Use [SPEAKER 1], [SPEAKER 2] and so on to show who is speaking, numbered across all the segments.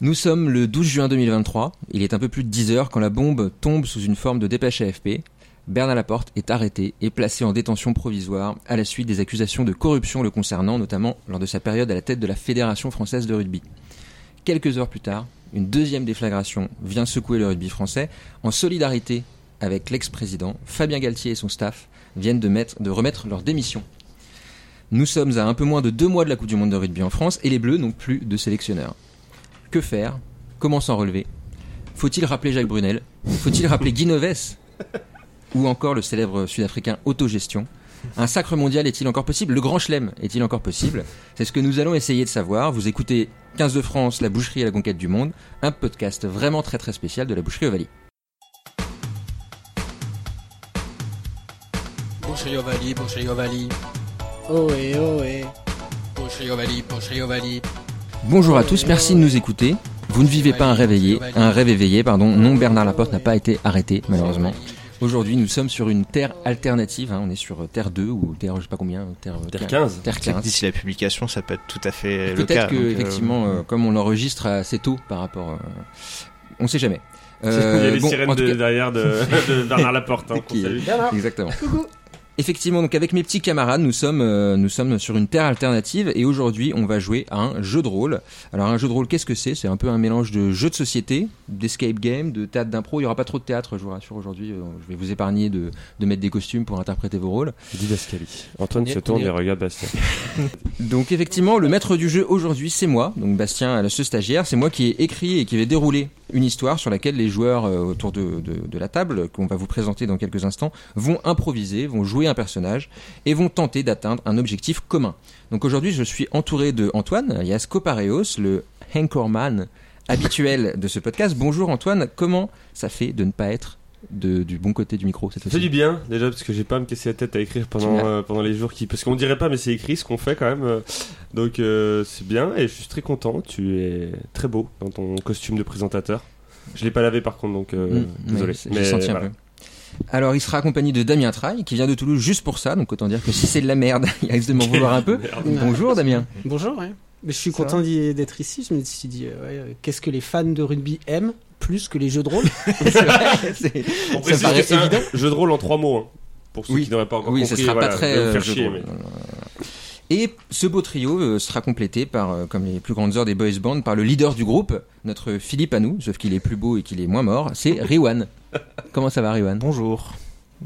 [SPEAKER 1] Nous sommes le 12 juin 2023, il est un peu plus de 10 heures quand la bombe tombe sous une forme de dépêche AFP. Bernard Laporte est arrêté et placé en détention provisoire à la suite des accusations de corruption le concernant, notamment lors de sa période à la tête de la Fédération française de rugby. Quelques heures plus tard, une deuxième déflagration vient secouer le rugby français en solidarité avec l'ex-président, Fabien Galtier et son staff viennent de, mettre, de remettre leur démission. Nous sommes à un peu moins de deux mois de la Coupe du Monde de rugby en France et les Bleus n'ont plus de sélectionneur. Que faire Comment s'en relever Faut-il rappeler Jacques Brunel Faut-il rappeler Guy Noves Ou encore le célèbre sud-africain Autogestion un sacre mondial est-il encore possible Le grand chelem est-il encore possible C'est ce que nous allons essayer de savoir. Vous écoutez 15 de France, la boucherie et la conquête du monde, un podcast vraiment très très spécial de la boucherie Ovalie.
[SPEAKER 2] Boucherie Ovalie, boucherie Ovalie,
[SPEAKER 3] Ohé, ohé.
[SPEAKER 2] boucherie Ovalie, boucherie Ovalie.
[SPEAKER 1] Bonjour à tous, merci de nous écouter. Vous ne vivez pas un réveillé, un rêve éveillé, pardon. Non, Bernard Laporte n'a pas été arrêté, malheureusement. Aujourd'hui, nous sommes sur une terre alternative. hein. On est sur euh, Terre 2 ou Terre, je sais pas combien, euh, Terre,
[SPEAKER 4] Terre 15.
[SPEAKER 1] Terre
[SPEAKER 5] C'est que
[SPEAKER 1] 15.
[SPEAKER 5] D'ici la publication, ça peut être tout à fait le cas.
[SPEAKER 1] Peut-être que,
[SPEAKER 5] donc, euh,
[SPEAKER 1] effectivement, euh, comme on l'enregistre assez tôt par rapport. euh, on sait jamais. Euh,
[SPEAKER 4] Il y a les
[SPEAKER 1] bon,
[SPEAKER 4] sirènes
[SPEAKER 1] en tout
[SPEAKER 4] de-
[SPEAKER 1] cas-
[SPEAKER 4] derrière de, de Bernard Laporte. hein, qu'on
[SPEAKER 1] Qui est-
[SPEAKER 4] salue.
[SPEAKER 1] Exactement. Effectivement, donc avec mes petits camarades, nous sommes, euh, nous sommes sur une terre alternative et aujourd'hui, on va jouer à un jeu de rôle. Alors, un jeu de rôle, qu'est-ce que c'est C'est un peu un mélange de jeu de société, d'escape game, de théâtre d'impro. Il n'y aura pas trop de théâtre, je vous rassure aujourd'hui. Euh, Je vais vous épargner de, de mettre des costumes pour interpréter vos rôles.
[SPEAKER 6] Didascalie. Antoine
[SPEAKER 1] On y-
[SPEAKER 6] se tourne
[SPEAKER 1] on y-
[SPEAKER 6] et regarde Bastien.
[SPEAKER 1] Donc effectivement, le maître du jeu aujourd'hui, c'est moi, donc Bastien, ce stagiaire, c'est moi qui ai écrit et qui vais dérouler une histoire sur laquelle les joueurs euh, autour de, de- de la table, qu'on va vous présenter dans quelques instants, vont improviser, vont jouer un personnage et vont tenter d'atteindre un objectif commun. Donc aujourd'hui, je suis entouré de Antoine, alias Copareos, le Hankorman habituel de ce podcast. Bonjour Antoine, comment ça fait de ne pas être de- du bon côté du micro cette
[SPEAKER 6] Ça fait
[SPEAKER 1] fois-ci
[SPEAKER 6] du bien déjà parce que j'ai pas à me casser la tête à écrire
[SPEAKER 1] Tu
[SPEAKER 6] pendant,
[SPEAKER 1] l'as.
[SPEAKER 6] euh, pendant les jours qui. Parce qu'on dirait pas, mais c'est écrit ce qu'on fait quand même. euh. Donc euh, c'est bien et je suis très content. Tu es très beau dans ton costume de présentateur. Je l'ai pas lavé par contre donc euh,
[SPEAKER 1] Mm,
[SPEAKER 6] désolé.
[SPEAKER 1] ouais, c'est- j'ai senti un
[SPEAKER 6] voilà.
[SPEAKER 1] peu. Alors, il sera accompagné de Damien Traille, qui vient de Toulouse juste pour ça. Donc, autant dire que si c'est de la merde, il risque de m'en vouloir un peu. Bonjour, Damien.
[SPEAKER 3] Bonjour, ouais. Mais je suis
[SPEAKER 1] Ça va
[SPEAKER 3] content d'y- d'être ici. Je me suis dit, euh, ouais, euh, qu'est-ce que les fans de rugby aiment plus que les jeux de rôle
[SPEAKER 1] C'est-
[SPEAKER 6] On précise
[SPEAKER 1] paraît
[SPEAKER 6] que c'est un
[SPEAKER 1] évident.
[SPEAKER 6] Jeu de rôle en trois mots hein, pour ceux
[SPEAKER 1] Oui.
[SPEAKER 6] qui n'auraient pas encore
[SPEAKER 1] oui,
[SPEAKER 6] compris.
[SPEAKER 1] ça sera
[SPEAKER 6] voilà,
[SPEAKER 1] pas très.
[SPEAKER 6] de vous
[SPEAKER 1] euh,
[SPEAKER 6] faire
[SPEAKER 1] je-
[SPEAKER 6] chier,
[SPEAKER 1] non,
[SPEAKER 6] mais-
[SPEAKER 1] non, non, non. Et ce beau trio euh, sera complété par, euh, comme les plus grandes heures des boys band, par le leader du groupe, notre Philippe à nous, sauf qu'il est plus beau et qu'il est moins mort, c'est Riwan. Comment ça va, Riwan
[SPEAKER 5] Bonjour.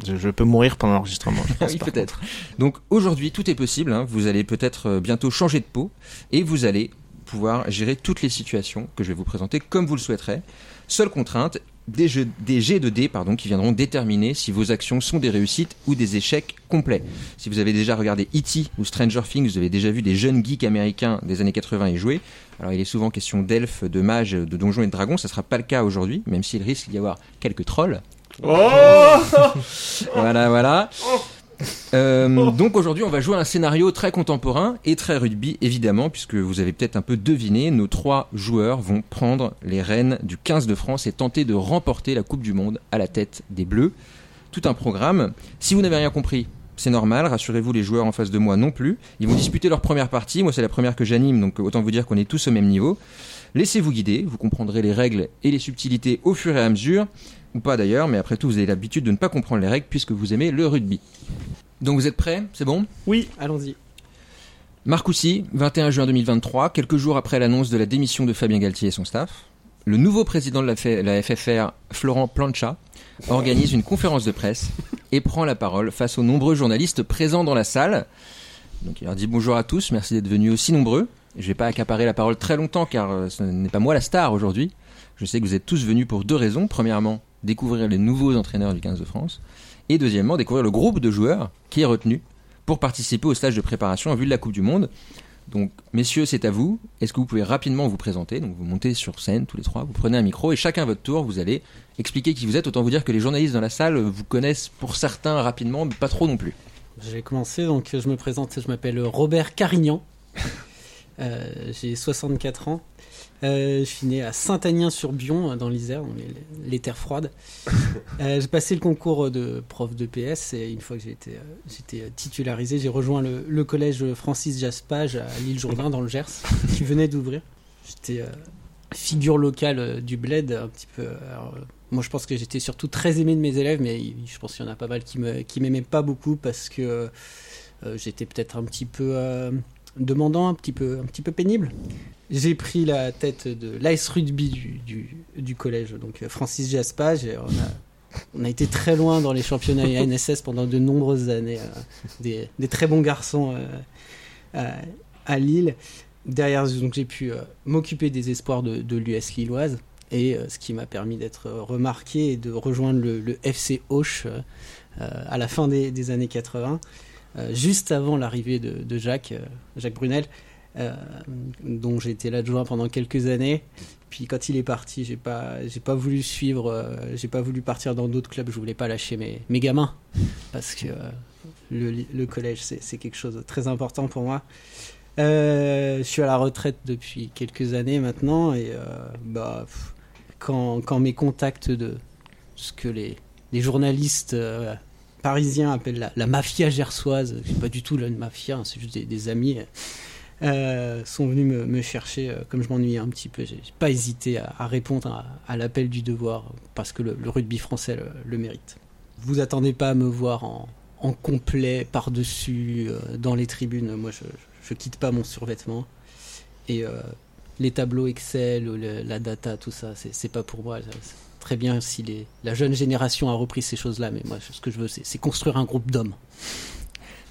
[SPEAKER 5] Je, je peux mourir pendant l'enregistrement. je pense,
[SPEAKER 1] Oui,
[SPEAKER 5] par
[SPEAKER 1] peut-être. Donc aujourd'hui, tout est possible. hein. Vous allez peut-être euh, bientôt changer de peau et vous allez pouvoir gérer toutes les situations que je vais vous présenter comme vous le souhaiterez. Seule contrainte, des, jeux, des jets de dés pardon, qui viendront déterminer si vos actions sont des réussites ou des échecs complets. Si vous avez déjà regardé E.T. ou Stranger Things, vous avez déjà vu des jeunes geeks américains des années 80 y jouer. Alors il est souvent question d'elfes, de mages, de donjons et de dragons. Ça ne sera pas le cas aujourd'hui, même s'il risque d'y avoir quelques trolls.
[SPEAKER 6] Oh
[SPEAKER 1] Voilà, voilà. Euh, donc aujourd'hui, on va jouer à un scénario très contemporain et très rugby, évidemment, puisque vous avez peut-être un peu deviné, nos trois joueurs vont prendre les rênes du 15 de France et tenter de remporter la Coupe du Monde à la tête des Bleus. Tout un programme. Si vous n'avez rien compris, c'est normal, rassurez-vous, les joueurs en face de moi non plus. Ils vont disputer leur première partie, moi c'est la première que j'anime, donc autant vous dire qu'on est tous au même niveau. Laissez-vous guider, vous comprendrez les règles et les subtilités au fur et à mesure ou pas d'ailleurs, mais après tout, vous avez l'habitude de ne pas comprendre les règles puisque vous aimez le rugby. Donc vous êtes prêts C'est bon
[SPEAKER 3] Allons-y.
[SPEAKER 1] Marcoussis, 21 juin 2023, quelques jours après l'annonce de la démission de Fabien Galtier et son staff, le nouveau président de la, F- la FFR, Florent Plancha, organise une conférence de presse et prend la parole face aux nombreux journalistes présents dans la salle. Donc il leur dit bonjour à tous, merci d'être venus aussi nombreux. Je vais pas accaparer la parole très longtemps car euh, ce n'est pas moi la star aujourd'hui. Je sais que vous êtes tous venus pour deux raisons. Premièrement, découvrir les nouveaux entraîneurs du 15 de France. Et deuxièmement, découvrir le groupe de joueurs qui est retenu pour participer au stage de préparation en vue de la Coupe du Monde. Donc, messieurs, c'est à vous. Est-ce que vous pouvez rapidement vous présenter Donc, vous montez sur scène tous les trois, vous prenez un micro et chacun à votre tour, vous allez expliquer qui vous êtes. Autant vous dire que les journalistes dans la salle vous connaissent pour certains rapidement, mais pas trop non plus.
[SPEAKER 3] Je vais commencer. Donc, euh, je me présente. Je m'appelle Robert Carignan. Euh, J'ai 64 ans. Euh, je suis né à Saint-Agnien-sur-Bion, euh, dans l'Isère, dans les, les terres froides. Euh, j'ai passé le concours de prof de PS et une fois que j'ai été, euh, j'étais euh, titularisé, j'ai rejoint le, le collège Francis Jaspage à l'île Jourdain, dans le Gers, qui venait d'ouvrir. J'étais euh, figure locale euh, du bled, un petit peu. Alors, euh, moi, je pense que j'étais surtout très aimé de mes élèves, mais il- je pense qu'il y en a pas mal qui me, qui m'aimaient pas beaucoup parce que euh, j'étais peut-être un petit peu euh, demandant, un petit peu, un petit peu pénible. J'ai pris la tête de l'AS rugby du, du, du collège, donc euh, Francis Jaspa. J'ai- On a, on a été très loin dans les championnats NSS pendant de nombreuses années. euh, des, des très bons garçons euh, à- à Lille. Derrière, donc j'ai pu euh, m'occuper des espoirs de, de l'US lilloise et euh, ce qui m'a permis d'être euh, remarqué et de rejoindre le, le FC Auch euh, euh, à la fin des, des années 80, euh, juste avant l'arrivée de, de Jacques, euh, Jacques Brunel, euh, dont j'ai été l'adjoint pendant quelques années. Puis quand il est parti, j'ai pas, j'ai pas voulu suivre, euh, j'ai pas voulu partir dans d'autres clubs. Je voulais pas lâcher mes, mes gamins parce que euh, le, le collège c'est c'est quelque chose de très important pour moi. Euh, je suis à la retraite depuis quelques années maintenant et euh, bah, pff, quand, quand mes contacts de ce que les, les journalistes euh, parisiens appellent la, la mafia gersoise, c'est pas du tout là une mafia, hein, c'est juste des, des amis, euh, sont venus me, me chercher, euh, comme je m'ennuyais un petit peu, j'ai j'ai pas hésité à, à répondre à, à l'appel du devoir parce que le, le rugby français le, le mérite. Vous attendez pas à me voir en, en complet par-dessus euh, dans les tribunes. Moi, je, je quitte pas mon survêtement. Et euh, les tableaux Excel, ou le- la data, tout ça, c'est c'est pas pour moi. Ça, c'est Très bien si les, la jeune génération a repris ces choses-là, mais moi, ce que je veux, c'est c'est construire un groupe d'hommes.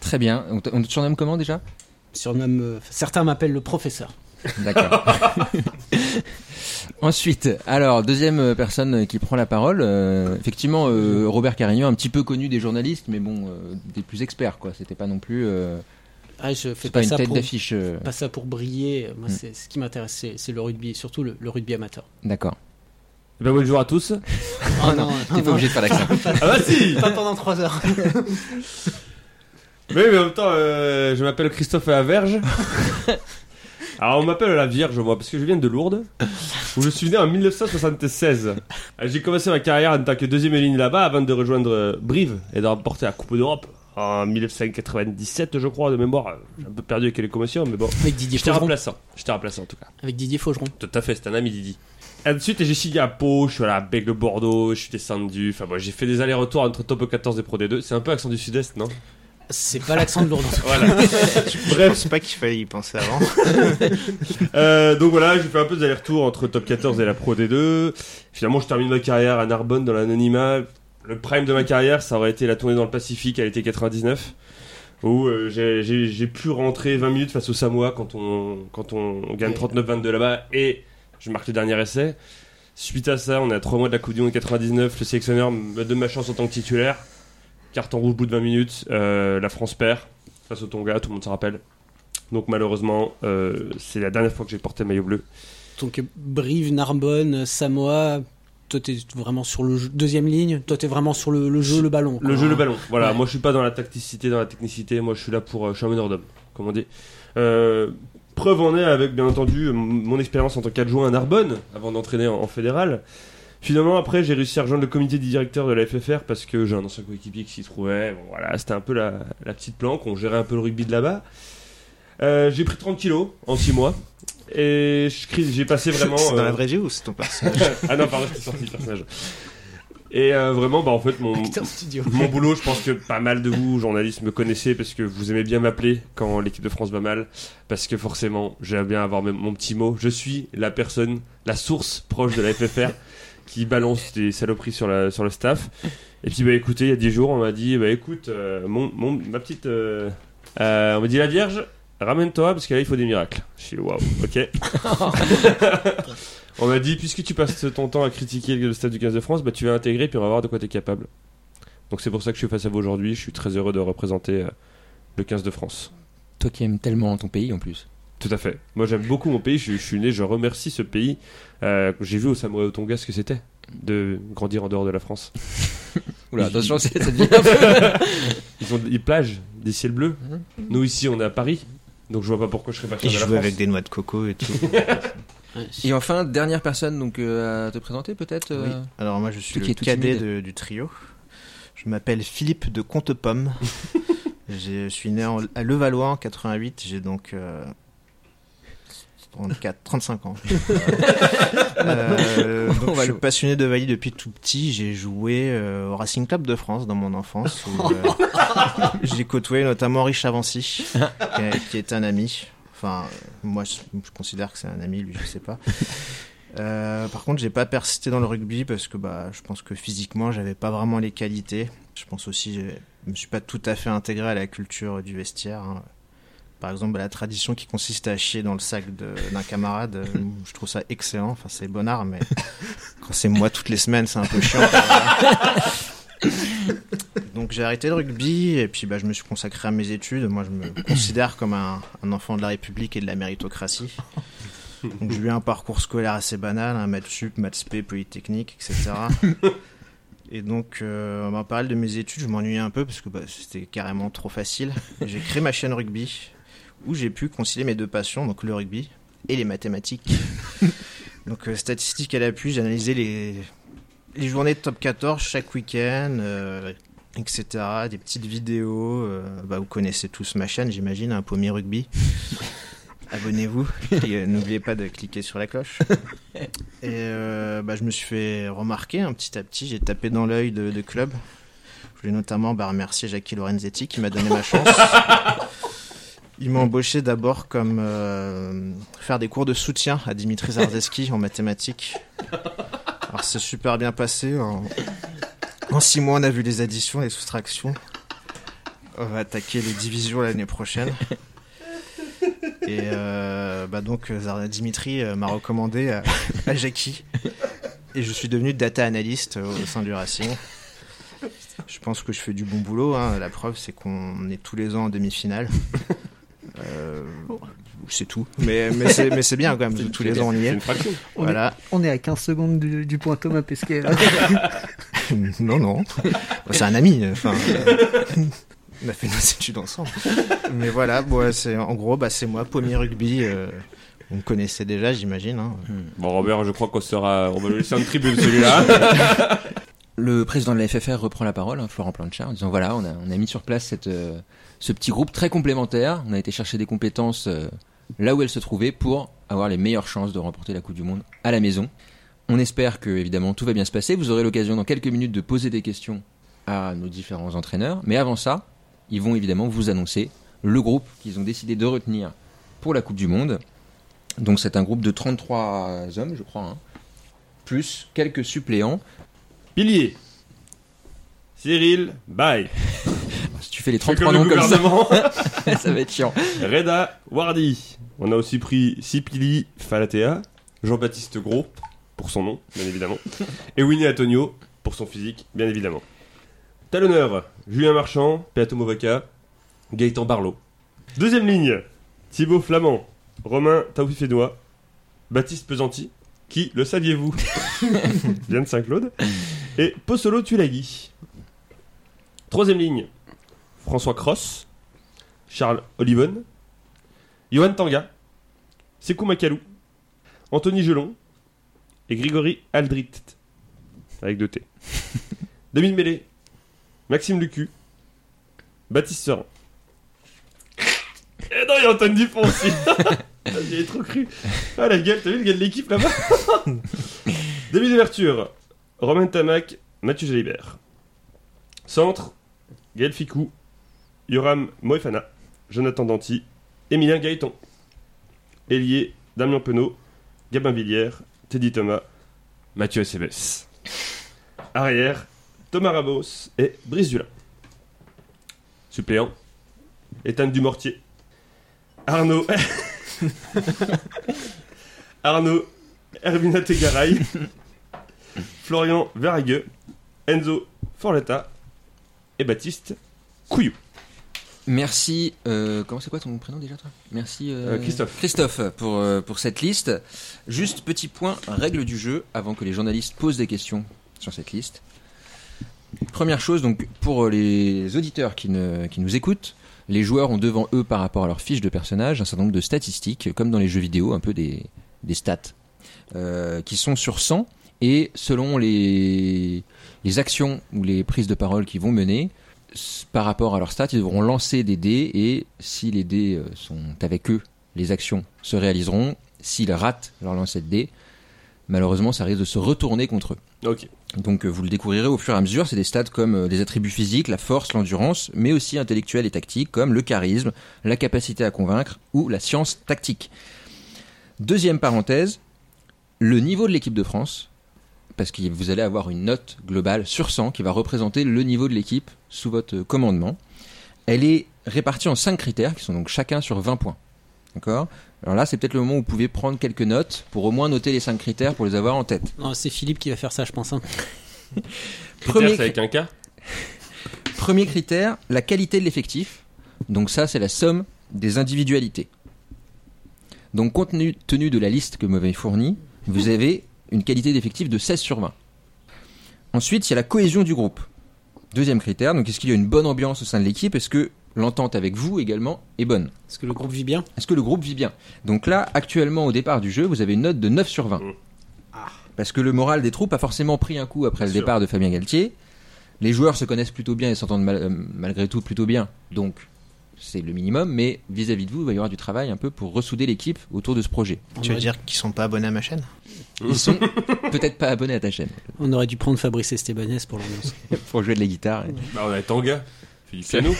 [SPEAKER 1] Très bien. On te on te surnomme comment déjà
[SPEAKER 3] Surnomme, euh, certains m'appellent le professeur.
[SPEAKER 1] D'accord. Ensuite, alors, deuxième personne qui prend la parole. euh, effectivement, euh, Robert Carignan, un petit peu connu des journalistes, mais bon, euh, des plus experts, quoi. C'était pas non plus. euh,
[SPEAKER 3] Ah, je fais
[SPEAKER 1] c'est
[SPEAKER 3] pas,
[SPEAKER 1] pas une
[SPEAKER 3] ça
[SPEAKER 1] tête
[SPEAKER 3] pour,
[SPEAKER 1] d'affiche. euh,
[SPEAKER 3] pas ça pour briller. Moi,
[SPEAKER 1] Mm.
[SPEAKER 3] c'est ce qui m'intéresse, c'est- c'est le rugby, et surtout le, le rugby amateur.
[SPEAKER 1] D'accord.
[SPEAKER 6] Eh ben, bonjour à tous.
[SPEAKER 3] Ah non,
[SPEAKER 1] T'es pas obligé de faire l'accent.
[SPEAKER 6] Ah bah si
[SPEAKER 3] pas pendant trois heures.
[SPEAKER 6] Mais, mais en même temps, euh, je m'appelle Christophe Averge. Alors on m'appelle la Vierge, moi, parce que je viens de Lourdes, où je suis né en 1976. Euh, J'ai commencé ma carrière en tant que deuxième ligne là-bas avant de rejoindre euh, Brive et de remporter la Coupe d'Europe en 1997, je crois, de mémoire. J'ai un peu perdu avec les commotions, mais bon.
[SPEAKER 3] Avec Didier
[SPEAKER 6] J'étais
[SPEAKER 3] Faugeron.
[SPEAKER 6] remplaçant. J'étais remplaçant en tout cas.
[SPEAKER 3] Avec Didier Faugeron.
[SPEAKER 6] Tout à fait, c'est un ami Didi. Ensuite, j'ai signé à Pau, je suis allé à Bègle Bordeaux, je suis descendu. Enfin, bon, j'ai fait des allers-retours entre top 14 et Pro D2. C'est un peu accent du sud-est, non
[SPEAKER 3] C'est pas l'accent de Lourdes.
[SPEAKER 6] Voilà.
[SPEAKER 5] Je
[SPEAKER 6] Bref,
[SPEAKER 5] pense pas qu'il fallait y penser avant.
[SPEAKER 6] Euh, donc voilà, j'ai fait un peu des allers-retours entre top 14 et la Pro D2. Finalement, je termine ma carrière à Narbonne dans l'anonymat. Le prime de ma carrière, ça aurait été la tournée dans le Pacifique à l'été 99, où euh, j'ai- j'ai j'ai pu rentrer 20 minutes face au Samoa quand on, quand on gagne 39-22 là-bas et je marque le dernier essai. Suite à ça, on est à 3 mois de la Coupe du Monde 99. Le sélectionneur me donne ma chance en tant que titulaire. Carton rouge au bout de 20 minutes. euh, la France perd face au Tonga, tout le monde s'en rappelle. Donc malheureusement, euh, c'est la dernière fois que j'ai porté le maillot bleu.
[SPEAKER 3] Donc euh, Brive, Narbonne, Samoa, toi t'es vraiment sur le jeu- deuxième ligne, toi t'es vraiment sur le, le jeu, le ballon.
[SPEAKER 5] Ah.
[SPEAKER 3] quoi.
[SPEAKER 6] Le jeu, le ballon. Voilà,
[SPEAKER 3] Ouais.
[SPEAKER 6] moi je suis pas dans la tacticité, dans la technicité. Moi je suis là pour. euh, je suis un meneur d'hommes, comme on dit. Euh, preuve en est avec, bien entendu, m- mon expérience en tant qu'adjoint à Narbonne, avant d'entraîner en, en fédéral. Finalement, après, j'ai réussi à rejoindre le comité des directeurs de la FFR parce que j'ai un ancien coéquipier qui s'y trouvait. Bon, voilà, c'était un peu la, la petite planque. On gérait un peu le rugby de là-bas. Euh, j'ai pris 30 kilos en 6 mois. Et je crie- j'ai passé vraiment.
[SPEAKER 5] C'est dans
[SPEAKER 6] euh,
[SPEAKER 5] la vraie vie ou c'est ton perso
[SPEAKER 6] ah non, pardon, je t'ai sorti le personnage. Et euh, vraiment, bah en fait, mon,
[SPEAKER 3] Putain, studio.
[SPEAKER 6] mon boulot, je pense que pas mal de vous, journalistes, me connaissez parce que vous aimez bien m'appeler quand l'équipe de France va mal. Parce que forcément, j'aime bien avoir même mon petit mot. Je suis la personne, la source proche de la FFR qui balance des saloperies sur, la, sur le staff. Et puis, bah écoutez, il y a 10 jours, on m'a dit, bah écoute, euh, mon, mon- ma petite. euh, euh, on m'a dit, la Vierge, ramène-toi parce que là, il faut des miracles. Je suis waouh, ok. on m'a dit, puisque tu passes ton temps à critiquer le staff du 15 de France, bah tu vas intégrer puis on va voir de quoi t'es capable. Donc c'est pour ça que je suis face à vous aujourd'hui. Je suis très heureux de représenter euh, le 15 de France.
[SPEAKER 1] Toi qui aimes tellement ton pays en plus.
[SPEAKER 6] Tout à fait. Moi j'aime beaucoup mon pays. Je, je suis né, je remercie ce pays. Euh, J'ai vu au Samoa et au Tonga ce que c'était de grandir en dehors de la France.
[SPEAKER 1] Oula,
[SPEAKER 6] Oui.
[SPEAKER 1] attention, ça ça devient un peu.
[SPEAKER 6] Ils ont des plages, des ciels bleus. Nous ici on est à Paris. Donc je vois pas pourquoi je serais pas
[SPEAKER 5] Il
[SPEAKER 6] fier de la
[SPEAKER 5] jouait
[SPEAKER 6] France.
[SPEAKER 5] avec des noix de coco et tout.
[SPEAKER 3] Ouais,
[SPEAKER 1] Et enfin, dernière personne donc euh, à te présenter peut-être.
[SPEAKER 5] Oui.
[SPEAKER 1] euh,
[SPEAKER 5] Alors moi je suis
[SPEAKER 1] Toi qui
[SPEAKER 5] le
[SPEAKER 1] es tout
[SPEAKER 5] cadet
[SPEAKER 1] timide.
[SPEAKER 5] de- du trio. Je m'appelle Philippe de Comte-Pomme. je suis né en- à Levallois en 88. J'ai donc euh, 34, 35 ans. Euh, donc,
[SPEAKER 1] On va
[SPEAKER 5] je suis
[SPEAKER 1] le-
[SPEAKER 5] passionné de Vali depuis tout petit. J'ai joué euh, au Racing Club de France dans mon enfance. où, euh, J'ai côtoyé notamment Rich Avancy, qui, qui est un ami. Enfin, euh, moi, je, je considère que c'est un ami, lui, je sais pas. Euh, par contre, j'ai pas persisté dans le rugby parce que bah, je pense que physiquement, j'avais pas vraiment les qualités. Je pense aussi, euh, je me suis pas tout à fait intégré à la culture euh, du vestiaire. hein. Par exemple, la tradition qui consiste à chier dans le sac de- d'un camarade, euh, je trouve ça excellent. Enfin, c'est bon art, mais quand c'est moi toutes les semaines, c'est un peu chiant. Donc j'ai arrêté le rugby et puis bah, je me suis consacré à mes études. Moi, je me considère comme un, un enfant de la République et de la méritocratie. Donc j'ai eu un parcours scolaire assez banal, un maths sup, maths spé, polytechnique, etc. Et donc, euh, bah, en parallèle de mes études, je m'ennuyais un peu parce que bah, c'était carrément trop facile. Et J'ai créé ma chaîne rugby où j'ai pu concilier mes deux passions, donc le rugby et les mathématiques. donc, euh, statistiques à l'appui, j'analysais les, les journées de top 14 chaque week-end, euh, etc. Des petites vidéos. euh, bah, vous connaissez tous ma chaîne, j'imagine, un pommier rugby. Abonnez-vous et euh, n'oubliez pas de cliquer sur la cloche. Et euh, bah, je me suis fait remarquer un petit à petit, j'ai tapé dans l'œil de, de club. Je voulais notamment bah, remercier Jackie Lorenzetti qui m'a donné ma chance. Il m'a embauché d'abord comme euh, faire des cours de soutien à Dimitri Zardeski en mathématiques. Alors c'est super bien passé. En, en six mois, on a vu les additions, les soustractions. On va attaquer les divisions l'année prochaine. Et euh, bah donc Zar- Dimitri euh, m'a recommandé à, à Jackie. Et je suis devenu data analyst euh, au sein du Racing. Je pense que je fais du bon boulot. hein. La preuve, c'est qu'on est tous les ans en demi-finale. Euh, c'est tout. Mais, mais c'est mais c'est bien quand même. Tous les ans, on y
[SPEAKER 6] C'est
[SPEAKER 5] est.
[SPEAKER 6] une fraction.
[SPEAKER 7] On
[SPEAKER 5] Voilà.
[SPEAKER 7] On est à 15 secondes du, du point Thomas Pesquet. là.
[SPEAKER 5] non, non. C'est un ami. Enfin, euh, on a fait nos études ensemble. Mais voilà, bon, c'est en gros, bah, c'est moi, Pommier Rugby. euh, vous me connaissez déjà, j'imagine. hein.
[SPEAKER 6] Bon, Robert, je crois qu'on sera. On va le laisser en tribune celui-là.
[SPEAKER 1] Le président de la FFR reprend la parole, hein, Florent Planchard, en disant voilà, on a, on a mis sur place cette, euh, ce petit groupe très complémentaire. On a été chercher des compétences euh, là où elles se trouvaient pour avoir les meilleures chances de remporter la Coupe du Monde à la maison. On espère que, évidemment, tout va bien se passer. Vous aurez l'occasion dans quelques minutes de poser des questions à nos différents entraîneurs. Mais avant ça, ils vont évidemment vous annoncer le groupe qu'ils ont décidé de retenir pour la Coupe du Monde. Donc c'est un groupe de 33 hommes, je crois, hein, plus quelques suppléants.
[SPEAKER 6] Pilier. Cyril, bye.
[SPEAKER 1] Si tu fais les
[SPEAKER 6] C'est
[SPEAKER 1] 33
[SPEAKER 6] comme le
[SPEAKER 1] noms comme ça,
[SPEAKER 6] gouvernement.
[SPEAKER 1] ça va être chiant.
[SPEAKER 6] Reda Wardi. On a aussi pris Sipili Falatea, Jean-Baptiste Gros, pour son nom, bien évidemment, et Winnie Antonio, pour son physique, bien évidemment. Talonneur, Julien Marchand, Peato Movaca, Gaëtan Barlow. Deuxième ligne, Thibaut Flamand, Romain Taoufifédois, Baptiste Pesanti, qui, le saviez-vous, vient de Saint-Claude, et Possolo Tulagi. Troisième ligne, François Cross, Charles Olivon, Johan Tanga, Sekou Makalou, Anthony Gelon et Grégory Aldrit, avec deux T. David Mélé, Maxime Lucu, Baptiste Serin. Eh non, il y a Antoine Dupont aussi J'y ai trop cru Ah la gueule, t'as vu le gars de l'équipe là-bas Début d'ouverture, Romain Tamac, Mathieu Jalibert. Centre, Gaël Ficou, Yoram Moefana. Jonathan Danti, Emilien Gaëton. Ailier, Damien Penaud, Gabin Villière, Teddy Thomas, Mathieu Sebes. Arrière, Thomas Ramos et Brice Dulin. Suppléant, Ethan Dumortier. Arnaud. Arnaud Hermina Tegaray. Florian Verhague, Enzo Forletta et Baptiste Couillou.
[SPEAKER 1] Merci. euh, comment c'est quoi ton prénom déjà toi Merci euh,
[SPEAKER 6] Euh, Christophe.
[SPEAKER 1] Christophe pour euh, pour cette liste. Juste petit point règle du jeu avant que les journalistes posent des questions sur cette liste. Première chose donc pour euh, les auditeurs qui ne- qui nous écoutent. Les joueurs ont devant eux par rapport à leur fiche de personnage un certain nombre de statistiques, comme dans les jeux vidéo, un peu des, des stats, euh, qui sont sur 100, et selon les, les actions ou les prises de parole qu'ils vont mener, s- par rapport à leur stats, ils devront lancer des dés et si les dés euh, sont avec eux, les actions se réaliseront. s'ils ratent leur lancer de dés, malheureusement, ça risque de se retourner contre eux.
[SPEAKER 6] Ok.
[SPEAKER 1] Donc euh, vous le découvrirez au fur et à mesure, c'est des stats comme euh, des attributs physiques, la force, l'endurance, mais aussi intellectuels et tactiques comme le charisme, la capacité à convaincre ou la science tactique. Deuxième parenthèse, le niveau de l'équipe de France, parce que vous allez avoir une note globale sur 100 qui va représenter le niveau de l'équipe sous votre euh, commandement. Elle est répartie en 5 critères qui sont donc chacun sur 20 points. D'accord Alors là, c'est peut-être le moment où vous pouvez prendre quelques notes pour au moins noter les 5 critères pour les avoir en tête.
[SPEAKER 3] Non, c'est Philippe qui va faire ça, je pense. hein.
[SPEAKER 6] Critère,
[SPEAKER 1] Premier
[SPEAKER 6] c'est avec un K
[SPEAKER 1] Premier critère, la qualité de l'effectif. Donc ça, c'est la somme des individualités. Donc compte tenu, tenu de la liste que m'avez fournie, vous avez une qualité d'effectif de 16 sur 20. Ensuite, il y a la cohésion du groupe. Deuxième critère, donc est-ce qu'il y a une bonne ambiance au sein de l'équipe Est-ce que l'entente avec vous également est bonne
[SPEAKER 3] Parce que le groupe vit bien.
[SPEAKER 1] Est-ce que le groupe vit bien Donc là, actuellement, au départ du jeu, vous avez une note de 9 sur 20.
[SPEAKER 6] Mm.
[SPEAKER 1] Parce que le moral des troupes a forcément pris un coup après le
[SPEAKER 6] sûr.
[SPEAKER 1] départ de Fabien Galtier. Les joueurs se connaissent plutôt bien et s'entendent mal- euh, malgré tout plutôt bien. Donc, c'est le minimum. Mais vis-à-vis de vous, il va y avoir du travail un peu pour ressouder l'équipe autour de ce projet.
[SPEAKER 3] On,
[SPEAKER 5] Tu veux
[SPEAKER 3] aurait,
[SPEAKER 5] dire qu'ils sont pas abonnés à ma chaîne
[SPEAKER 1] Ils sont peut-être pas abonnés à ta chaîne
[SPEAKER 3] on aurait dû prendre Fabrice Estebanès pour l'ambiance.
[SPEAKER 1] pour jouer de la guitare.
[SPEAKER 6] Bah, on a Tanga. Fait du piano.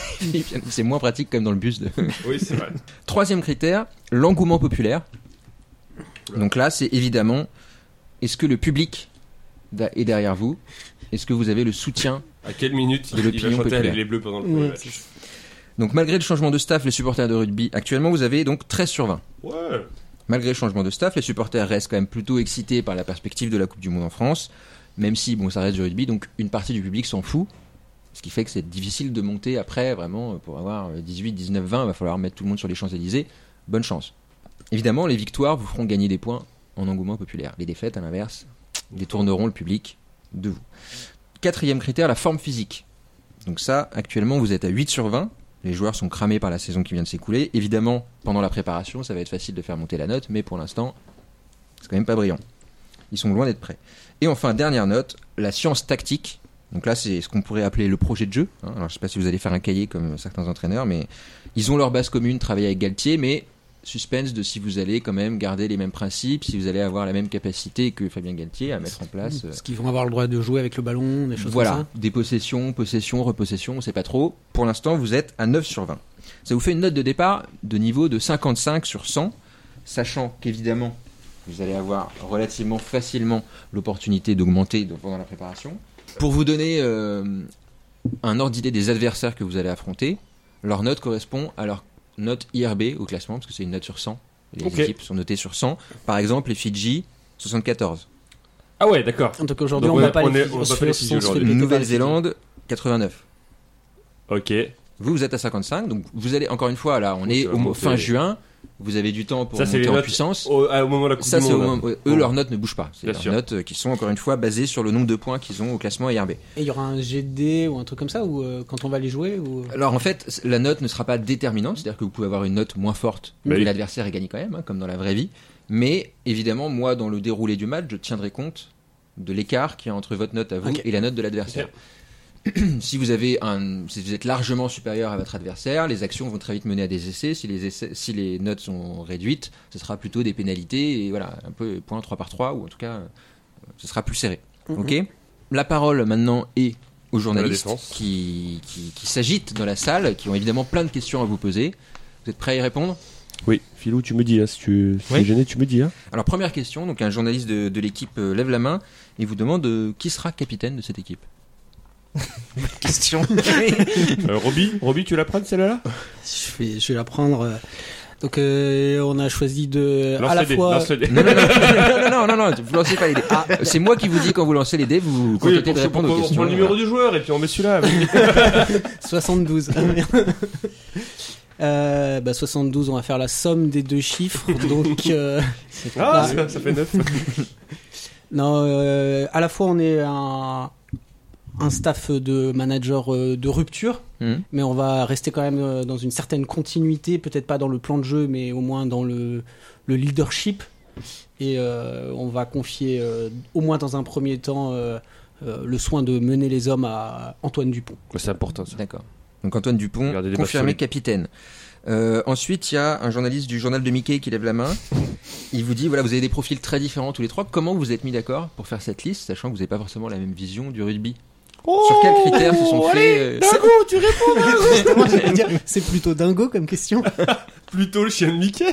[SPEAKER 1] c'est moins pratique comme dans le bus de,
[SPEAKER 6] oui, c'est vrai.
[SPEAKER 1] Troisième critère, l'engouement populaire. Donc là, c'est évidemment, est-ce que le public da- est derrière vous Est-ce que vous avez le soutien
[SPEAKER 6] À quelle minute
[SPEAKER 1] Et le
[SPEAKER 6] il va
[SPEAKER 1] pignon
[SPEAKER 6] chanter
[SPEAKER 1] populaire.
[SPEAKER 6] avec les bleus pendant le premier
[SPEAKER 3] Ouais,
[SPEAKER 6] match
[SPEAKER 1] Donc malgré le changement de staff, les supporters de rugby, actuellement, vous avez donc 13 sur 20.
[SPEAKER 6] Ouais.
[SPEAKER 1] Malgré le changement de staff, les supporters restent quand même plutôt excités par la perspective de la Coupe du Monde en France, même si, bon, ça reste du rugby, donc une partie du public s'en fout. Ce qui fait que c'est difficile de monter après, vraiment, euh, pour avoir 18, 19, 20, il va falloir mettre tout le monde sur les Champs-Élysées. Bonne chance. Évidemment, les victoires vous feront gagner des points en engouement populaire. Les défaites, à l'inverse, détourneront le public de vous. Quatrième critère, la forme physique. Donc ça, actuellement, vous êtes à 8 sur 20. Les joueurs sont cramés par la saison qui vient de s'écouler. Évidemment, pendant la préparation, ça va être facile de faire monter la note, mais pour l'instant, c'est quand même pas brillant. Ils sont loin d'être prêts. Et enfin, dernière note, la science tactique. Donc là, c'est ce qu'on pourrait appeler le projet de jeu. hein. Alors, je sais pas si vous allez faire un cahier comme certains entraîneurs, mais ils ont leur base commune, travailler avec Galtier, mais suspense de si vous allez quand même garder les mêmes principes, si vous allez avoir la même capacité que Fabien Galtier à mettre en place. euh,
[SPEAKER 3] Parce qu'ils vont avoir le droit de jouer avec le ballon, des choses comme
[SPEAKER 1] voilà,
[SPEAKER 3] ça.
[SPEAKER 1] des possessions, possessions, repossessions, on sait pas trop. Pour l'instant, vous êtes à 9 sur 20. Ça vous fait une note de départ de niveau de 55 sur 100, sachant qu'évidemment, vous allez avoir relativement facilement l'opportunité d'augmenter de- pendant la préparation. Pour vous donner euh, un ordre d'idée des adversaires que vous allez affronter, leur note correspond à leur note IRB au classement, parce que c'est une note sur 100. Les
[SPEAKER 6] Ok.
[SPEAKER 1] équipes sont notées sur 100. Par exemple, les Fidji, 74.
[SPEAKER 6] Ah ouais, d'accord.
[SPEAKER 3] Donc aujourd'hui,
[SPEAKER 6] Donc
[SPEAKER 3] on
[SPEAKER 6] on
[SPEAKER 3] va
[SPEAKER 6] est-
[SPEAKER 3] pas
[SPEAKER 6] on
[SPEAKER 3] les
[SPEAKER 6] est- on
[SPEAKER 3] on
[SPEAKER 6] va
[SPEAKER 3] se
[SPEAKER 6] pas
[SPEAKER 3] fait-
[SPEAKER 6] les
[SPEAKER 3] on
[SPEAKER 6] filles
[SPEAKER 3] se fait
[SPEAKER 6] aujourd'hui.
[SPEAKER 3] péter par les
[SPEAKER 1] Nouvelle-Zélande, 89.
[SPEAKER 6] Ok.
[SPEAKER 1] Vous, vous êtes à 55, donc vous allez, encore une fois, là, on est
[SPEAKER 6] ça va
[SPEAKER 1] au mo-
[SPEAKER 6] monter.
[SPEAKER 1] fin juin, vous avez du temps pour
[SPEAKER 6] Ça, c'est
[SPEAKER 1] monter
[SPEAKER 6] les
[SPEAKER 1] en
[SPEAKER 6] notes
[SPEAKER 1] puissance.
[SPEAKER 6] Au, ah, au moment de la Coupe
[SPEAKER 1] Ça,
[SPEAKER 6] du
[SPEAKER 1] c'est au
[SPEAKER 6] Monde.
[SPEAKER 1] moins- eux,
[SPEAKER 6] Bon.
[SPEAKER 1] leurs notes ne bougent pas. C'est
[SPEAKER 6] Bien
[SPEAKER 1] leurs
[SPEAKER 6] sûr.
[SPEAKER 1] notes euh, qui sont, encore une fois, basées sur le nombre de points qu'ils ont au classement IRB.
[SPEAKER 3] Et il y aura un GD ou un truc comme ça ou euh, quand on va les jouer ou
[SPEAKER 1] Alors, en fait, c- la note ne sera pas déterminante, c'est-à-dire que vous pouvez avoir une note moins forte,
[SPEAKER 6] Bah
[SPEAKER 1] mais
[SPEAKER 6] oui.
[SPEAKER 1] l'adversaire est gagné quand même, hein, comme dans la vraie vie. Mais, évidemment, moi, dans le déroulé du match, je tiendrai compte de l'écart qu'il y a entre votre note à vous
[SPEAKER 3] Ok.
[SPEAKER 1] et la note de l'adversaire. si vous avez un, si vous êtes largement supérieur à votre adversaire, les actions vont très vite mener à des essais. Si les essais, si les notes sont réduites, ce sera plutôt des pénalités et voilà, un peu point 3 par 3 ou en tout cas, euh, ce sera plus serré.
[SPEAKER 3] Mhm.
[SPEAKER 1] Ok. La parole maintenant est aux journalistes
[SPEAKER 6] défense.
[SPEAKER 1] qui, qui, qui s'agitent dans la salle, qui ont évidemment plein de questions à vous poser. Vous êtes prêts à y répondre
[SPEAKER 6] Oui, Philou, tu me dis, hein, si tu si
[SPEAKER 5] Oui.
[SPEAKER 6] t'es gêné, tu me dis. Hein.
[SPEAKER 1] Alors première question, donc un journaliste de, de l'équipe euh, lève la main et vous demande euh, qui sera capitaine de cette équipe.
[SPEAKER 5] Question.
[SPEAKER 6] Euh, Roby, Roby, tu la prends celle-là
[SPEAKER 3] je vais je vais la prendre. euh. Donc euh, on a choisi de
[SPEAKER 6] Lance
[SPEAKER 3] à la
[SPEAKER 6] le dé,
[SPEAKER 3] fois
[SPEAKER 6] lance le dé.
[SPEAKER 1] Non, non, non, non, non, non, non, vous lancez pas les dés. c'est moi qui vous dis quand vous lancez les dés, vous
[SPEAKER 6] Oui,
[SPEAKER 1] comptez
[SPEAKER 6] pour-
[SPEAKER 1] de répondre
[SPEAKER 6] pour-
[SPEAKER 1] aux
[SPEAKER 6] pour
[SPEAKER 1] questions.
[SPEAKER 6] le numéro du joueur et puis on met celui-là.
[SPEAKER 3] 72. Ah, Euh, bah 72, on va faire la somme des deux chiffres. Donc, euh,
[SPEAKER 6] ah,
[SPEAKER 3] pas-
[SPEAKER 6] ça, ça fait 9.
[SPEAKER 3] non, euh, à la fois on est un, un staff de manager euh, de rupture,
[SPEAKER 1] Mhm.
[SPEAKER 3] mais on va rester quand même euh, dans une certaine continuité, peut-être pas dans le plan de jeu, mais au moins dans le, le leadership. Et euh, on va confier, euh, au moins dans un premier temps, euh, euh, le soin de mener les hommes à Antoine Dupont.
[SPEAKER 6] C'est important ça.
[SPEAKER 1] D'accord. Donc Antoine Dupont,
[SPEAKER 6] Regardez des matchs
[SPEAKER 1] confirmé
[SPEAKER 6] solides.
[SPEAKER 1] capitaine. Euh, ensuite, il y a un journaliste du journal de Mickey qui lève la main. Il vous dit voilà, vous avez des profils très différents tous les trois. Comment vous vous êtes mis d'accord pour faire cette liste, sachant que vous n'avez pas forcément la même vision du rugby Sur quels critères se sont faits euh,
[SPEAKER 3] Dingo, tu réponds
[SPEAKER 7] Moi, j'allais dire, c'est plutôt dingo comme question.
[SPEAKER 6] Plutôt le chien de Mickey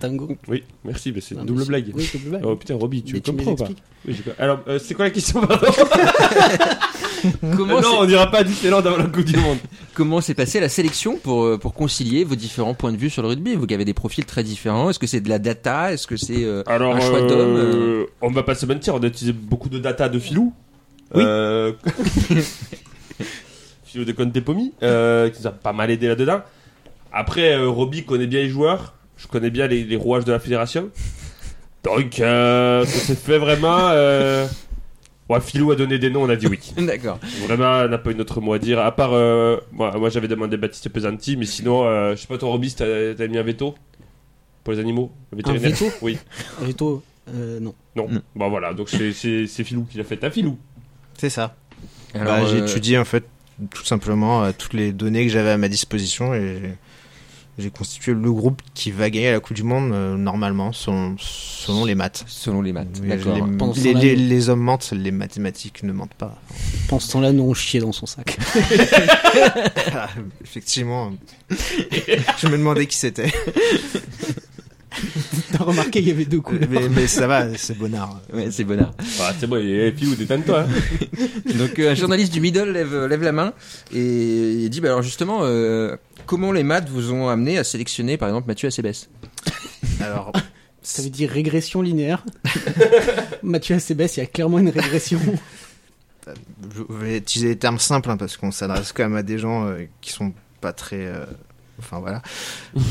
[SPEAKER 3] Dingo.
[SPEAKER 6] Oui, merci, mais c'est
[SPEAKER 3] Non,
[SPEAKER 6] une
[SPEAKER 3] mais
[SPEAKER 6] double
[SPEAKER 3] c'est-
[SPEAKER 6] blague.
[SPEAKER 3] Oui, double blague.
[SPEAKER 6] Oh putain, Roby, tu
[SPEAKER 3] Mais tu me
[SPEAKER 6] comprends ou pas
[SPEAKER 3] l'expliques.
[SPEAKER 6] Oui, j'ai pas- Alors, euh, c'est quoi la question pardon
[SPEAKER 1] Comment
[SPEAKER 6] Non, on n'ira pas à Disneyland avant la Coupe du Monde.
[SPEAKER 1] Comment s'est passée la sélection pour, euh, pour concilier vos différents points de vue sur le rugby Vous qui avez des profils très différents, est-ce que c'est de la data Est-ce que c'est euh,
[SPEAKER 6] Alors,
[SPEAKER 1] un choix
[SPEAKER 6] euh,
[SPEAKER 1] d'homme euh,
[SPEAKER 6] on va pas se mentir, on a utilisé beaucoup de data de Filou.
[SPEAKER 5] Oui.
[SPEAKER 6] Euh, Filou de Conte Pomi, euh, qui nous a pas mal aidé là-dedans. Après, euh, Roby connaît bien les joueurs, je connais bien les, les rouages de la fédération. Donc, euh, ça s'est fait vraiment. euh, Ouais, Filou a donné des noms, on a dit oui.
[SPEAKER 1] D'accord.
[SPEAKER 6] Vraiment, on n'a pas eu notre mot à dire. À part, euh, moi, moi, j'avais demandé Baptiste Pesanti, mais sinon, euh, je sais pas, toi, Roby, si t'as t'as mis un veto pour les animaux Le vétérinaire
[SPEAKER 3] veto
[SPEAKER 6] Oui.
[SPEAKER 3] Plutôt, euh, non.
[SPEAKER 6] Non.
[SPEAKER 1] Mm.
[SPEAKER 6] Bon voilà, donc c'est- c'est c'est Filou qui l'a fait. T'as Filou
[SPEAKER 5] C'est ça.
[SPEAKER 1] Alors,
[SPEAKER 5] Bah, J'ai
[SPEAKER 1] euh,
[SPEAKER 5] étudié en fait tout simplement euh, toutes les données que j'avais à ma disposition et j'ai- j'ai constitué le groupe qui va gagner la Coupe du Monde euh, normalement selon, selon les maths.
[SPEAKER 1] selon les maths.
[SPEAKER 5] Mais
[SPEAKER 1] D'accord.
[SPEAKER 3] Pendant ce
[SPEAKER 5] Les, les,
[SPEAKER 3] temps-là,
[SPEAKER 5] les-
[SPEAKER 3] nous-
[SPEAKER 5] les hommes mentent, les mathématiques ne mentent pas.
[SPEAKER 3] Pendant ce temps-là, nous on chiait dans son sac.
[SPEAKER 5] Ah, Effectivement, je me demandais qui c'était.
[SPEAKER 3] T'as remarqué, il y avait deux coups.
[SPEAKER 5] Mais, mais ça va, c'est bonnard.
[SPEAKER 1] Ouais, c'est bonnard.
[SPEAKER 6] Ah, C'est bon, et- et Filou, détends-toi. hein.
[SPEAKER 1] Donc euh, un journaliste du Middle lève, euh, lève la main et il dit bah alors justement euh, comment les maths vous ont amené à sélectionner par exemple Mathieu Acebes
[SPEAKER 5] Alors,
[SPEAKER 3] Ça veut dire régression linéaire. Mathieu Acebès, il y a clairement une régression.
[SPEAKER 5] je vais utiliser des termes simples hein, parce qu'on s'adresse quand même à des gens euh, qui sont pas très. euh, Enfin voilà.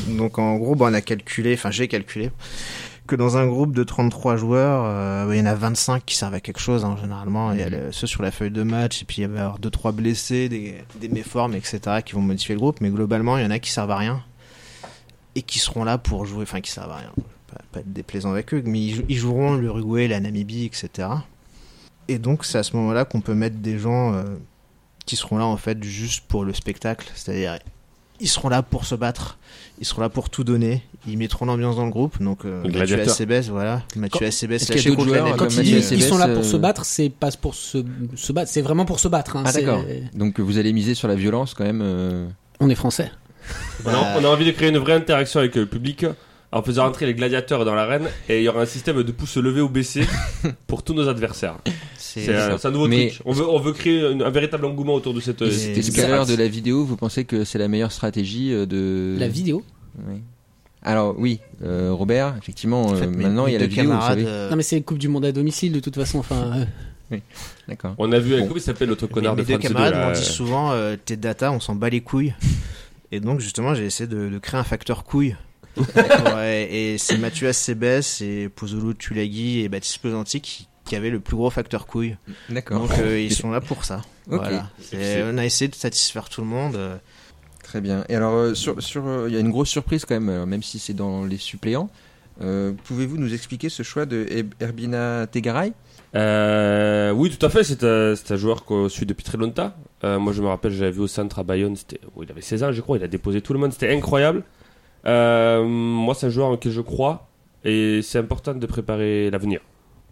[SPEAKER 5] Donc en gros, bah, on a calculé, enfin j'ai calculé que dans un groupe de 33 joueurs, euh, il y en a 25 qui servent à quelque chose hein, généralement. Il y a le- ceux sur la feuille de match et puis il va y avoir deux trois blessés, des, des méformes, etc. qui vont modifier le groupe. Mais globalement, il y en a qui servent à rien et qui seront là pour jouer, enfin qui servent à rien. Pas, pas être déplaisant avec eux, mais ils, jou- ils joueront l'Uruguay, la Namibie, etc. Et donc c'est à ce moment-là qu'on peut mettre des gens euh, qui seront là en fait juste pour le spectacle, c'est-à-dire ils seront là pour se battre, ils seront là pour tout donner, ils mettront l'ambiance dans le groupe. Donc euh,
[SPEAKER 6] Le
[SPEAKER 5] Mathieu
[SPEAKER 6] gladiateur.
[SPEAKER 5] Acebes, voilà, Mathieu Acebes
[SPEAKER 1] qu'il y a
[SPEAKER 5] lâché
[SPEAKER 1] d'autres
[SPEAKER 5] contre la
[SPEAKER 1] joueurs
[SPEAKER 5] Namibie.
[SPEAKER 1] comme
[SPEAKER 3] Quand
[SPEAKER 1] Ah,
[SPEAKER 3] ils,
[SPEAKER 1] bah, Mathieu
[SPEAKER 3] disent
[SPEAKER 1] Acebès,
[SPEAKER 3] ils sont là pour
[SPEAKER 1] euh,
[SPEAKER 3] se battre, c'est pas pour se, se battre, c'est vraiment pour se battre. hein.
[SPEAKER 1] Ah
[SPEAKER 3] C'est-
[SPEAKER 1] d'accord. Donc vous allez miser sur la violence quand même. euh.
[SPEAKER 3] On est français.
[SPEAKER 6] On a- on a envie de créer une vraie interaction avec le public en faisant rentrer les gladiateurs dans l'arène et il y aura un système de pouce levé ou baissé pour tous nos adversaires.
[SPEAKER 5] C'est-
[SPEAKER 6] C'est un, c'est un nouveau
[SPEAKER 1] Mais-
[SPEAKER 6] truc. On veut, on veut créer une- un véritable engouement autour de cette.
[SPEAKER 1] Et
[SPEAKER 6] euh,
[SPEAKER 1] cet
[SPEAKER 5] c'est-
[SPEAKER 1] escaleur
[SPEAKER 5] c'est-
[SPEAKER 1] de la vidéo, vous pensez que c'est la meilleure stratégie euh, de
[SPEAKER 3] La vidéo.
[SPEAKER 1] Oui. Alors oui, euh, Robert, effectivement,
[SPEAKER 5] en fait,
[SPEAKER 1] euh,
[SPEAKER 5] mes-
[SPEAKER 1] maintenant
[SPEAKER 5] mes
[SPEAKER 1] il y a la
[SPEAKER 5] deux
[SPEAKER 1] vidéo, vous
[SPEAKER 5] camarades,
[SPEAKER 1] savez.
[SPEAKER 5] euh,
[SPEAKER 3] Non mais c'est Coupe du Monde à domicile de toute façon. Enfin, euh,
[SPEAKER 1] D'accord.
[SPEAKER 6] On a vu,
[SPEAKER 1] Bon.
[SPEAKER 6] comment il s'appelle l'autre
[SPEAKER 5] mes,
[SPEAKER 6] connard
[SPEAKER 5] mes
[SPEAKER 6] de
[SPEAKER 5] deux
[SPEAKER 6] France 2
[SPEAKER 5] camarades
[SPEAKER 6] là,
[SPEAKER 5] m'ont dit
[SPEAKER 6] euh,
[SPEAKER 5] souvent euh, tes data, on s'en bat les couilles. Et donc justement, j'ai essayé de, de créer un facteur couille. Ouais, et c'est Mathieu Acebes et Pozzolo Tulagi et Baptiste Pesanti qui, qui avaient le plus gros facteur couille.
[SPEAKER 1] D'accord.
[SPEAKER 5] Donc euh, ils sont là pour ça.
[SPEAKER 1] Ok.
[SPEAKER 5] Voilà. C'est-
[SPEAKER 6] c'est-
[SPEAKER 5] On a essayé de satisfaire tout le monde. euh,
[SPEAKER 1] Très bien. Et alors, euh, sur, sur, euh, il y a une grosse surprise quand même, euh, même si c'est dans les suppléants. Euh, Pouvez-vous nous expliquer ce choix de Heb- Herbina Tegaray
[SPEAKER 6] Euh, oui, tout à fait. C'est un, c'est un joueur qu'on suit depuis très longtemps. Euh, moi, je me rappelle, j'avais vu au centre à Bayonne. c'était- oh, il avait 16 ans, je crois. Il a déposé tout le monde. C'était incroyable. Euh, moi, c'est un joueur en qui je crois. Et c'est important de préparer l'avenir.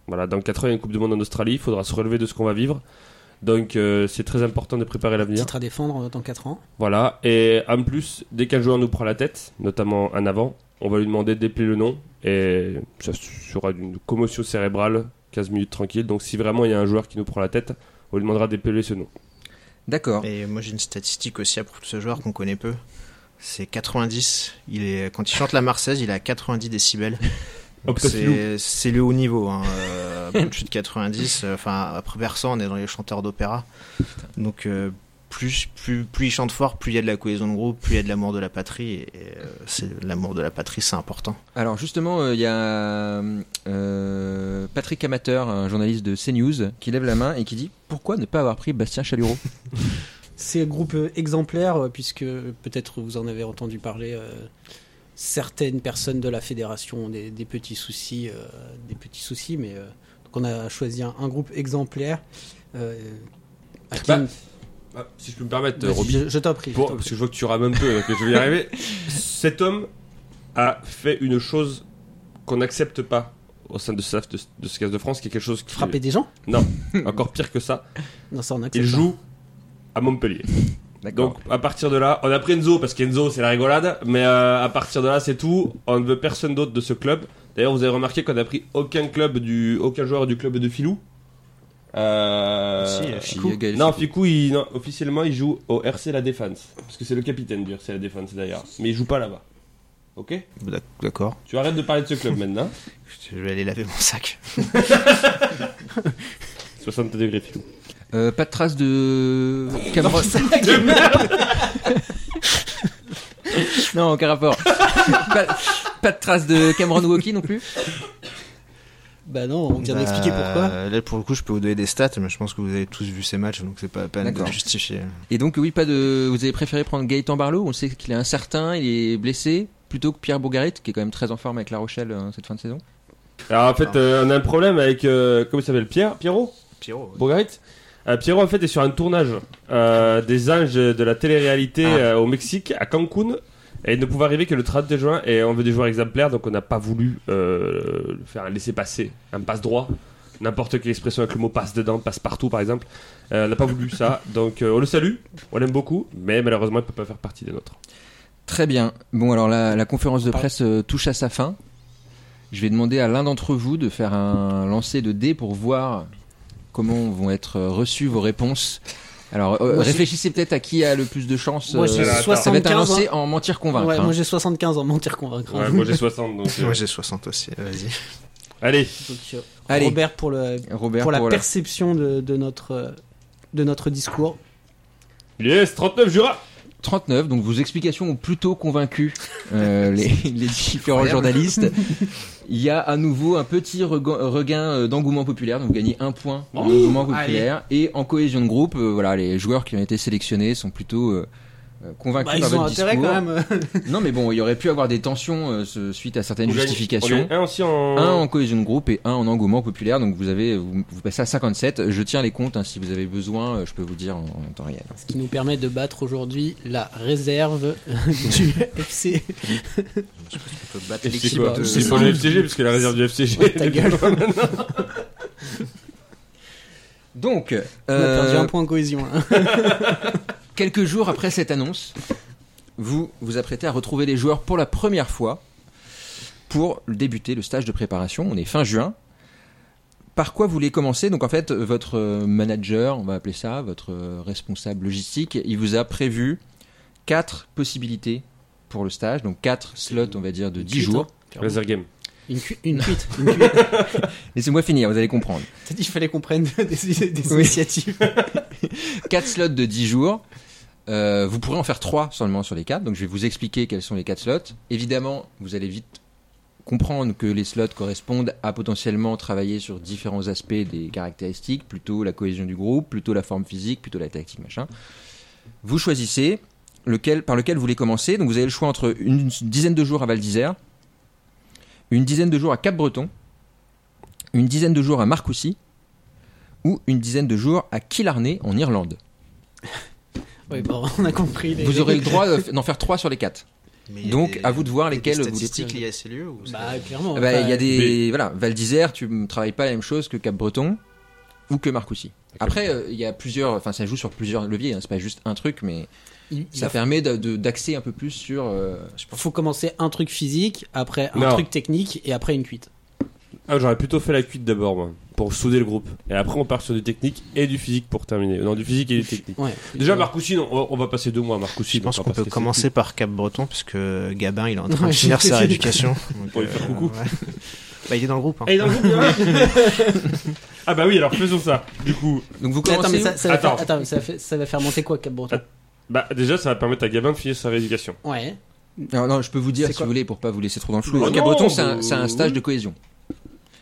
[SPEAKER 6] Voilà, dans 4 ans, il y a une Coupe du Monde en Australie. Il faudra se relever de ce qu'on va vivre. Donc, euh, c'est très important de préparer l'avenir.
[SPEAKER 3] titre à défendre euh, dans 4 ans.
[SPEAKER 6] Voilà, et en plus, dès qu'un joueur nous prend la tête, notamment en avant, on va lui demander de déplier le nom, et ça sera une commotion cérébrale, 15 minutes tranquille. Donc si vraiment il y a un joueur qui nous prend la tête, on lui demandera de déplier ce nom.
[SPEAKER 1] D'accord.
[SPEAKER 5] Et moi j'ai une statistique aussi à propos de ce joueur qu'on connaît peu. C'est 90. Il est quand il chante la Marseillaise, il est à 90 décibels. Donc,
[SPEAKER 6] Octofilou.
[SPEAKER 5] C'est c'est le haut niveau. Hein. euh, Au-dessus de 90. euh, Enfin après versant, on est dans les chanteurs d'opéra. Donc euh, plus, plus, plus il chante fort, plus il y a de la cohésion de groupe, plus il y a de l'amour de la patrie. Et, et, euh, c'est l'amour de la patrie, c'est important.
[SPEAKER 1] Alors, justement, euh, il y a euh, Patrick Amateur, un journaliste de CNews, qui lève la main et qui dit Pourquoi ne pas avoir pris Bastien Chalureau
[SPEAKER 3] C'est un groupe euh, exemplaire euh, puisque peut-être vous en avez entendu parler. euh, certaines personnes de la fédération ont des, des petits soucis, euh, des petits soucis, mais euh, donc on a choisi un, un groupe exemplaire. euh, à qui
[SPEAKER 6] Bah,
[SPEAKER 3] on-
[SPEAKER 6] Ah, si je peux me permettre, euh,
[SPEAKER 3] Vas-y,
[SPEAKER 6] Roby,
[SPEAKER 3] je, je t'en prie. je
[SPEAKER 6] pour-
[SPEAKER 3] t'en
[SPEAKER 6] parce
[SPEAKER 3] prie.
[SPEAKER 6] que je vois que tu rames un peu, donc je vais y arriver. Cet homme a fait une chose qu'on n'accepte pas au sein de ce, de, de ce casse de France, qui est quelque chose qui
[SPEAKER 3] Frapper des gens
[SPEAKER 6] est encore pire que ça.
[SPEAKER 3] Non, ça on
[SPEAKER 6] Il
[SPEAKER 3] accepte. pas.
[SPEAKER 6] joue à Montpellier.
[SPEAKER 1] D'accord.
[SPEAKER 6] Donc à partir de là, on a pris Enzo parce qu'Enzo c'est la rigolade, mais euh, à partir de là c'est tout. On ne veut personne d'autre de ce club. D'ailleurs vous avez remarqué qu'on a pris aucun club du, aucun joueur du club de Filou. Euh,
[SPEAKER 5] Si, euh,
[SPEAKER 1] Ficou. Il y a Gaël
[SPEAKER 6] Non
[SPEAKER 1] Ficou.
[SPEAKER 6] Ficou, il- non, officiellement il joue au RC La Défense parce que c'est le capitaine du RC La Défense d'ailleurs, mais il joue pas là-bas. Ok
[SPEAKER 5] D'ac- D'accord.
[SPEAKER 6] Tu arrêtes de parler de ce club maintenant.
[SPEAKER 5] Je vais aller laver mon sac.
[SPEAKER 6] 60 degrés Filou.
[SPEAKER 1] Euh, pas de trace de Cameron. non, aucun rapport. pas, pas de trace de Cameron Walkie non plus.
[SPEAKER 3] Bah non, on vient d'expliquer
[SPEAKER 5] Bah,
[SPEAKER 3] pourquoi.
[SPEAKER 5] Là, pour le coup, je peux vous donner des stats, mais je pense que vous avez tous vu ces matchs, donc c'est pas la peine de
[SPEAKER 1] D'accord.
[SPEAKER 5] justifier.
[SPEAKER 1] Et donc oui, pas de. Vous avez préféré prendre Gaëtan Barlow. On sait qu'il est incertain, il est blessé, plutôt que Pierre Bougarit, qui est quand même très en forme avec La Rochelle euh, cette fin de saison.
[SPEAKER 6] Alors en fait euh, on a un problème avec euh, comment il s'appelle Pierre Pierrot.
[SPEAKER 5] Pierrot.
[SPEAKER 6] Bogarit Euh, Pierrot en fait est sur un tournage euh, des anges de la télé-réalité euh, au Mexique, à Cancun. Et il ne pouvait arriver que le 30 juin. Et on veut des joueurs exemplaires, donc on n'a pas voulu euh, faire un laisser-passer, un passe-droit. N'importe quelle expression avec le mot passe dedans, passe partout par exemple. Euh, on n'a pas voulu ça. Donc euh, on le salue, on l'aime beaucoup, mais malheureusement il ne peut pas faire partie des nôtres.
[SPEAKER 1] Très bien. Bon, alors la, la conférence de presse euh, touche à sa fin. Je vais demander à l'un d'entre vous de faire un lancer de dés pour voir comment vont être euh, reçues vos réponses. Alors, euh,
[SPEAKER 3] Moi, j'ai-
[SPEAKER 1] réfléchissez peut-être à qui a le plus de chance. euh,
[SPEAKER 3] Moi j'ai
[SPEAKER 6] alors, attends.
[SPEAKER 1] ça va être un
[SPEAKER 3] 75 ans.
[SPEAKER 1] lancer en mentir convaincre.
[SPEAKER 3] Ouais,
[SPEAKER 1] hein.
[SPEAKER 3] moi j'ai 75 en mentir convaincre. hein.
[SPEAKER 6] Ouais, moi j'ai 60 donc. euh,
[SPEAKER 5] Moi, j'ai 60 aussi. Vas-y.
[SPEAKER 6] Allez,
[SPEAKER 3] Donc, euh,
[SPEAKER 1] Allez.
[SPEAKER 3] Robert pour, le,
[SPEAKER 1] Robert,
[SPEAKER 3] pour la
[SPEAKER 1] pour la-
[SPEAKER 3] perception de, de notre, euh, de notre discours.
[SPEAKER 6] yes, 39 Jura
[SPEAKER 1] 39, donc vos explications ont plutôt convaincu euh, les, les différents journalistes. Il y a à nouveau un petit rega- regain euh, d'engouement populaire, donc vous gagnez un point
[SPEAKER 3] Oh,
[SPEAKER 1] en engouement populaire. Et en cohésion de groupe, euh, voilà, les joueurs qui ont été sélectionnés sont plutôt euh, euh, convaincus
[SPEAKER 3] Bah,
[SPEAKER 1] par
[SPEAKER 3] ils
[SPEAKER 1] votre
[SPEAKER 3] ont intérêt
[SPEAKER 1] discours.
[SPEAKER 3] quand même.
[SPEAKER 1] Non mais bon, il y aurait pu avoir des tensions euh, ce- suite à certaines
[SPEAKER 6] On gagne- on
[SPEAKER 1] justifications.
[SPEAKER 6] gagne Un aussi en.
[SPEAKER 1] Un en cohésion de groupe et un en engouement populaire, donc vous avez vous, vous passez à 57. Je tiens les comptes, hein, si vous avez besoin, euh, je peux vous dire en, en temps réel.
[SPEAKER 3] Ce qui nous permet de battre aujourd'hui la réserve du FC.
[SPEAKER 5] On peut battre
[SPEAKER 6] Et c'est
[SPEAKER 5] l'équipe
[SPEAKER 6] quoi
[SPEAKER 5] de-
[SPEAKER 6] C'est pour le FCG, parce que la réserve du FCG.
[SPEAKER 3] Ouais, ta gueule.
[SPEAKER 1] Donc,
[SPEAKER 3] On a perdu
[SPEAKER 1] euh,
[SPEAKER 3] un point en cohésion. hein. là.
[SPEAKER 1] Quelques jours après cette annonce, vous vous apprêtez à retrouver les joueurs pour la première fois pour débuter le stage de préparation. On est fin juin. Par quoi vous voulez commencer Donc en fait, votre euh, manager, on va appeler ça, votre euh, responsable logistique, il vous a prévu quatre possibilités pour le stage, donc quatre slots, on va dire, de 10
[SPEAKER 3] Putain.
[SPEAKER 1] jours.
[SPEAKER 6] Laser Game.
[SPEAKER 3] Une, cu- une cuite.
[SPEAKER 1] Laissez-moi finir, vous allez comprendre.
[SPEAKER 3] T'as dit qu'il fallait qu'on prenne des, des
[SPEAKER 1] Oui.
[SPEAKER 3] initiatives.
[SPEAKER 1] 4 slots de 10 jours. Euh, vous pourrez en faire 3 seulement sur les 4. Donc je vais vous expliquer quels sont les 4 slots. Évidemment, vous allez vite comprendre que les slots correspondent à potentiellement travailler sur différents aspects des caractéristiques, plutôt la cohésion du groupe, plutôt la forme physique, plutôt la tactique, machin. Vous choisissez lequel, par lequel vous voulez commencer. Donc vous avez le choix entre une dizaine de jours à Val d'Isère, une dizaine de jours à Cap-Breton, une dizaine de jours à Marcoussis ou une dizaine de jours à Killarney en Irlande.
[SPEAKER 3] Oui, bon, on a compris. les-
[SPEAKER 1] Vous aurez le droit de- d'en faire 3 sur les 4.
[SPEAKER 5] Mais il y a
[SPEAKER 1] Donc,
[SPEAKER 5] des-
[SPEAKER 1] à vous de voir
[SPEAKER 5] il y a des
[SPEAKER 1] lesquels vous
[SPEAKER 5] statistiques
[SPEAKER 1] décrivez.
[SPEAKER 5] liées à ces lieux ou
[SPEAKER 3] Bah,
[SPEAKER 5] c'est-
[SPEAKER 3] clairement.
[SPEAKER 1] Ah bah, Il y a
[SPEAKER 3] des...
[SPEAKER 1] des. Voilà, Val d'Isère, tu ne travailles pas la même chose que Cap-Breton ou que Marcoussis. Après, euh, il y a plusieurs. Enfin, ça joue sur plusieurs leviers, hein, c'est pas juste un truc, mais ça permet de- de- d'axer un peu plus sur. euh,
[SPEAKER 3] Faut commencer un truc physique, après un
[SPEAKER 6] Non.
[SPEAKER 3] truc technique et après une cuite.
[SPEAKER 6] Ah, j'aurais plutôt fait la cuite d'abord, moi, pour souder le groupe. Et après, on part sur du technique et du physique pour terminer. Non, du physique et du technique.
[SPEAKER 3] Ouais.
[SPEAKER 6] Déjà,
[SPEAKER 3] Ouais.
[SPEAKER 6] Marcoussi, non, on, on va passer deux mois à Marcoussi.
[SPEAKER 5] Je pense
[SPEAKER 6] donc
[SPEAKER 5] qu'on
[SPEAKER 6] va pas
[SPEAKER 5] peut
[SPEAKER 6] se
[SPEAKER 5] commencer par Cap Breton parce que Gabin il est en train
[SPEAKER 3] Ouais,
[SPEAKER 5] de finir
[SPEAKER 3] j'ai-
[SPEAKER 5] sa rééducation. euh,
[SPEAKER 6] On lui fait coucou.
[SPEAKER 5] ouais. Bah, il est dans le groupe. hein.
[SPEAKER 6] casser. Et dans le groupe, il y en a- Ah bah oui, alors faisons ça. Du coup,
[SPEAKER 1] Donc vous
[SPEAKER 3] Mais attends, mais
[SPEAKER 1] commencez.
[SPEAKER 3] ça, ça va
[SPEAKER 6] Attends.
[SPEAKER 3] Faire, attends, ça, va faire- ça va faire monter quoi, Cap Breton
[SPEAKER 6] bah déjà, ça va permettre à Gabin de finir sa rééducation.
[SPEAKER 3] Ouais.
[SPEAKER 1] Non, non, je peux vous dire
[SPEAKER 3] C'est
[SPEAKER 1] si
[SPEAKER 3] quoi
[SPEAKER 1] vous voulez pour pas vous laisser trop dans le flou.
[SPEAKER 6] Oh
[SPEAKER 1] Cap-Breton,
[SPEAKER 6] non,
[SPEAKER 1] c'est un,
[SPEAKER 6] euh,
[SPEAKER 1] c'est un stage de cohésion.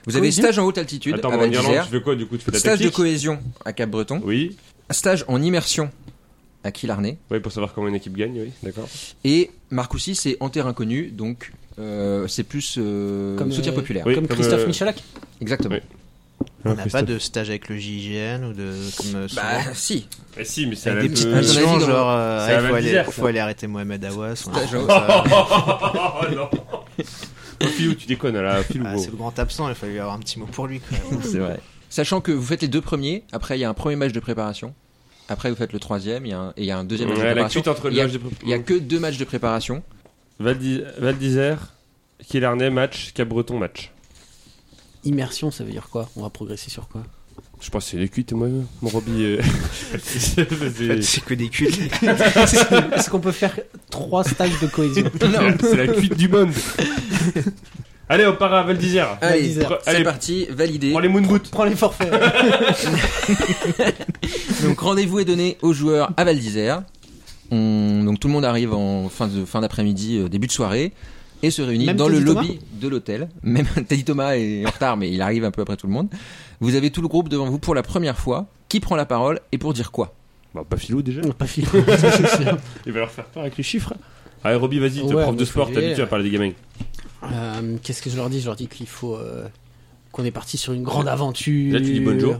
[SPEAKER 1] Vous avez
[SPEAKER 3] Cohésion
[SPEAKER 1] stage en haute altitude
[SPEAKER 6] Attends,
[SPEAKER 1] à
[SPEAKER 6] mais en
[SPEAKER 1] Val
[SPEAKER 6] Irlande,
[SPEAKER 1] d'Isère,
[SPEAKER 6] tu fais quoi du coup Tu fais de la
[SPEAKER 1] stage de
[SPEAKER 6] tactique
[SPEAKER 1] cohésion à Cap-Breton,
[SPEAKER 6] Oui,
[SPEAKER 1] stage en immersion à Killarney.
[SPEAKER 6] oui, pour savoir comment une équipe gagne, oui, d'accord.
[SPEAKER 5] Ah,
[SPEAKER 1] Et Marcoussis, c'est en terrain connu, donc euh, c'est plus euh,
[SPEAKER 3] Comme,
[SPEAKER 1] soutien
[SPEAKER 3] euh,
[SPEAKER 1] populaire.
[SPEAKER 6] Oui,
[SPEAKER 3] comme
[SPEAKER 6] comme,
[SPEAKER 3] Christophe
[SPEAKER 6] euh,
[SPEAKER 3] Michalak
[SPEAKER 1] Exactement.
[SPEAKER 6] Oui.
[SPEAKER 5] On n'a pas de stage avec le JIGN ou de. Comme, euh, souvent.
[SPEAKER 1] Bah, si.
[SPEAKER 6] Eh si, mais c'est à
[SPEAKER 5] Avec
[SPEAKER 6] la euh,
[SPEAKER 5] des petites
[SPEAKER 1] Attends, vas-y,
[SPEAKER 5] missions,
[SPEAKER 1] dans-
[SPEAKER 5] genre,
[SPEAKER 6] c'est
[SPEAKER 5] euh, ouais,
[SPEAKER 6] la
[SPEAKER 5] faut,
[SPEAKER 6] Val
[SPEAKER 5] aller,
[SPEAKER 6] d'Isère,
[SPEAKER 5] faut
[SPEAKER 6] ça.
[SPEAKER 5] aller arrêter Mohamed Awas.
[SPEAKER 1] Stage
[SPEAKER 5] ouais,
[SPEAKER 1] au-
[SPEAKER 5] ça-
[SPEAKER 6] Oh non Oh, Filou, tu déconnes là, Filou.
[SPEAKER 5] Ah,
[SPEAKER 6] gros.
[SPEAKER 5] c'est le grand absent, il fallait avoir un petit mot pour lui. Quoi.
[SPEAKER 1] C'est vrai. Sachant que vous faites les deux premiers, après il y a un premier match de préparation, après vous faites le troisième, il y a un, et il y a un deuxième match de
[SPEAKER 6] Ouais, la
[SPEAKER 1] préparation.
[SPEAKER 6] cuite entre le
[SPEAKER 1] Il y a-
[SPEAKER 6] match de
[SPEAKER 1] Il y a que deux matchs de préparation.
[SPEAKER 6] Val d'I- Val d'Isère, Killarney match, Cap-Breton match.
[SPEAKER 3] Immersion, ça veut dire quoi On va progresser sur quoi
[SPEAKER 6] Je pense que c'est une cuite, moi, mon Roby. euh, c'est-
[SPEAKER 5] En fait,
[SPEAKER 6] C'est
[SPEAKER 5] c'est que des cultes.
[SPEAKER 3] Est-ce qu'on peut faire trois stages de cohésion
[SPEAKER 6] c'est la cuite du monde. Allez, on part à Val d'Isère.
[SPEAKER 1] Allez,
[SPEAKER 3] Isère.
[SPEAKER 1] pre- c'est
[SPEAKER 6] Allez.
[SPEAKER 1] parti, validé.
[SPEAKER 6] Prends les Moonboots.
[SPEAKER 3] Prends les forfaits.
[SPEAKER 1] Donc rendez-vous est donné aux joueurs à Val d'Isère. On- Donc tout le monde arrive en fin de fin d'après-midi, euh, début de soirée, et se réunit
[SPEAKER 7] Même
[SPEAKER 1] dans
[SPEAKER 7] Teddy
[SPEAKER 1] le
[SPEAKER 7] Thomas
[SPEAKER 1] lobby de l'hôtel. Même Teddy Thomas est en retard, mais il arrive un peu après tout le monde. Vous avez tout le groupe devant vous pour la première fois. Qui prend la parole et pour dire quoi
[SPEAKER 6] Bah, pas Filou déjà.
[SPEAKER 3] Pas fini. C'est sûr.
[SPEAKER 6] Il va leur faire peur avec les chiffres. Allez, Roby, vas-y, t'es
[SPEAKER 3] Ouais,
[SPEAKER 6] prof de
[SPEAKER 3] bah,
[SPEAKER 6] sport,
[SPEAKER 3] faut
[SPEAKER 6] t'es
[SPEAKER 3] y
[SPEAKER 6] habitué à
[SPEAKER 3] aller.
[SPEAKER 6] parler des gamins.
[SPEAKER 3] Euh, Qu'est-ce que je leur dis Je leur dis qu'il faut euh, qu'on est parti sur une grande aventure.
[SPEAKER 6] Là, tu dis bonjour.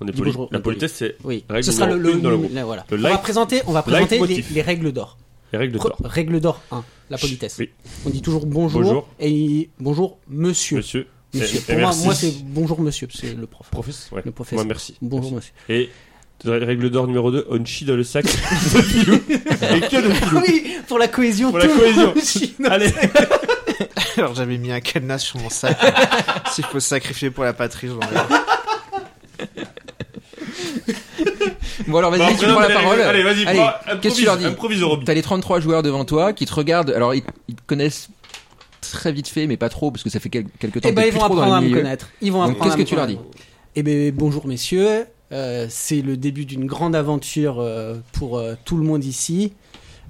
[SPEAKER 6] On est
[SPEAKER 3] Dis
[SPEAKER 6] poli.
[SPEAKER 3] bonjour,
[SPEAKER 6] La
[SPEAKER 3] on est poli.
[SPEAKER 6] politesse, c'est
[SPEAKER 3] Oui.
[SPEAKER 6] Règle
[SPEAKER 3] Ce sera le,
[SPEAKER 6] numéro
[SPEAKER 3] le-
[SPEAKER 6] une dans le groupe.
[SPEAKER 3] là, voilà.
[SPEAKER 6] Le
[SPEAKER 3] on va
[SPEAKER 6] light-
[SPEAKER 3] présenter, on va présenter les,
[SPEAKER 6] motif.
[SPEAKER 3] les règles d'or.
[SPEAKER 6] les règles de
[SPEAKER 3] Pre-
[SPEAKER 6] tort.
[SPEAKER 3] Règle d'or 1, la politesse.
[SPEAKER 6] Oui.
[SPEAKER 3] On dit toujours bonjour,
[SPEAKER 6] Bonjour.
[SPEAKER 3] et bonjour monsieur.
[SPEAKER 6] Monsieur.
[SPEAKER 3] Monsieur.
[SPEAKER 6] Et- et
[SPEAKER 3] Pour moi,
[SPEAKER 6] merci.
[SPEAKER 3] moi, c'est bonjour monsieur, c'est le prof.
[SPEAKER 6] Ouais.
[SPEAKER 3] Le professeur.
[SPEAKER 6] Moi, merci.
[SPEAKER 3] Bonjour monsieur.
[SPEAKER 6] Et règle d'or numéro 2, on chie dans le sac. de Filou. Et que de Filou.
[SPEAKER 7] Ah Oui, pour la cohésion.
[SPEAKER 6] Pour la
[SPEAKER 7] tout.
[SPEAKER 6] cohésion. Allez,
[SPEAKER 5] Alors j'avais mis un cadenas sur mon sac. S'il faut se sacrifier pour la patrie, je l'enverrai.
[SPEAKER 1] Bon alors
[SPEAKER 3] Bah,
[SPEAKER 6] Bon,
[SPEAKER 1] vas-y, tu
[SPEAKER 6] non,
[SPEAKER 1] prends la
[SPEAKER 6] mais
[SPEAKER 1] parole.
[SPEAKER 6] Bah, Allez, vas-y,
[SPEAKER 1] Allez,
[SPEAKER 6] prends-
[SPEAKER 1] qu'est-ce que tu leur
[SPEAKER 6] improvise,
[SPEAKER 1] dis
[SPEAKER 6] improvise au Roby.
[SPEAKER 1] T'as les 33 joueurs devant toi qui te regardent. Alors, ils, ils te connaissent très vite fait, mais pas trop, parce que ça fait quel- quelques temps
[SPEAKER 3] Eh
[SPEAKER 1] que
[SPEAKER 3] ben,
[SPEAKER 1] t'es
[SPEAKER 3] ils
[SPEAKER 1] plus
[SPEAKER 3] vont
[SPEAKER 1] trop dans le
[SPEAKER 3] apprendre à me
[SPEAKER 1] milieu.
[SPEAKER 3] connaître. Ils vont
[SPEAKER 1] Donc,
[SPEAKER 3] apprendre.
[SPEAKER 1] qu'est-ce
[SPEAKER 3] à me
[SPEAKER 1] que tu leur dis
[SPEAKER 3] connaître. Eh ben, bonjour messieurs. Euh, c'est le début d'une grande aventure euh, pour euh, tout le monde ici.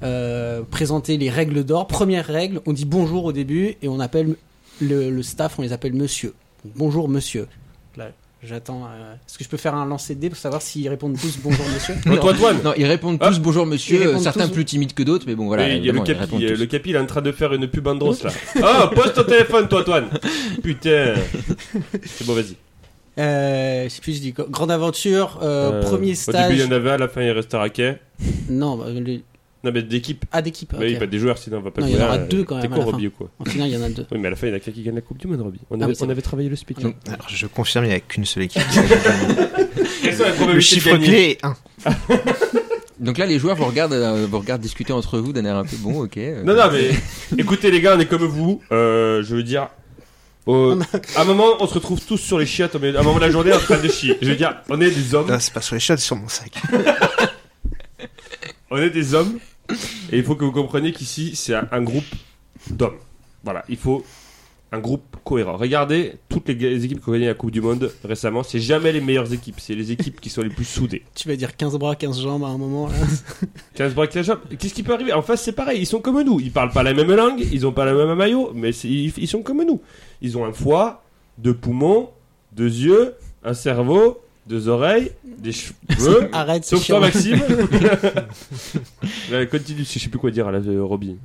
[SPEAKER 3] Euh, présenter les règles d'or. Première règle, on dit bonjour au début et on appelle le, le staff, on les appelle monsieur. Donc, bonjour monsieur. Là, j'attends. euh, Est-ce que je peux faire un lancer de dés pour savoir s'ils répondent tous bonjour monsieur
[SPEAKER 1] Non.
[SPEAKER 6] Antoine, Antoine.
[SPEAKER 1] Non, ils répondent
[SPEAKER 6] Ah.
[SPEAKER 1] tous bonjour
[SPEAKER 3] Ils
[SPEAKER 1] monsieur,
[SPEAKER 3] répondent
[SPEAKER 1] certains
[SPEAKER 3] tous-
[SPEAKER 1] plus timides que d'autres, mais bon voilà.
[SPEAKER 6] Et il y a le
[SPEAKER 1] évidemment, ils répondent
[SPEAKER 6] capi, euh,
[SPEAKER 1] tous.
[SPEAKER 6] le capi, il est en train de faire une pub Andros là. Ah, pose ton téléphone, toi, Antoine. Putain. C'est bon, vas-y.
[SPEAKER 3] Euh, Je sais plus, je dis quoi. grande aventure, euh,
[SPEAKER 6] Euh,
[SPEAKER 3] premier
[SPEAKER 6] Au début, il y
[SPEAKER 3] stage.
[SPEAKER 6] en avait, à la fin, il reste à quai.
[SPEAKER 3] Non, bah, le-
[SPEAKER 6] Non, mais d'équipe.
[SPEAKER 3] ah d'équipe.
[SPEAKER 6] Mais il
[SPEAKER 3] ok.
[SPEAKER 6] pas des joueurs, sinon on va pas
[SPEAKER 3] Non,
[SPEAKER 6] le
[SPEAKER 3] il y en
[SPEAKER 6] faire.
[SPEAKER 3] aura
[SPEAKER 6] Euh,
[SPEAKER 3] deux, quand
[SPEAKER 6] T'es
[SPEAKER 3] même, à
[SPEAKER 6] quoi,
[SPEAKER 3] la
[SPEAKER 6] Roby ou quoi
[SPEAKER 3] En finale, il y en a deux.
[SPEAKER 6] Oui, mais à la fin, il y en a qu'un qui gagne la Coupe du Monde, Roby. On
[SPEAKER 3] Ah
[SPEAKER 6] avait,
[SPEAKER 3] oui, c'est
[SPEAKER 6] on avait travaillé le speech. hein.
[SPEAKER 3] Ah oui.
[SPEAKER 5] Alors je confirme, il n'y a qu'une seule équipe.
[SPEAKER 6] Quelles sont les
[SPEAKER 5] Le
[SPEAKER 6] probabilités de
[SPEAKER 5] chiffre
[SPEAKER 6] gagner
[SPEAKER 5] clé est 1.
[SPEAKER 1] Donc là, les joueurs vous regardent, euh, vous regardent discuter entre vous d'un air un peu bon, ok. euh,
[SPEAKER 6] Non, non, mais écoutez, les gars, on est comme vous. Euh, je veux dire. euh, à un moment, on se retrouve tous sur les chiottes, mais à un moment de la journée, en train de chier. Je veux dire, on est des hommes,
[SPEAKER 5] Non, c'est pas sur les shots, c'est sur mon sac.
[SPEAKER 6] on est des hommes, et il faut que vous compreniez qu'ici, c'est un, un groupe d'hommes. Voilà, il faut un groupe cohérent. Regardez toutes les, les équipes qui ont gagné la Coupe du Monde récemment, c'est jamais les meilleures équipes, c'est les équipes qui sont les plus soudées.
[SPEAKER 3] Tu vas dire 15 bras, 15 jambes à un moment. hein. Là.
[SPEAKER 6] 15 bras, 15 jambes. Qu'est-ce qui peut arriver En face, c'est pareil, ils sont comme nous. Ils parlent pas la même langue, ils ont pas la même maillot, mais c'est- ils, ils sont comme nous. Ils ont un foie, deux poumons, deux yeux, un cerveau, deux oreilles, des cheveux.
[SPEAKER 3] Arrête, Ah, c'est
[SPEAKER 6] Sauf toi,
[SPEAKER 3] chiant.
[SPEAKER 6] Maxime. Là, continue, je sais plus quoi dire à la euh, Roby.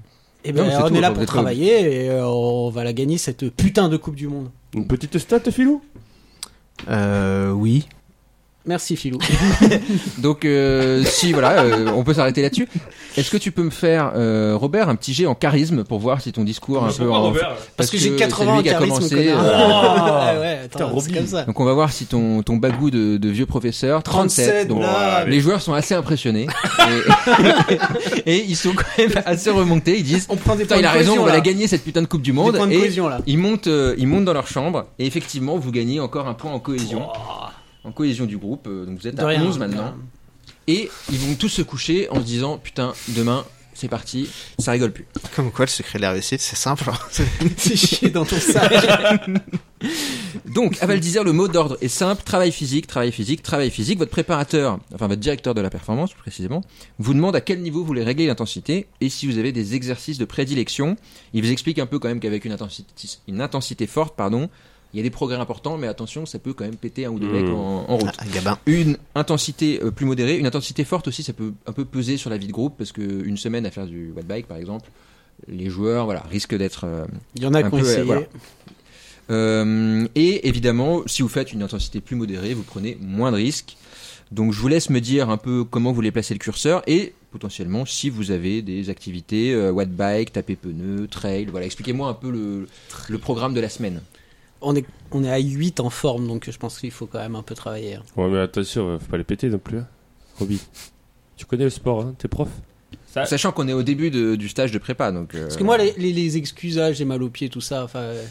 [SPEAKER 3] Eh
[SPEAKER 1] Non,
[SPEAKER 3] ben,
[SPEAKER 1] mais c'est
[SPEAKER 3] on
[SPEAKER 1] tout,
[SPEAKER 3] est là
[SPEAKER 1] on
[SPEAKER 3] pour
[SPEAKER 1] est
[SPEAKER 3] travailler et euh, on va la gagner cette putain de Coupe du Monde.
[SPEAKER 6] Une petite stat, Philou
[SPEAKER 5] Euh, oui.
[SPEAKER 3] Merci Philou.
[SPEAKER 1] Donc euh, si voilà, euh, on peut s'arrêter là-dessus. Est-ce que tu peux me faire, euh, Robert, un petit jet en charisme pour voir si ton discours un peu en-
[SPEAKER 3] Parce que, j'ai
[SPEAKER 1] c'est
[SPEAKER 3] 80 en
[SPEAKER 1] lui qui a
[SPEAKER 3] charisme,
[SPEAKER 1] commencé,
[SPEAKER 3] connard.
[SPEAKER 1] euh,
[SPEAKER 3] Ah ouais, attends,
[SPEAKER 6] Putain,
[SPEAKER 3] c'est
[SPEAKER 6] Roby.
[SPEAKER 3] comme ça.
[SPEAKER 1] Donc on va voir si ton, ton bagou de, de vieux professeur, 37, donc
[SPEAKER 6] là.
[SPEAKER 1] les joueurs sont assez impressionnés et, et ils sont quand même assez remontés, ils disent
[SPEAKER 3] On prend des
[SPEAKER 1] Putain,
[SPEAKER 3] points
[SPEAKER 1] il
[SPEAKER 3] de
[SPEAKER 1] a raison,
[SPEAKER 3] cohésion,
[SPEAKER 1] on va
[SPEAKER 3] là.
[SPEAKER 1] la gagner cette putain de Coupe du
[SPEAKER 3] Des
[SPEAKER 1] Monde
[SPEAKER 3] points de
[SPEAKER 1] et
[SPEAKER 3] cohésion là.
[SPEAKER 1] ils montent, euh, ils montent dans leur chambre et effectivement vous gagnez encore un point en cohésion, en cohésion du groupe, euh, donc vous êtes
[SPEAKER 3] De
[SPEAKER 1] à
[SPEAKER 3] rien.
[SPEAKER 1] 11 maintenant et ils vont tous se coucher en se disant putain demain c'est parti, ça rigole plus.
[SPEAKER 5] Comme quoi, le secret de la réussite, c'est simple. hein.
[SPEAKER 3] C'est chier dans ton sac.
[SPEAKER 1] Donc, à Val d'Isère, le mot d'ordre est simple travail physique, travail physique, travail physique. Votre préparateur, enfin votre directeur de la performance, plus précisément, vous demande à quel niveau vous voulez régler l'intensité et si vous avez des exercices de prédilection. Il vous explique un peu quand même qu'avec une intensité, une intensité forte, pardon, il y a des progrès importants, mais attention, ça peut quand même péter un ou deux
[SPEAKER 6] Mmh.
[SPEAKER 3] Hmm.
[SPEAKER 1] mecs en, en route.
[SPEAKER 5] Ah, Gabin.
[SPEAKER 1] Une intensité euh, plus modérée, une intensité forte aussi, ça peut un peu peser sur la vie de groupe parce que une semaine à faire du watt bike, par exemple, les joueurs, voilà, risquent d'être euh,
[SPEAKER 3] Il y en a
[SPEAKER 1] Un
[SPEAKER 3] qui ont
[SPEAKER 1] peu,
[SPEAKER 3] essayé.
[SPEAKER 1] voilà. Euh, et évidemment, si vous faites une intensité plus modérée, vous prenez moins de risques. Donc je vous laisse me dire un peu comment vous voulez placer le curseur et potentiellement si vous avez des activités euh, watt bike, taper pneus, trail, voilà, expliquez-moi un peu le, le programme de la semaine.
[SPEAKER 3] On est, on est à 8 en forme, donc je pense qu'il faut quand même un peu travailler. hein.
[SPEAKER 6] Ouais, mais attention, euh, faut pas les péter non plus. hein. Roby, tu connais le sport, hein, t'es prof. Ah.
[SPEAKER 1] Sachant qu'on est au début de- du stage de prépa, donc. euh,
[SPEAKER 3] Parce que moi, les, les, les excuses, ah, j'ai mal aux pieds, tout ça, enfin. euh,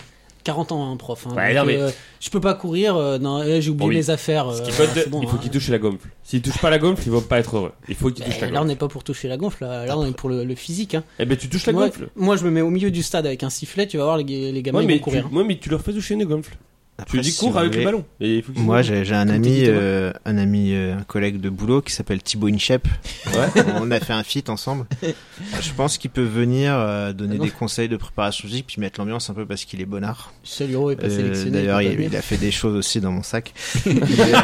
[SPEAKER 3] 40 ans, hein, prof. hein.
[SPEAKER 6] Ouais,
[SPEAKER 3] Donc,
[SPEAKER 6] non, mais-
[SPEAKER 3] euh, je peux pas courir, euh, non, euh, j'ai oublié
[SPEAKER 6] Bon, oui.
[SPEAKER 3] mes affaires.
[SPEAKER 6] Ce qui
[SPEAKER 3] euh,
[SPEAKER 6] peut être-
[SPEAKER 3] c'est bon,
[SPEAKER 6] il faut
[SPEAKER 3] hein.
[SPEAKER 6] qu'il touche la gonfle. S'il touche pas la gonfle, il va pas être heureux. Il faut qu'il touche
[SPEAKER 3] Ben,
[SPEAKER 6] la
[SPEAKER 3] là, on
[SPEAKER 6] gonfle.
[SPEAKER 3] n'est pas pour toucher la gonfle, là, Là, on est pour le, le physique. hein.
[SPEAKER 6] Eh ben, tu touches la
[SPEAKER 3] moi,
[SPEAKER 6] gonfle.
[SPEAKER 3] moi, je me mets au milieu du stade avec un sifflet, tu vas voir, les, ga- les gamins
[SPEAKER 6] Ouais,
[SPEAKER 3] ils
[SPEAKER 6] mais,
[SPEAKER 3] vont
[SPEAKER 6] tu,
[SPEAKER 3] courir. hein.
[SPEAKER 6] ouais, mais tu leur fais toucher une gonfle.
[SPEAKER 5] Après,
[SPEAKER 6] tu dis
[SPEAKER 5] si
[SPEAKER 6] cours
[SPEAKER 5] vous
[SPEAKER 6] avec le
[SPEAKER 5] voulez-
[SPEAKER 6] ballon. Et il faut qu'il-
[SPEAKER 5] Moi, j'ai j'ai un,
[SPEAKER 6] Comme
[SPEAKER 5] ami,
[SPEAKER 6] dit Thomas.
[SPEAKER 5] euh, un ami, euh, un collègue de boulot qui s'appelle Thibaut Inchep. On a fait un feat ensemble. Je pense qu'il peut venir euh, donner
[SPEAKER 3] Ah non.
[SPEAKER 5] des conseils de préparation physique puis mettre l'ambiance un peu parce qu'il est bonnard.
[SPEAKER 3] Chaluro hein. est pas
[SPEAKER 5] Euh,
[SPEAKER 3] sélectionné.
[SPEAKER 5] D'ailleurs,
[SPEAKER 3] il peut
[SPEAKER 5] il,
[SPEAKER 3] pas venir.
[SPEAKER 5] il a fait des choses aussi dans mon sac. mais, euh,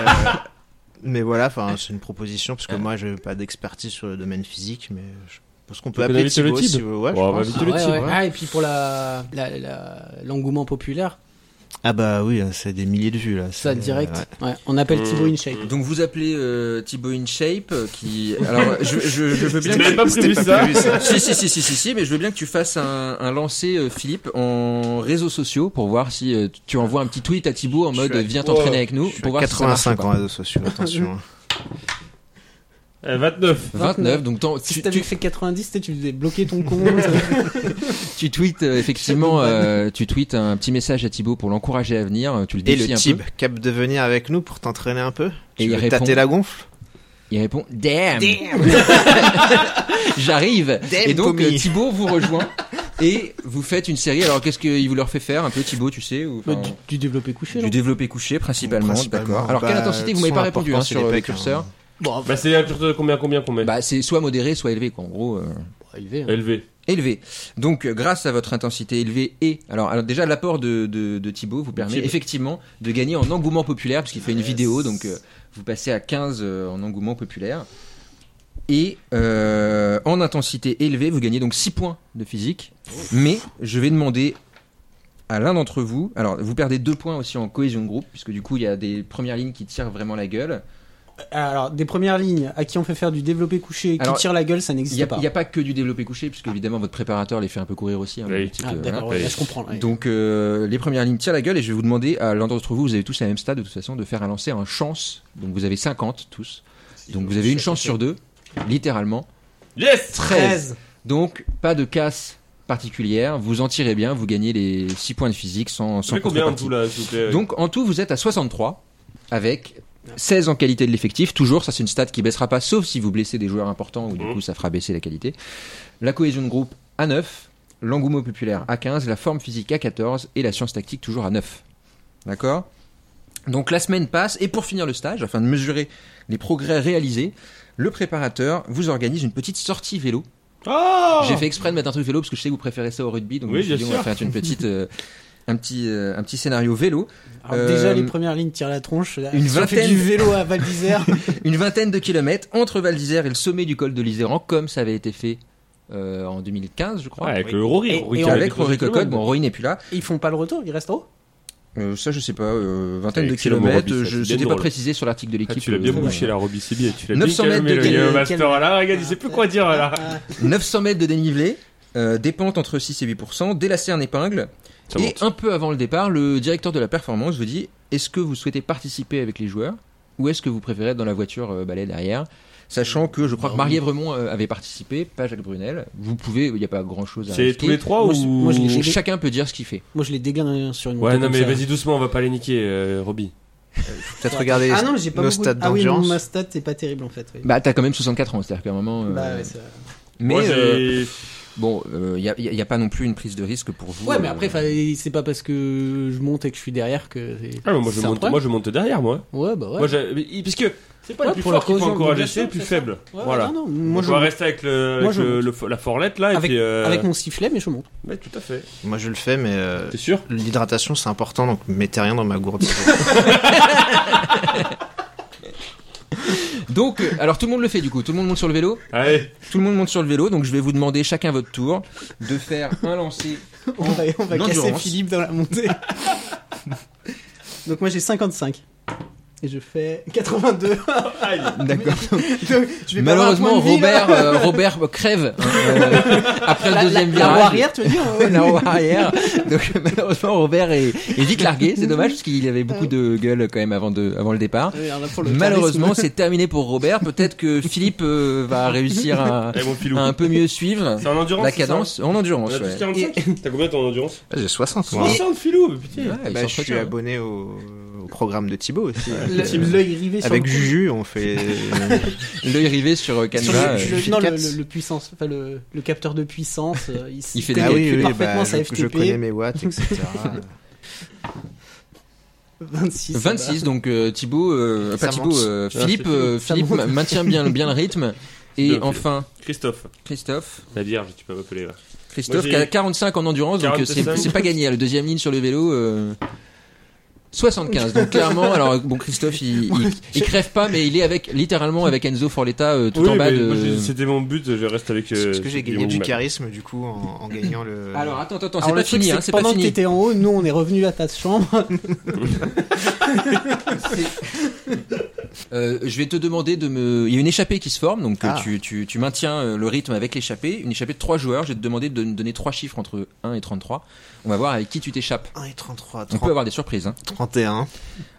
[SPEAKER 5] mais voilà, enfin, c'est une proposition
[SPEAKER 3] Ah.
[SPEAKER 5] parce que moi, je n'ai pas d'expertise sur le domaine physique, mais je pense qu'on peut
[SPEAKER 6] connais
[SPEAKER 5] appeler
[SPEAKER 6] vite le
[SPEAKER 5] Thibaut
[SPEAKER 6] type
[SPEAKER 5] si vous- ouais, je
[SPEAKER 6] Ouais, bah,
[SPEAKER 5] pense.
[SPEAKER 6] vite
[SPEAKER 3] Ah,
[SPEAKER 6] le
[SPEAKER 3] ouais,
[SPEAKER 6] type,
[SPEAKER 3] ouais.
[SPEAKER 6] ouais.
[SPEAKER 3] Ah, et puis pour la- la- la- l'engouement populaire,
[SPEAKER 5] Ah bah oui, c'est des milliers de vues là.
[SPEAKER 3] ça
[SPEAKER 5] C'est- euh,
[SPEAKER 3] direct.
[SPEAKER 5] ouais.
[SPEAKER 3] Ouais, on appelle
[SPEAKER 6] Hmm.
[SPEAKER 3] Thibaut InShape.
[SPEAKER 1] Donc vous appelez euh, Thibaut InShape, euh, qui... Alors je, je, je veux bien...
[SPEAKER 6] C'était
[SPEAKER 1] que-
[SPEAKER 6] pas prévu ça.
[SPEAKER 1] si, si, si, si, si, si, mais je veux bien que tu fasses un, un lancer, euh, Philippe, en réseaux sociaux pour voir si euh, tu envoies un petit tweet à Thibaut en
[SPEAKER 5] Je
[SPEAKER 1] mode
[SPEAKER 5] suis à-
[SPEAKER 1] viens t'entraîner avec nous
[SPEAKER 5] Je suis
[SPEAKER 1] pour
[SPEAKER 5] à
[SPEAKER 1] voir si ça marche ou
[SPEAKER 5] 85
[SPEAKER 1] pas.
[SPEAKER 5] en réseaux sociaux, attention.
[SPEAKER 6] Eh, 29.
[SPEAKER 1] 29, donc t'en-
[SPEAKER 3] Si
[SPEAKER 1] tu,
[SPEAKER 3] t'avais
[SPEAKER 1] tu,
[SPEAKER 3] fait 90, tu devais bloquer ton compte.
[SPEAKER 1] tu tweets euh, effectivement, euh, tu tweets un petit message à Thibaut pour l'encourager à venir, euh, tu le
[SPEAKER 5] Et
[SPEAKER 1] défies
[SPEAKER 5] le
[SPEAKER 1] un
[SPEAKER 5] type
[SPEAKER 1] peu,
[SPEAKER 5] cap de venir avec nous pour t'entraîner un peu
[SPEAKER 1] Et
[SPEAKER 5] Tu
[SPEAKER 1] il
[SPEAKER 5] veux
[SPEAKER 1] répond-
[SPEAKER 5] tâter la gonfle
[SPEAKER 1] il répond Damn, j'arrive
[SPEAKER 5] Damn,
[SPEAKER 1] Et donc
[SPEAKER 5] Tommy.
[SPEAKER 1] euh, Thibaut vous rejoint et vous faites une série, alors qu'est-ce qu'il vous leur fait faire un peu Thibaut, tu sais ou, enfin,
[SPEAKER 3] du, du développé couché,
[SPEAKER 1] Du
[SPEAKER 3] non
[SPEAKER 1] développé couché principalement,
[SPEAKER 5] Principalement.
[SPEAKER 1] d'accord. Alors quelle
[SPEAKER 5] Bah,
[SPEAKER 1] intensité vous
[SPEAKER 5] de
[SPEAKER 1] m'avez
[SPEAKER 5] son
[SPEAKER 1] pas répondu hein,
[SPEAKER 5] importance, il
[SPEAKER 1] sur
[SPEAKER 5] est
[SPEAKER 1] euh, le
[SPEAKER 5] pas
[SPEAKER 1] curseur
[SPEAKER 3] Bon,
[SPEAKER 6] Bah, c'est un tour de combien, combien qu'on met
[SPEAKER 1] Bah c'est soit modéré, soit élevé quoi. En gros, euh,
[SPEAKER 3] élevé, hein.
[SPEAKER 6] Élevé.
[SPEAKER 1] élevé. Donc euh, grâce à votre intensité élevée et alors, alors déjà l'apport de, de, de Thibaut vous permet
[SPEAKER 6] Thibaut.
[SPEAKER 1] effectivement de gagner en engouement populaire parce qu'il fait une vidéo donc euh, vous passez à 15 euh, en engouement populaire et euh, en intensité élevée vous gagnez donc 6 points de physique mais je vais demander à l'un d'entre vous, alors vous perdez 2 points aussi en cohésion de groupe, puisque du coup il y a des premières lignes qui tirent vraiment la gueule.
[SPEAKER 3] Alors, des premières lignes à qui on fait faire du développé couché et qui
[SPEAKER 1] Alors,
[SPEAKER 3] tire la gueule, ça
[SPEAKER 1] Il n'y
[SPEAKER 3] n'existe
[SPEAKER 1] a,
[SPEAKER 3] pas.
[SPEAKER 1] il y a pas que du développé couché, puisque évidemment votre préparateur les fait un peu courir aussi. hein,
[SPEAKER 6] Oui.
[SPEAKER 1] le petit,
[SPEAKER 3] Ah,
[SPEAKER 1] euh, voilà.
[SPEAKER 3] d'accord, ouais, là, je comprends. là.
[SPEAKER 1] Donc euh, les premières lignes tirent la gueule et je vais vous demander à l'un d'entre vous, vous avez tous la même stade de toute façon, de faire un lancer en chance. Donc vous avez 50 tous. Donc vous avez une chance sur deux, littéralement.
[SPEAKER 6] Yes
[SPEAKER 1] 13 Donc pas de casse particulière, vous en tirez bien, vous gagnez les 6 points de physique sans,
[SPEAKER 6] Ça
[SPEAKER 1] sans
[SPEAKER 6] fait combien en
[SPEAKER 1] contrepartie.
[SPEAKER 6] tout là, s'il vous plaît
[SPEAKER 1] Donc en tout vous êtes à 63 avec 16 en qualité de l'effectif, toujours ça c'est une stat qui baissera pas sauf si vous blessez des joueurs importants ou du
[SPEAKER 6] Mhm.
[SPEAKER 1] coup ça fera baisser la qualité. La cohésion de groupe à 9, l'engouement populaire à 15, la forme physique à 14 et la science tactique toujours à 9. D'accord Donc la semaine passe et pour finir le stage, afin de mesurer les progrès réalisés, le préparateur vous organise une petite sortie vélo
[SPEAKER 6] Oh
[SPEAKER 1] j'ai fait exprès de mettre un truc vélo parce que je sais que vous préférez ça au rugby, donc
[SPEAKER 6] Oui,
[SPEAKER 1] je me suis
[SPEAKER 6] bien
[SPEAKER 1] dit, on
[SPEAKER 6] sûr.
[SPEAKER 1] va faire une petite, euh, un petit, euh, un petit scénario vélo.
[SPEAKER 3] Alors,
[SPEAKER 1] euh,
[SPEAKER 3] déjà, les premières lignes tirent la tronche. là.
[SPEAKER 1] une
[SPEAKER 3] Si on fait
[SPEAKER 1] vingtaine-
[SPEAKER 3] du vélo à Val d'Isère.
[SPEAKER 1] Une vingtaine de kilomètres entre Val d'Isère et le sommet du col de l'Iséran, comme ça avait été fait euh, en 2015, je
[SPEAKER 6] Ouais,
[SPEAKER 1] crois.
[SPEAKER 6] avec le Rory.
[SPEAKER 3] Et-
[SPEAKER 6] Rory
[SPEAKER 3] et
[SPEAKER 6] qui
[SPEAKER 1] Et
[SPEAKER 6] a
[SPEAKER 1] avec
[SPEAKER 6] déposé
[SPEAKER 1] Rory
[SPEAKER 6] tout le
[SPEAKER 1] Cocotte,
[SPEAKER 6] monde.
[SPEAKER 1] bon, Rory n'est plus là.
[SPEAKER 3] ils font pas le retour, ils restent en haut.
[SPEAKER 1] Euh, ça, je sais pas, euh, vingtaine
[SPEAKER 6] C'est
[SPEAKER 1] de
[SPEAKER 6] excellent,
[SPEAKER 1] kilomètres,
[SPEAKER 6] Roby, ça,
[SPEAKER 1] je
[SPEAKER 6] c'est
[SPEAKER 1] c'était
[SPEAKER 6] bien
[SPEAKER 1] pas
[SPEAKER 6] drôle.
[SPEAKER 1] précisé sur l'article de
[SPEAKER 6] Ah,
[SPEAKER 1] l'équipe.
[SPEAKER 6] tu l'as bien
[SPEAKER 1] euh,
[SPEAKER 6] bouché là, Roby, c'est bien. Tu l'as bien
[SPEAKER 1] 900 mètres
[SPEAKER 6] calmé,
[SPEAKER 1] de
[SPEAKER 6] le gars,
[SPEAKER 1] quel-
[SPEAKER 6] master Ah, là, regarde, il sait plus quoi dire là.
[SPEAKER 3] Ah,
[SPEAKER 1] 900 mètres de dénivelé, euh, des pentes entre 6 et 8%, délacé en épingle.
[SPEAKER 6] Ça
[SPEAKER 1] et
[SPEAKER 6] monte.
[SPEAKER 1] un peu avant le départ, le directeur de la performance vous dit est-ce que vous souhaitez participer avec les joueurs ou est-ce que vous préférez être dans la voiture euh, balai derrière Sachant que je crois que Marie-Ève Remond euh, avait participé, pas Jacques Brunel. Vous pouvez, il n'y a pas grand chose à
[SPEAKER 6] C'est
[SPEAKER 1] ajouter.
[SPEAKER 6] tous les trois
[SPEAKER 3] Moi, je- moi, je l'ai
[SPEAKER 6] ou
[SPEAKER 3] géré.
[SPEAKER 1] Chacun peut dire ce qu'il fait.
[SPEAKER 3] Moi, je les déglingue sur une
[SPEAKER 6] Ouais,
[SPEAKER 3] moto
[SPEAKER 6] non,
[SPEAKER 3] comme
[SPEAKER 6] mais
[SPEAKER 3] ça.
[SPEAKER 6] vas-y doucement, on va pas les niquer, euh, Roby.
[SPEAKER 5] Peut-être regarder
[SPEAKER 3] Ah non, j'ai pas
[SPEAKER 5] nos
[SPEAKER 3] beaucoup-
[SPEAKER 5] stats
[SPEAKER 3] Ah oui, non,
[SPEAKER 5] d'endurance.
[SPEAKER 3] ma stat est pas terrible en fait. oui.
[SPEAKER 1] Bah, t'as quand même 64 ans, c'est-à-dire qu'à un moment. euh,
[SPEAKER 3] Bah, ouais, c'est vrai.
[SPEAKER 1] mais
[SPEAKER 6] Moi, j'ai-
[SPEAKER 1] euh, bon, il n'y a, y a pas non plus une prise de risque pour vous.
[SPEAKER 3] Ouais, mais
[SPEAKER 1] euh,
[SPEAKER 3] après, fallait- c'est pas parce que je monte et que je suis derrière que. c'est-
[SPEAKER 6] Ah, mais moi, je
[SPEAKER 3] c'est un
[SPEAKER 6] monte,
[SPEAKER 3] problème.
[SPEAKER 6] moi, je monte derrière, moi.
[SPEAKER 3] Ouais, bah ouais.
[SPEAKER 6] Moi, j'ai- mais- il- Parce que c'est pas
[SPEAKER 3] Ouais,
[SPEAKER 6] le plus
[SPEAKER 3] pour la
[SPEAKER 6] fort qu'il faut
[SPEAKER 3] cause,
[SPEAKER 6] encourager,
[SPEAKER 3] bien sûr,
[SPEAKER 6] c'est le plus
[SPEAKER 3] c'est ça.
[SPEAKER 6] faible.
[SPEAKER 3] Ouais,
[SPEAKER 6] Voilà.
[SPEAKER 3] non, non,
[SPEAKER 6] Moi,
[SPEAKER 3] moi,
[SPEAKER 6] je
[SPEAKER 3] je
[SPEAKER 6] vais
[SPEAKER 3] monte.
[SPEAKER 6] rester avec, le,
[SPEAKER 3] Moi, je
[SPEAKER 6] avec le- le- la forlette là.
[SPEAKER 3] Avec-
[SPEAKER 6] et puis, euh,
[SPEAKER 3] Avec mon sifflet, mais je monte.
[SPEAKER 6] Ouais, tout à fait.
[SPEAKER 5] Moi je le fais, mais euh,
[SPEAKER 6] T'es sûr
[SPEAKER 5] l'hydratation c'est important donc mettez rien dans ma gourde.
[SPEAKER 1] Donc, euh, alors tout le monde le fait du coup. Tout le monde monte sur le vélo.
[SPEAKER 6] Allez,
[SPEAKER 1] Tout le monde monte sur le vélo, donc je vais vous demander chacun votre tour de faire un lancer
[SPEAKER 7] On va, on va
[SPEAKER 1] L'endurance.
[SPEAKER 7] casser Philippe dans la montée. Donc moi j'ai 55. Et je fais 82.
[SPEAKER 6] Aïe.
[SPEAKER 5] D'accord.
[SPEAKER 7] Donc, je vais pas avoir un
[SPEAKER 1] Malheureusement,
[SPEAKER 7] point de vie, là.
[SPEAKER 1] Robert, euh, Robert crève hein, euh, après le
[SPEAKER 7] La, la,
[SPEAKER 1] deuxième
[SPEAKER 7] la roue
[SPEAKER 1] virage.
[SPEAKER 7] arrière, tu veux dire ouais.
[SPEAKER 1] la roue arrière. Donc malheureusement, Robert est, est vite largué. C'est dommage parce qu'il avait beaucoup de gueule quand même avant, de, avant le départ.
[SPEAKER 7] Ouais, alors là, pour Euh. le
[SPEAKER 1] Malheureusement,
[SPEAKER 7] charisme.
[SPEAKER 1] c'est terminé pour Robert. Peut-être que Philippe euh, va réussir à,
[SPEAKER 6] Allez, mon filou.
[SPEAKER 1] à un peu mieux suivre
[SPEAKER 6] C'est en endurance
[SPEAKER 1] la
[SPEAKER 6] c'est ça
[SPEAKER 1] cadence en endurance.
[SPEAKER 6] On a tous
[SPEAKER 1] ouais.
[SPEAKER 6] 45 T'as combien ton endurance
[SPEAKER 5] Ah, J'ai 60 moi.
[SPEAKER 6] 60 filou, mais putain.
[SPEAKER 1] Ouais, il
[SPEAKER 5] Bah, je
[SPEAKER 1] s'entretient,
[SPEAKER 5] suis
[SPEAKER 1] hein.
[SPEAKER 5] abonné au, au programme de Thibaut aussi.
[SPEAKER 7] Le- l'œil rivé sur
[SPEAKER 5] Avec
[SPEAKER 7] le-
[SPEAKER 5] Juju, on fait.
[SPEAKER 1] L'œil rivé sur euh,
[SPEAKER 7] sur
[SPEAKER 1] Canva. euh,
[SPEAKER 7] le, le- non, le,
[SPEAKER 5] efficace.
[SPEAKER 7] le- le puissance, enfin, le, le capteur de puissance, euh, il, s'y
[SPEAKER 1] Il fait des
[SPEAKER 5] ah
[SPEAKER 7] connaît
[SPEAKER 5] oui, oui,
[SPEAKER 7] parfaitement
[SPEAKER 5] bah,
[SPEAKER 7] sa
[SPEAKER 5] je,
[SPEAKER 7] FTP.
[SPEAKER 5] je connais mes watts, etc.
[SPEAKER 7] 26.
[SPEAKER 1] 26, donc euh, Thibaut, euh,
[SPEAKER 5] Ça
[SPEAKER 1] pas Thibaut,
[SPEAKER 5] monte.
[SPEAKER 1] euh, Philippe,
[SPEAKER 6] c'est Philippe.
[SPEAKER 1] euh,
[SPEAKER 7] Ça
[SPEAKER 1] Philippe
[SPEAKER 7] monte.
[SPEAKER 1] ma- maintient bien, le- bien le rythme. Et
[SPEAKER 6] Bien,
[SPEAKER 1] enfin,
[SPEAKER 6] Christophe,
[SPEAKER 1] Christophe.
[SPEAKER 6] la Vierge, tu peux m'appeler là.
[SPEAKER 1] Christophe
[SPEAKER 6] Moi,
[SPEAKER 1] qui
[SPEAKER 6] j'ai-
[SPEAKER 1] a 45 en endurance, donc euh, c'est
[SPEAKER 6] 45.
[SPEAKER 1] c'est pas gagné. hein, Le deuxième ligne sur le vélo. euh, 75, donc clairement, alors bon Christophe il, il, il crève pas mais il est avec littéralement avec Enzo Forletta euh, tout en bas
[SPEAKER 6] mais
[SPEAKER 1] de...
[SPEAKER 6] moi, j'ai- c'était mon but, je reste avec. euh,
[SPEAKER 5] Est-ce que j'ai gagné
[SPEAKER 6] Guillaume
[SPEAKER 5] du
[SPEAKER 6] Mal.
[SPEAKER 5] charisme du coup en, en gagnant le.
[SPEAKER 1] Alors attends, attends, attends, c'est
[SPEAKER 7] Alors,
[SPEAKER 1] pas
[SPEAKER 7] le truc,
[SPEAKER 1] fini,
[SPEAKER 7] c'est
[SPEAKER 1] hein,
[SPEAKER 7] que
[SPEAKER 1] c'est pas
[SPEAKER 7] pendant que
[SPEAKER 1] fini.
[SPEAKER 7] t'étais en haut, nous on est revenu à ta chambre.
[SPEAKER 1] Euh, je vais te demander de me... Il y a une échappée qui se forme, donc euh,
[SPEAKER 5] Ah.
[SPEAKER 1] tu, tu, tu maintiens euh, le rythme avec l'échappée. Une échappée de trois joueurs, je vais te demander de me donner trois chiffres entre 1 et 33. On va voir avec qui tu t'échappes.
[SPEAKER 5] 1 et 33,
[SPEAKER 1] On
[SPEAKER 5] 30,
[SPEAKER 1] peut avoir des surprises. Hein.
[SPEAKER 5] 31.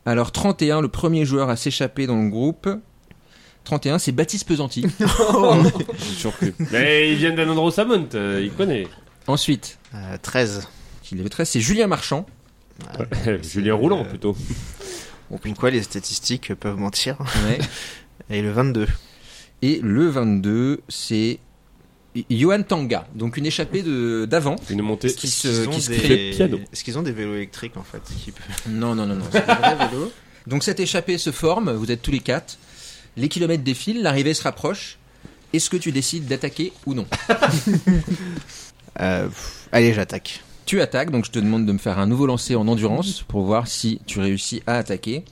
[SPEAKER 1] Alors 31, le premier joueur à s'échapper dans le groupe. 31, c'est Baptiste Pesanti.
[SPEAKER 6] Surpris. Mais ils viennent d'un endroit Samont, euh, il connaît.
[SPEAKER 1] Ensuite,
[SPEAKER 5] Euh, 13.
[SPEAKER 1] qui le 13, c'est Julien Marchand.
[SPEAKER 6] Julien Roulant plutôt.
[SPEAKER 5] Donc, Comme quoi les statistiques peuvent mentir.
[SPEAKER 1] Ouais.
[SPEAKER 5] Et le 22.
[SPEAKER 1] Et le 22, c'est I- Johan Tanga. Donc une échappée de d'avant.
[SPEAKER 6] Une montée.
[SPEAKER 1] Qui se,
[SPEAKER 5] Ils ont
[SPEAKER 1] qui se
[SPEAKER 5] des-
[SPEAKER 1] crée.
[SPEAKER 6] piano.
[SPEAKER 5] Est-ce qu'ils ont des vélos électriques en fait qui peuvent-
[SPEAKER 1] Non, non, non, non. c'est des vrais vélos. Donc cette échappée se forme, vous êtes tous les quatre. Les kilomètres défilent, l'arrivée se rapproche. Est-ce que tu décides d'attaquer ou non
[SPEAKER 5] Euh, pff, Allez, j'attaque.
[SPEAKER 1] Tu attaques, donc je te demande de me faire un nouveau lancer en endurance pour voir si tu réussis à attaquer.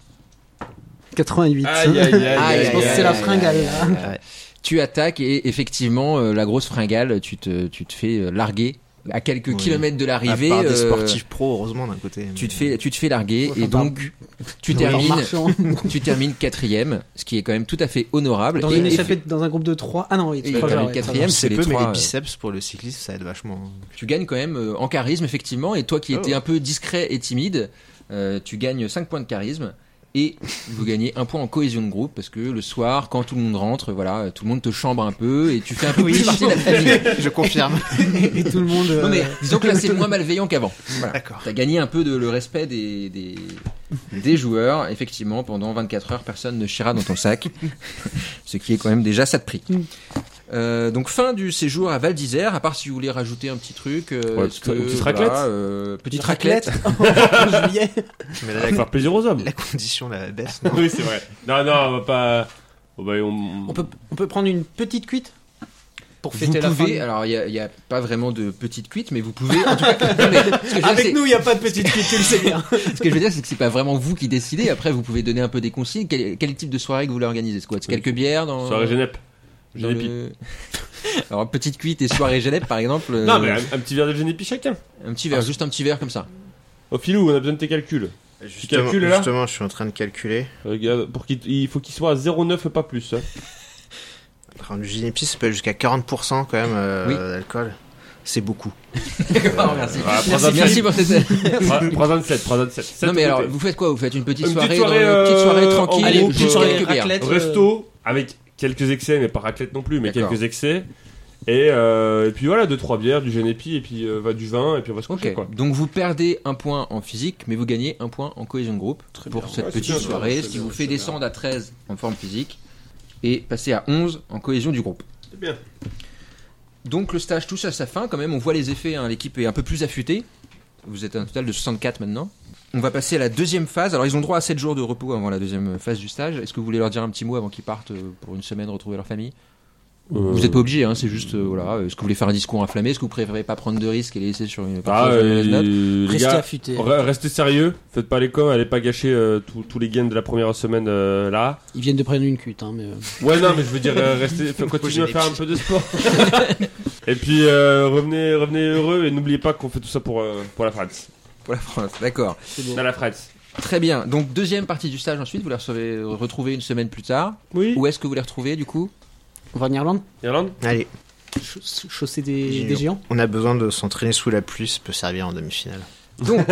[SPEAKER 7] 88.
[SPEAKER 6] Aïe, aïe, aïe,
[SPEAKER 7] Ah,
[SPEAKER 1] aïe,
[SPEAKER 7] je pense que
[SPEAKER 1] aïe,
[SPEAKER 7] c'est la
[SPEAKER 1] aïe,
[SPEAKER 7] fringale.
[SPEAKER 1] aïe,
[SPEAKER 7] là.
[SPEAKER 1] aïe, aïe. Euh, Tu attaques et effectivement, euh, la grosse fringale, tu te, tu te fais euh, larguer à quelques
[SPEAKER 5] Oui.
[SPEAKER 1] kilomètres de l'arrivée.
[SPEAKER 5] à part des
[SPEAKER 1] euh,
[SPEAKER 5] sportifs pro, heureusement d'un côté.
[SPEAKER 1] Tu te
[SPEAKER 5] mais-
[SPEAKER 1] fais, tu te fais larguer
[SPEAKER 7] Enfin,
[SPEAKER 1] et donc tu
[SPEAKER 7] En
[SPEAKER 1] termines,
[SPEAKER 7] marchant.
[SPEAKER 1] tu termines quatrième, ce qui est quand même tout à fait honorable.
[SPEAKER 7] Dans
[SPEAKER 1] Et-
[SPEAKER 7] une
[SPEAKER 1] et-
[SPEAKER 7] échappée, dans un groupe de 3. Ah non, oui,
[SPEAKER 1] Et
[SPEAKER 7] trois
[SPEAKER 1] quand
[SPEAKER 7] joueurs,
[SPEAKER 1] le
[SPEAKER 7] ouais,
[SPEAKER 1] quatrième,
[SPEAKER 5] C'est
[SPEAKER 1] les
[SPEAKER 5] peu, mais
[SPEAKER 1] trois,
[SPEAKER 5] les
[SPEAKER 1] euh,
[SPEAKER 5] biceps pour le cyclisme, ça aide vachement.
[SPEAKER 1] Tu gagnes quand même euh, en charisme, effectivement, et toi qui
[SPEAKER 7] Ah
[SPEAKER 5] Oh.
[SPEAKER 1] étais un peu discret et timide, euh, tu gagnes 5 points de charisme. Et vous gagnez un point en cohésion de groupe parce que le soir, quand tout le monde rentre, voilà, tout le monde te chambre un peu et tu fais un peu plus partie de la famille.
[SPEAKER 5] Je confirme.
[SPEAKER 7] Et et tout le monde.
[SPEAKER 1] Non mais
[SPEAKER 7] euh,
[SPEAKER 1] disons que là c'est moins malveillant qu'avant. Voilà.
[SPEAKER 5] D'accord.
[SPEAKER 1] T'as gagné un peu de le respect des, des, des joueurs. Effectivement, pendant 24 heures, personne ne chira dans ton sac, ce qui est quand même déjà ça de prix. Euh, donc fin du séjour à Val d'Isère. À part si vous voulez rajouter un petit truc, euh,
[SPEAKER 6] Ouais,
[SPEAKER 1] est-ce
[SPEAKER 6] petite-
[SPEAKER 1] que,
[SPEAKER 6] petite raclette.
[SPEAKER 1] voilà, euh, petite
[SPEAKER 7] petite
[SPEAKER 1] raclette.
[SPEAKER 7] raclette. En juillet.
[SPEAKER 5] Mais
[SPEAKER 6] Ça
[SPEAKER 5] là,
[SPEAKER 6] va
[SPEAKER 5] la,
[SPEAKER 6] faire plaisir aux hommes.
[SPEAKER 5] la condition la baisse. non
[SPEAKER 6] Oui, c'est vrai. Non, non, on va pas. Bon, bah, on...
[SPEAKER 7] On peut, on peut prendre une petite cuite pour
[SPEAKER 1] Vous
[SPEAKER 7] fêter la fin.
[SPEAKER 1] pouvez,
[SPEAKER 7] de-
[SPEAKER 1] alors il n'y a, pas vraiment de petite cuite, mais vous pouvez. En tout cas, non, mais ce que je veux dire, c'est-
[SPEAKER 7] Avec nous, il n'y a pas de petite cuite, tu le sais bien.
[SPEAKER 1] Ce que je veux dire, c'est que c'est pas vraiment vous qui décidez. Après, vous pouvez donner un peu des consignes. Quel, quel type de soirée que vous voulez organiser Squat
[SPEAKER 6] Oui.
[SPEAKER 1] Quelques bières dans.
[SPEAKER 6] Soirée Genep.
[SPEAKER 1] dans
[SPEAKER 6] Genepi.
[SPEAKER 1] le- Alors, petite cuite et soirée Genève, par exemple. euh,
[SPEAKER 6] Non, mais ah, un, un petit verre de Genepi chacun.
[SPEAKER 1] Un petit verre, juste un petit verre comme ça.
[SPEAKER 6] hein. Au filou, on a besoin de tes calculs.
[SPEAKER 5] Justement,
[SPEAKER 6] calcules, là
[SPEAKER 5] justement, je suis en train de calculer.
[SPEAKER 6] Regarde, pour qu'il il faut qu'il soit à 0,9 pas plus. hein.
[SPEAKER 5] Prendre du Ginepi, ça peut aller jusqu'à 40% quand même euh,
[SPEAKER 1] Oui.
[SPEAKER 5] d'alcool. C'est beaucoup.
[SPEAKER 1] Oh, merci.
[SPEAKER 6] Ah,
[SPEAKER 1] Merci,
[SPEAKER 6] prends-en
[SPEAKER 1] merci
[SPEAKER 6] sept.
[SPEAKER 1] pour cette.
[SPEAKER 6] Prends- Prends-en 7, prends-en 7.
[SPEAKER 1] non, mais alors, vous faites quoi Vous faites une petite
[SPEAKER 6] Une
[SPEAKER 1] soirée,
[SPEAKER 6] petite soirée,
[SPEAKER 1] dans le- petite soirée
[SPEAKER 6] euh,
[SPEAKER 1] tranquille,
[SPEAKER 6] en
[SPEAKER 1] avec
[SPEAKER 6] groupe,
[SPEAKER 1] juste
[SPEAKER 6] euh,
[SPEAKER 1] quelques bières.
[SPEAKER 7] raclette, euh,
[SPEAKER 6] Resto, avec quelques excès, mais pas raclette non plus, mais
[SPEAKER 1] D'accord.
[SPEAKER 6] quelques excès. Et, euh, et puis voilà, 2-3 bières, du Genepi, et puis euh, va du vin, et puis on va se coucher
[SPEAKER 1] Ok,
[SPEAKER 6] quoi.
[SPEAKER 1] donc vous perdez un point en physique, mais vous gagnez un point en cohésion de groupe pour cette
[SPEAKER 6] Ouais, c'est
[SPEAKER 1] petite
[SPEAKER 6] bien,
[SPEAKER 1] soirée,
[SPEAKER 6] c'est
[SPEAKER 1] ce qui
[SPEAKER 6] bien,
[SPEAKER 1] vous
[SPEAKER 6] c'est
[SPEAKER 1] fait
[SPEAKER 6] bien.
[SPEAKER 1] descendre à 13 en forme physique et passer à 11 en cohésion du groupe.
[SPEAKER 6] C'est bien.
[SPEAKER 1] Donc le stage touche à sa fin quand même, on voit les effets, hein, l'équipe est un peu plus affûtée. Vous êtes à un total de 64 maintenant. On va passer à la deuxième phase. Alors ils ont droit à 7 jours de repos avant la deuxième phase du stage. Est-ce que vous voulez leur dire un petit mot avant qu'ils partent euh, pour une semaine retrouver leur famille Vous n'êtes pas obligé, hein, c'est juste, euh, voilà, euh, est-ce que vous voulez faire un discours inflammé Est-ce que vous préférez pas prendre de risques et les laisser sur une
[SPEAKER 6] Ah,
[SPEAKER 1] partir sur une mauvaise note
[SPEAKER 6] euh, les
[SPEAKER 3] Restez
[SPEAKER 6] gars,
[SPEAKER 3] affûté.
[SPEAKER 6] re- restez sérieux, faites pas les cons, allez pas gâcher euh, tous- tous les gains de la première semaine euh, là.
[SPEAKER 3] Ils viennent de prendre une cuite, hein, mais. euh,
[SPEAKER 6] Ouais, non, mais je veux dire, euh, restez, enfin, continuez à faire un peu de sport. et puis, euh, revenez, revenez heureux et n'oubliez pas qu'on fait tout ça pour, euh, pour la France.
[SPEAKER 1] Pour la France, d'accord.
[SPEAKER 6] Dans la France.
[SPEAKER 1] Très bien. Donc, deuxième partie du stage ensuite, vous les recevez- retrouvez une semaine plus tard.
[SPEAKER 6] Oui.
[SPEAKER 1] Où est-ce que vous les retrouvez du coup
[SPEAKER 3] On va en Irlande,
[SPEAKER 6] Irlande
[SPEAKER 5] Allez,
[SPEAKER 3] cha- chaussée des,
[SPEAKER 5] Génial.
[SPEAKER 3] des géants.
[SPEAKER 5] on a besoin de s'entraîner sous la pluie, ça peut servir en demi-finale.
[SPEAKER 1] Donc,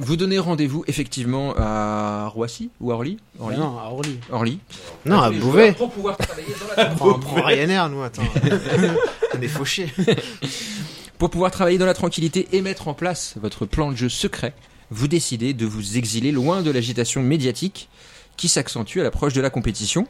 [SPEAKER 1] vous donnez rendez-vous effectivement à Roissy ou à Orly Orly.
[SPEAKER 3] Ah non, à Orly.
[SPEAKER 1] Orly.
[SPEAKER 5] Non, à
[SPEAKER 1] Les
[SPEAKER 5] Beauvais.
[SPEAKER 1] joueurs Pour pouvoir travailler dans la
[SPEAKER 5] On
[SPEAKER 1] tranquillité.
[SPEAKER 5] prend Ryanair, nous, attends. on est fauchés.
[SPEAKER 1] Pour pouvoir travailler dans la tranquillité et mettre en place votre plan de jeu secret, vous décidez de vous exiler loin de l'agitation médiatique qui s'accentue à l'approche de la compétition.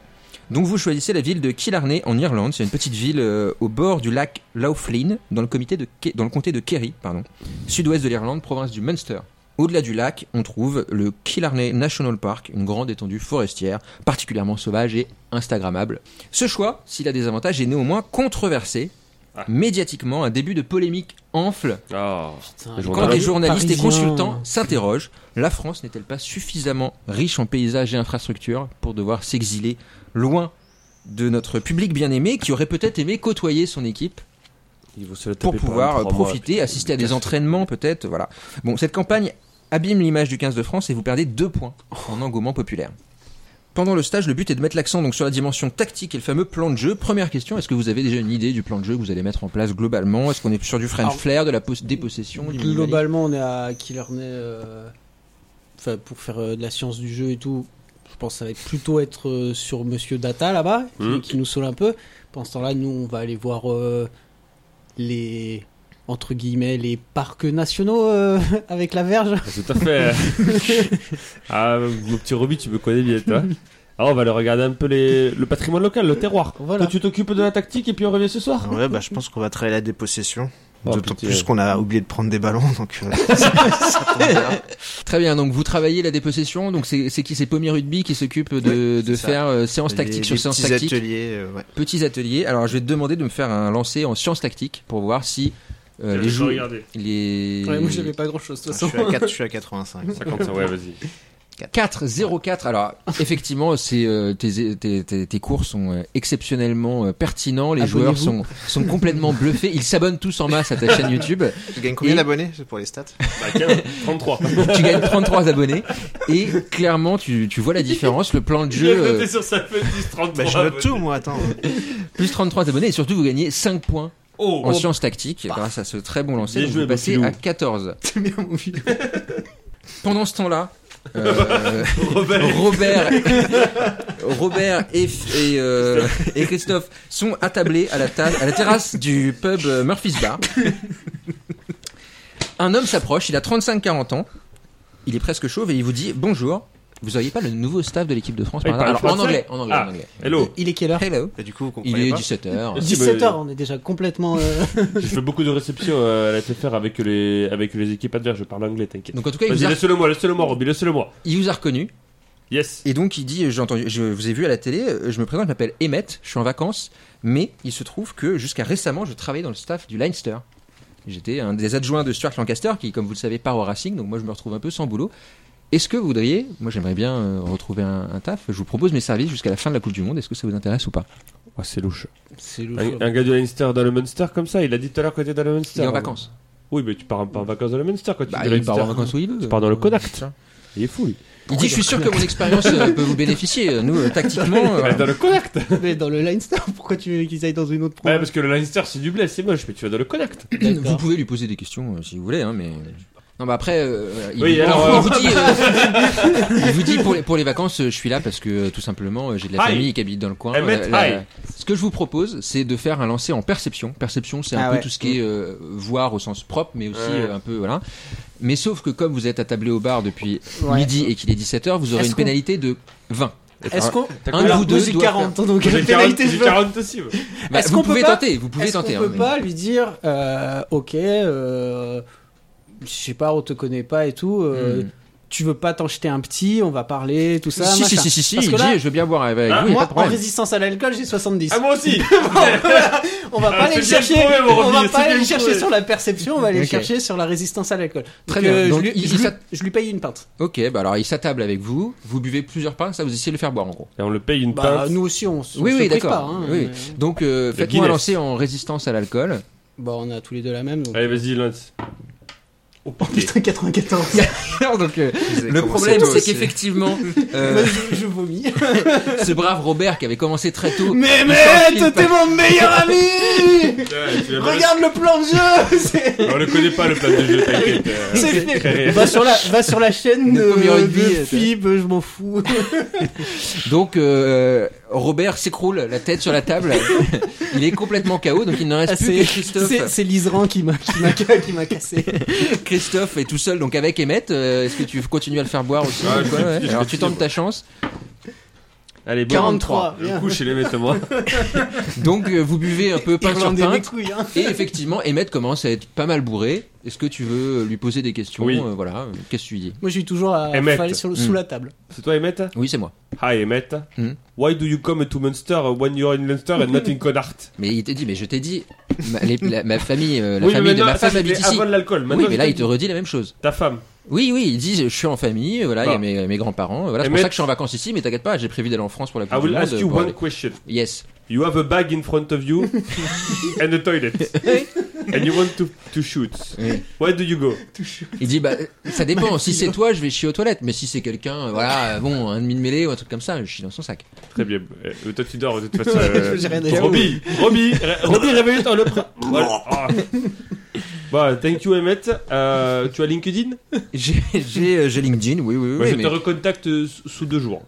[SPEAKER 1] Donc vous choisissez la ville de Killarney en Irlande, c'est une petite ville euh, au bord du lac Loughlin dans le, comité de Ke- dans le comté de Kerry, pardon, sud-ouest de l'Irlande, province du Munster. Au-delà du lac, on trouve le Killarney National Park, une grande étendue forestière, particulièrement sauvage et instagrammable. Ce choix, s'il a des avantages, est néanmoins controversé.
[SPEAKER 6] Ah.
[SPEAKER 1] Médiatiquement, un début de polémique enfle
[SPEAKER 6] Ah.
[SPEAKER 3] Putain,
[SPEAKER 6] Les
[SPEAKER 1] quand
[SPEAKER 6] journalistes.
[SPEAKER 1] les journalistes et
[SPEAKER 3] Parisiens.
[SPEAKER 1] consultants s'interrogent, la France n'est-elle pas suffisamment riche en paysages et infrastructures pour devoir s'exiler loin de notre public bien-aimé qui aurait peut-être aimé côtoyer son équipe
[SPEAKER 6] Ils vont se la
[SPEAKER 1] pour
[SPEAKER 6] taper
[SPEAKER 1] pouvoir
[SPEAKER 6] pendant
[SPEAKER 1] euh,
[SPEAKER 6] trois mois,
[SPEAKER 1] profiter,
[SPEAKER 6] putain.
[SPEAKER 1] assister à des entraînements peut-être. Voilà. Bon, cette campagne abîme l'image du 15 de France et vous perdez deux points en engouement populaire. Pendant le stage, le but est de mettre l'accent donc sur la dimension tactique et le fameux plan de jeu. Première question, est-ce que vous avez déjà une idée du plan de jeu que vous allez mettre en place globalement Est-ce qu'on est sur du French
[SPEAKER 5] Ah.
[SPEAKER 3] Alors,
[SPEAKER 1] flair, de la pos- dépossession du minimalisme
[SPEAKER 3] Globalement, on est à Killarney. euh, Enfin, pour faire euh, de la science du jeu et tout, je pense que ça va plutôt être euh, sur Monsieur Data là-bas, qui,
[SPEAKER 6] Mhm.
[SPEAKER 3] qui nous saoule un peu. Pendant ce temps-là, nous, on va aller voir euh, les entre guillemets les parcs nationaux euh, avec la verge.
[SPEAKER 6] Ah, Tout à fait. ah, mon petit Roby, tu me connais bien, toi. Alors, on va aller regarder un peu les... le patrimoine local, le terroir.
[SPEAKER 1] Euh,
[SPEAKER 3] Voilà.
[SPEAKER 6] Toi, tu t'occupes de la tactique et puis on revient ce soir.
[SPEAKER 5] En vrai, bah, je pense qu'on va travailler la dépossession.
[SPEAKER 6] Oh,
[SPEAKER 5] D'autant
[SPEAKER 6] putain.
[SPEAKER 5] plus qu'on a oublié de prendre des ballons, donc euh,
[SPEAKER 1] Très bien, donc vous travaillez la dépossession, donc c'est c'est qui C'est Pommier Rugby qui s'occupe de,
[SPEAKER 5] Ouais,
[SPEAKER 1] de
[SPEAKER 5] c'est ça.
[SPEAKER 1] faire euh, séance
[SPEAKER 5] les-
[SPEAKER 1] tactique
[SPEAKER 5] les
[SPEAKER 1] sur séance
[SPEAKER 5] petits
[SPEAKER 1] tactique,
[SPEAKER 5] ateliers, euh, ouais.
[SPEAKER 1] petits ateliers. Alors je vais te demander de me faire un lancer en science tactique pour voir si euh,
[SPEAKER 6] Tiens, je
[SPEAKER 1] les
[SPEAKER 6] vais
[SPEAKER 1] joueurs...
[SPEAKER 6] regarder.
[SPEAKER 1] Les...
[SPEAKER 3] Ouais, moi, j'avais pas grand-chose de
[SPEAKER 5] Ah,
[SPEAKER 3] toute
[SPEAKER 5] je,
[SPEAKER 3] façon.
[SPEAKER 5] suis à 4, je suis à 85.
[SPEAKER 6] 55, ouais, vas-y.
[SPEAKER 1] 4-0-4. Alors, effectivement, c'est euh, tes, tes, tes, tes cours sont euh, exceptionnellement euh, pertinents. Les joueurs sont,
[SPEAKER 3] Abonnez-vous.
[SPEAKER 1] sont complètement bluffés. Ils s'abonnent tous en masse à ta chaîne YouTube.
[SPEAKER 5] Tu gagnes combien
[SPEAKER 1] Et-
[SPEAKER 5] d'abonnés c'est pour les stats
[SPEAKER 6] Bah, 15, 33.
[SPEAKER 1] tu gagnes 33 abonnés. Et clairement, tu, tu vois la différence. Le plan de
[SPEAKER 6] Je
[SPEAKER 1] jeu... euh,
[SPEAKER 6] noté sur sa feuille 10, 33.
[SPEAKER 5] Bah, je note tout, moi, attends.
[SPEAKER 1] Plus 33 abonnés et surtout vous gagnez 5 points
[SPEAKER 6] Oh,
[SPEAKER 1] en sciences
[SPEAKER 3] Bah,
[SPEAKER 1] tactiques grâce à ce très bon lancer.
[SPEAKER 6] Bien
[SPEAKER 1] Donc
[SPEAKER 6] joué,
[SPEAKER 1] vous passez
[SPEAKER 6] Bafilou.
[SPEAKER 1] à 14. Pendant ce temps-là, euh,
[SPEAKER 6] Robert.
[SPEAKER 1] Robert, Robert et, et, euh, et Christophe sont attablés à la, ta- à la terrasse du pub euh, Murphy's Bar. Un homme s'approche, il a 35-40 ans, il est presque chauve et il vous dit bonjour. Vous auriez pas le nouveau staff de l'équipe de France
[SPEAKER 6] Il
[SPEAKER 1] par hasard
[SPEAKER 6] parle
[SPEAKER 1] Alors, en
[SPEAKER 6] français
[SPEAKER 1] anglais, en anglais, en
[SPEAKER 6] Ah,
[SPEAKER 1] anglais.
[SPEAKER 6] Hello.
[SPEAKER 3] Il est quelle heure
[SPEAKER 1] Hello.
[SPEAKER 5] Et du coup, vous
[SPEAKER 1] Il
[SPEAKER 5] comprenez
[SPEAKER 1] est
[SPEAKER 5] pas
[SPEAKER 1] 17h.
[SPEAKER 6] Si,
[SPEAKER 3] 17
[SPEAKER 6] mais-
[SPEAKER 3] h on est déjà complètement. euh,
[SPEAKER 6] J'ai fait beaucoup de réceptions euh, à la TFR avec les, avec les équipes adverses. Je parle anglais, t'inquiète.
[SPEAKER 1] Donc en tout cas, il vous,
[SPEAKER 6] Vas-y,
[SPEAKER 1] a,
[SPEAKER 6] laisse-le moi, laisse-le moi, Roby, laisse-le moi.
[SPEAKER 1] il vous a reconnu.
[SPEAKER 6] Yes.
[SPEAKER 1] Et donc il dit, euh, j'ai entendu, je vous ai vu à la télé, euh, je me présente, je m'appelle Emmett, je suis en vacances, mais il se trouve que jusqu'à récemment, je travaillais dans le staff du Leinster. J'étais un des adjoints de Stuart Lancaster, qui, comme vous le savez, part au Racing, donc moi je me retrouve un peu sans boulot. Est-ce que vous voudriez, moi j'aimerais bien euh, retrouver un, un taf, je vous propose mes services jusqu'à la fin de la Coupe du Monde, est-ce que ça vous intéresse ou pas
[SPEAKER 6] Oh, c'est louche.
[SPEAKER 3] C'est
[SPEAKER 6] Un,
[SPEAKER 3] lourd.
[SPEAKER 6] un gars du Leinster dans le Munster comme ça, il a dit tout à l'heure que t'es dans le Munster.
[SPEAKER 1] Il est en vacances.
[SPEAKER 6] Oui, mais tu pars pas en vacances dans le Munster quand tu
[SPEAKER 1] Bah,
[SPEAKER 6] dis
[SPEAKER 1] il
[SPEAKER 6] Leinster.
[SPEAKER 1] part en vacances où il veut.
[SPEAKER 6] Tu pars dans le Kodak.
[SPEAKER 1] Tiens.
[SPEAKER 6] Il est fou, lui.
[SPEAKER 1] Il dit, je suis sûr que mon expérience euh, peut vous bénéficier, nous, euh, tactiquement. euh,
[SPEAKER 6] Ah, dans le Kodak Ouais,
[SPEAKER 3] Mais dans le Leinster, pourquoi tu veux qu'ils aillent dans une autre province
[SPEAKER 6] parce que le Leinster, c'est du blé, c'est moche, mais tu vas dans le Kodak.
[SPEAKER 1] Vous pouvez lui poser des questions euh, si vous voulez, hein, mais. Non, bah après, euh, il,
[SPEAKER 6] Oui,
[SPEAKER 1] il
[SPEAKER 6] alors, euh,
[SPEAKER 1] vous dit, euh, il vous dit pour les, pour les vacances, euh, je suis là parce que euh, tout simplement euh, j'ai de la
[SPEAKER 6] Aïe.
[SPEAKER 1] famille qui habite dans le coin. Euh,
[SPEAKER 6] Eh, maître, aïe.
[SPEAKER 1] ce que je vous propose, c'est de faire un lancer en perception. Perception, c'est un
[SPEAKER 3] Ah
[SPEAKER 1] peu
[SPEAKER 3] ouais.
[SPEAKER 1] tout ce qui est euh, voir au sens propre, mais aussi
[SPEAKER 6] Ouais.
[SPEAKER 1] euh, un peu voilà. Mais sauf que comme vous êtes attablé au bar depuis
[SPEAKER 3] Ouais.
[SPEAKER 1] midi et qu'il est 17h, vous aurez
[SPEAKER 3] Est-ce
[SPEAKER 1] une
[SPEAKER 3] qu'on-
[SPEAKER 1] pénalité de 20.
[SPEAKER 3] Est-ce qu'on.
[SPEAKER 1] Un de
[SPEAKER 3] Alors,
[SPEAKER 1] vous
[SPEAKER 3] moi,
[SPEAKER 1] deux
[SPEAKER 3] j'ai
[SPEAKER 1] doit
[SPEAKER 3] 40, donc
[SPEAKER 6] J'ai
[SPEAKER 3] la pénalité,
[SPEAKER 6] 40,
[SPEAKER 3] je
[SPEAKER 6] j'ai
[SPEAKER 3] veux-
[SPEAKER 6] 40 aussi. moi.
[SPEAKER 1] faire- Bah,
[SPEAKER 3] Est-ce
[SPEAKER 1] vous
[SPEAKER 3] qu'on
[SPEAKER 1] pouvez
[SPEAKER 3] peut pas-
[SPEAKER 1] tenter, vous pouvez
[SPEAKER 3] Est-ce
[SPEAKER 1] tenter.
[SPEAKER 3] qu'on
[SPEAKER 1] hein,
[SPEAKER 3] peut
[SPEAKER 1] mais-
[SPEAKER 3] pas lui dire, euh, ok, euh, je sais pas, on te connaît pas et tout, euh,
[SPEAKER 1] Hmm.
[SPEAKER 3] tu veux pas t'en jeter un petit, on va parler, tout ça.
[SPEAKER 1] si, si,
[SPEAKER 3] machin.
[SPEAKER 1] si, si, si,
[SPEAKER 3] Parce
[SPEAKER 1] il
[SPEAKER 3] que là,
[SPEAKER 1] dit, je veux bien boire avec
[SPEAKER 6] Ah,
[SPEAKER 1] vous, il y a
[SPEAKER 3] moi,
[SPEAKER 1] pas de
[SPEAKER 3] en
[SPEAKER 1] problème.
[SPEAKER 3] résistance à l'alcool, j'ai 70.
[SPEAKER 6] Ah, moi aussi
[SPEAKER 3] on va pas
[SPEAKER 6] ah,
[SPEAKER 3] aller le
[SPEAKER 6] c'est bien
[SPEAKER 3] chercher,
[SPEAKER 6] trouvé, mon
[SPEAKER 3] on va pas
[SPEAKER 6] Roby, c'est
[SPEAKER 3] aller
[SPEAKER 6] bien
[SPEAKER 3] le chercher
[SPEAKER 6] trouvé.
[SPEAKER 3] sur la perception, on va aller le
[SPEAKER 1] Ok.
[SPEAKER 3] chercher sur la résistance à l'alcool.
[SPEAKER 1] Très
[SPEAKER 3] Donc,
[SPEAKER 1] bien.
[SPEAKER 3] euh,
[SPEAKER 1] Donc,
[SPEAKER 3] je, lui,
[SPEAKER 1] il-
[SPEAKER 3] je
[SPEAKER 1] il
[SPEAKER 3] lui-
[SPEAKER 1] s'att-
[SPEAKER 3] je lui paye une pinte.
[SPEAKER 1] Ok, bah alors il s'attable avec vous, vous buvez plusieurs pains, ça vous essayez de le faire boire en gros.
[SPEAKER 6] Et on le paye une
[SPEAKER 3] Bah,
[SPEAKER 6] pinte.
[SPEAKER 3] nous aussi, on, s- on
[SPEAKER 1] Oui,
[SPEAKER 3] se
[SPEAKER 1] oui,
[SPEAKER 3] prive
[SPEAKER 1] d'accord.
[SPEAKER 3] pas. hein,
[SPEAKER 1] Oui, oui.
[SPEAKER 3] mais-
[SPEAKER 1] Donc euh, faites-moi
[SPEAKER 6] Guinness.
[SPEAKER 1] un lancer en résistance à l'alcool.
[SPEAKER 3] Bah, on a tous les deux la même. donc-
[SPEAKER 6] Allez, vas-y, lance.
[SPEAKER 1] Oh,
[SPEAKER 6] au
[SPEAKER 7] En plus,
[SPEAKER 6] parquet.
[SPEAKER 7] t'es 94.
[SPEAKER 1] Alors, donc, euh,
[SPEAKER 5] Vous avez
[SPEAKER 1] le
[SPEAKER 5] commencé
[SPEAKER 1] problème,
[SPEAKER 5] tôt
[SPEAKER 1] c'est
[SPEAKER 5] aussi.
[SPEAKER 1] qu'effectivement, euh,
[SPEAKER 7] je, je vomis.
[SPEAKER 1] ce brave Robert qui avait commencé très tôt.
[SPEAKER 7] Mais
[SPEAKER 1] il s'enfile
[SPEAKER 7] mec,
[SPEAKER 1] pas.
[SPEAKER 7] t'es mon meilleur ami
[SPEAKER 6] Ouais, tu vas pas-
[SPEAKER 7] Regarde le plan de jeu C'est
[SPEAKER 6] On le connaît pas le plan de jeu, t'inquiète. euh,
[SPEAKER 7] c'est
[SPEAKER 6] très
[SPEAKER 7] fait.
[SPEAKER 6] rire.
[SPEAKER 7] Va sur la, va sur la chaîne
[SPEAKER 1] De
[SPEAKER 7] de,
[SPEAKER 1] Tommy Rugby,
[SPEAKER 7] de
[SPEAKER 1] euh, Ah,
[SPEAKER 7] Fib, je m'en fous.
[SPEAKER 1] Donc euh, Robert s'écroule, la tête sur la table. il est complètement KO, donc il ne reste
[SPEAKER 7] Ah,
[SPEAKER 1] plus que
[SPEAKER 7] c'est- C'est
[SPEAKER 1] Christophe.
[SPEAKER 7] c'est l'Isran qui m'a qui m'a- qui m'a cassé.
[SPEAKER 1] Christophe est tout seul, donc avec Emmett. euh, Est-ce que tu continues à le faire boire aussi
[SPEAKER 6] Ah,
[SPEAKER 1] ou
[SPEAKER 6] je
[SPEAKER 1] quoi,
[SPEAKER 6] suis-
[SPEAKER 1] ouais
[SPEAKER 6] je
[SPEAKER 1] Alors
[SPEAKER 6] suis-
[SPEAKER 1] tu tentes ta chance.
[SPEAKER 6] Allez, bon,
[SPEAKER 7] 43,
[SPEAKER 6] Le
[SPEAKER 7] bien.
[SPEAKER 6] coup chez les maîtres, moi.
[SPEAKER 1] Donc euh, vous buvez un peu pain sur
[SPEAKER 7] Irlandais mes
[SPEAKER 1] pinte.
[SPEAKER 7] couilles, hein.
[SPEAKER 1] Et effectivement, Emmett commence à être pas mal bourré. Est-ce que tu veux lui poser des questions
[SPEAKER 6] Oui.
[SPEAKER 1] Euh, Voilà, euh, qu'est-ce que tu lui dis
[SPEAKER 7] Moi, je suis toujours à
[SPEAKER 6] Emmett.
[SPEAKER 7] fallait sur le-
[SPEAKER 1] Mm.
[SPEAKER 7] sous la table.
[SPEAKER 6] C'est toi, Emmett
[SPEAKER 1] Oui, c'est moi.
[SPEAKER 6] Hi, Emmett.
[SPEAKER 1] Hmm.
[SPEAKER 6] Why do you come to Munster when you're in Munster and not in Connacht
[SPEAKER 1] Mais il t'a dit, mais je t'ai dit, ma, les- la, ma famille, euh, la
[SPEAKER 6] Oui, mais
[SPEAKER 1] famille de
[SPEAKER 6] maintenant,
[SPEAKER 1] ma
[SPEAKER 6] ça,
[SPEAKER 1] femme habite
[SPEAKER 6] c'était
[SPEAKER 1] ici.
[SPEAKER 6] Avant de l'alcool.
[SPEAKER 1] Oui,
[SPEAKER 6] Maintenant,
[SPEAKER 1] mais là,
[SPEAKER 6] c'est
[SPEAKER 1] il te redit la même chose.
[SPEAKER 6] Ta femme.
[SPEAKER 1] Oui, oui, il dit je suis en famille, euh, voilà, il y a
[SPEAKER 6] Ah.
[SPEAKER 1] mes, mes grands-parents, euh, voilà, c'est pour
[SPEAKER 6] Emmett-
[SPEAKER 1] ça que je suis en vacances ici, mais t'inquiète pas, j'ai prévu d'aller en France pour la Coupe
[SPEAKER 6] I
[SPEAKER 1] du
[SPEAKER 6] will
[SPEAKER 1] Monde.
[SPEAKER 6] ask you
[SPEAKER 1] pour
[SPEAKER 6] one
[SPEAKER 1] aller-
[SPEAKER 6] question.
[SPEAKER 1] Yes.
[SPEAKER 6] You have a bag in front of you and a toilet. and you want to, to shoot.
[SPEAKER 1] Oui.
[SPEAKER 6] Where do you go
[SPEAKER 1] Il dit bah ça dépend, si c'est toi, je vais chier aux toilettes, mais si c'est quelqu'un, euh, voilà, euh, bon, un demi de mêlée ou un truc comme ça, je chie dans son sac.
[SPEAKER 6] Très bien. Euh, toi, tu dors de toute façon.
[SPEAKER 7] J'ai rien à
[SPEAKER 6] Euh,
[SPEAKER 7] dire.
[SPEAKER 6] Roby, Roby, ré- Roby, réveille-toi le pr- Voilà. Ah. Bon, thank you, Emmett. Euh, tu as LinkedIn
[SPEAKER 1] J'ai j'ai euh, j'ai LinkedIn, oui oui oui,
[SPEAKER 6] Bah, Je
[SPEAKER 1] mais-
[SPEAKER 6] te recontacte euh, sous sous deux jours.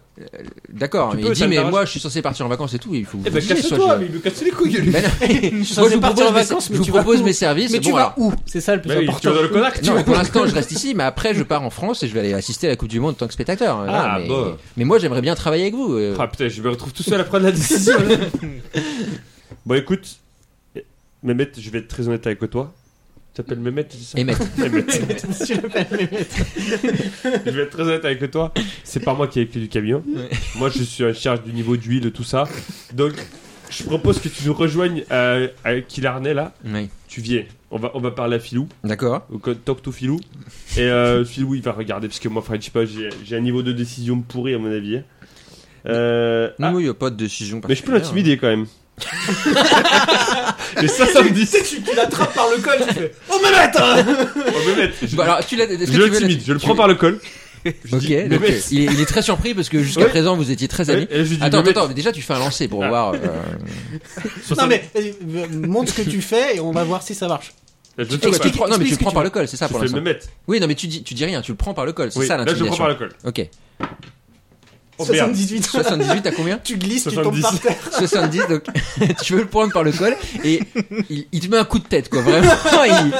[SPEAKER 1] d'accord,
[SPEAKER 6] Tu
[SPEAKER 1] mais il
[SPEAKER 6] peux, ça
[SPEAKER 1] dit mais
[SPEAKER 6] t'intéresse
[SPEAKER 1] moi je suis censé partir en vacances et tout, il faut que
[SPEAKER 6] Eh
[SPEAKER 1] vous
[SPEAKER 6] ben,
[SPEAKER 1] disiez, soit
[SPEAKER 6] casse-toi,
[SPEAKER 1] je-
[SPEAKER 6] mais il lui casse les couilles, lui.
[SPEAKER 1] Ben non.
[SPEAKER 7] Je suis
[SPEAKER 1] Moi, je
[SPEAKER 7] censé
[SPEAKER 1] vous
[SPEAKER 7] partir en
[SPEAKER 1] propose mes-
[SPEAKER 7] vacances,
[SPEAKER 1] je
[SPEAKER 7] mais
[SPEAKER 1] vous
[SPEAKER 7] tu vas
[SPEAKER 1] propose
[SPEAKER 7] où
[SPEAKER 1] mes services,
[SPEAKER 7] Mais
[SPEAKER 1] bon
[SPEAKER 7] tu vas
[SPEAKER 1] alors.
[SPEAKER 7] où C'est ça le plus
[SPEAKER 6] Bah oui, tu
[SPEAKER 7] important.
[SPEAKER 6] vas dans le Connacht, tu
[SPEAKER 1] Non,
[SPEAKER 6] vois.
[SPEAKER 1] mais pour l'instant, je reste ici, mais après, je pars en France et je vais aller assister à la Coupe du Monde en tant que spectateur. Voilà, mais,
[SPEAKER 6] bon.
[SPEAKER 1] mais moi, j'aimerais bien travailler avec vous. euh.
[SPEAKER 6] Ah putain, je me retrouve tout seul à prendre la décision. là. bon, écoute, Mehmet, je vais être très honnête avec toi. Tu t'appelles Mehmet, c'est ça
[SPEAKER 1] Et mettre-
[SPEAKER 6] Mehmet.
[SPEAKER 7] Tu l'appelles Mehmet.
[SPEAKER 6] Je vais être très honnête avec toi. C'est pas moi qui ai écrit du camion.
[SPEAKER 1] Ouais.
[SPEAKER 6] Moi, je suis en charge du niveau d'huile, tout ça. Donc, je propose que tu nous rejoignes euh, à, à Killarney, là.
[SPEAKER 1] Oui.
[SPEAKER 6] Tu viens. On va, on va parler à Filou.
[SPEAKER 1] D'accord.
[SPEAKER 6] au code Talk to Filou. Et euh, Filou, il va regarder, parce que moi, French pas, j'ai j'ai un niveau de décision pourri, à mon avis. hein. Euh, ah,
[SPEAKER 1] Nous, il n'y a pas de décision.
[SPEAKER 6] mais je peux
[SPEAKER 1] particulière.
[SPEAKER 6] l'intimider quand même. Et ça, ça me dit.
[SPEAKER 7] Tu, tu l'attrapes par le col, tu fais Oh Mehmet hein
[SPEAKER 6] Oh, Mehmet, je,
[SPEAKER 1] Bah, alors, tu l'as. est-ce que
[SPEAKER 6] je
[SPEAKER 1] tu veux la-
[SPEAKER 6] l'intimide, je le
[SPEAKER 1] tu-
[SPEAKER 6] prends par le col. Je
[SPEAKER 1] Ok,
[SPEAKER 6] dis,
[SPEAKER 1] donc,
[SPEAKER 6] Mehmet.
[SPEAKER 1] il, est, il est très surpris parce que jusqu'à
[SPEAKER 6] Ouais.
[SPEAKER 1] présent vous étiez très amis.
[SPEAKER 6] Et je lui dis,
[SPEAKER 1] Attends,
[SPEAKER 6] Mehmet,
[SPEAKER 1] attends, mais déjà tu fais un lancer pour
[SPEAKER 6] Ah.
[SPEAKER 1] voir. euh,
[SPEAKER 7] Non mais euh, montre ce que tu fais et on va voir si ça marche.
[SPEAKER 6] je te
[SPEAKER 1] tu
[SPEAKER 6] touche pas.
[SPEAKER 1] prends- non, mais tu le
[SPEAKER 7] explique ce que
[SPEAKER 1] prends
[SPEAKER 7] tu
[SPEAKER 1] par
[SPEAKER 7] veux.
[SPEAKER 1] le col, c'est ça
[SPEAKER 6] Je
[SPEAKER 1] pour
[SPEAKER 6] fais
[SPEAKER 1] l'instant.
[SPEAKER 6] Mehmet.
[SPEAKER 1] Oui, non, mais tu dis, tu dis rien, tu le prends par le col, c'est
[SPEAKER 6] Oui,
[SPEAKER 1] ça
[SPEAKER 6] là, je le prends
[SPEAKER 1] l'intimidation.
[SPEAKER 6] par le col.
[SPEAKER 1] Ok.
[SPEAKER 6] Oh merde.
[SPEAKER 7] 78
[SPEAKER 1] 78 à combien
[SPEAKER 7] Tu glisses, tu tombes par
[SPEAKER 6] 70.
[SPEAKER 7] terre.
[SPEAKER 1] 70, donc tu veux le prendre par le col et il, il te met un coup de tête, quoi. Vraiment, il,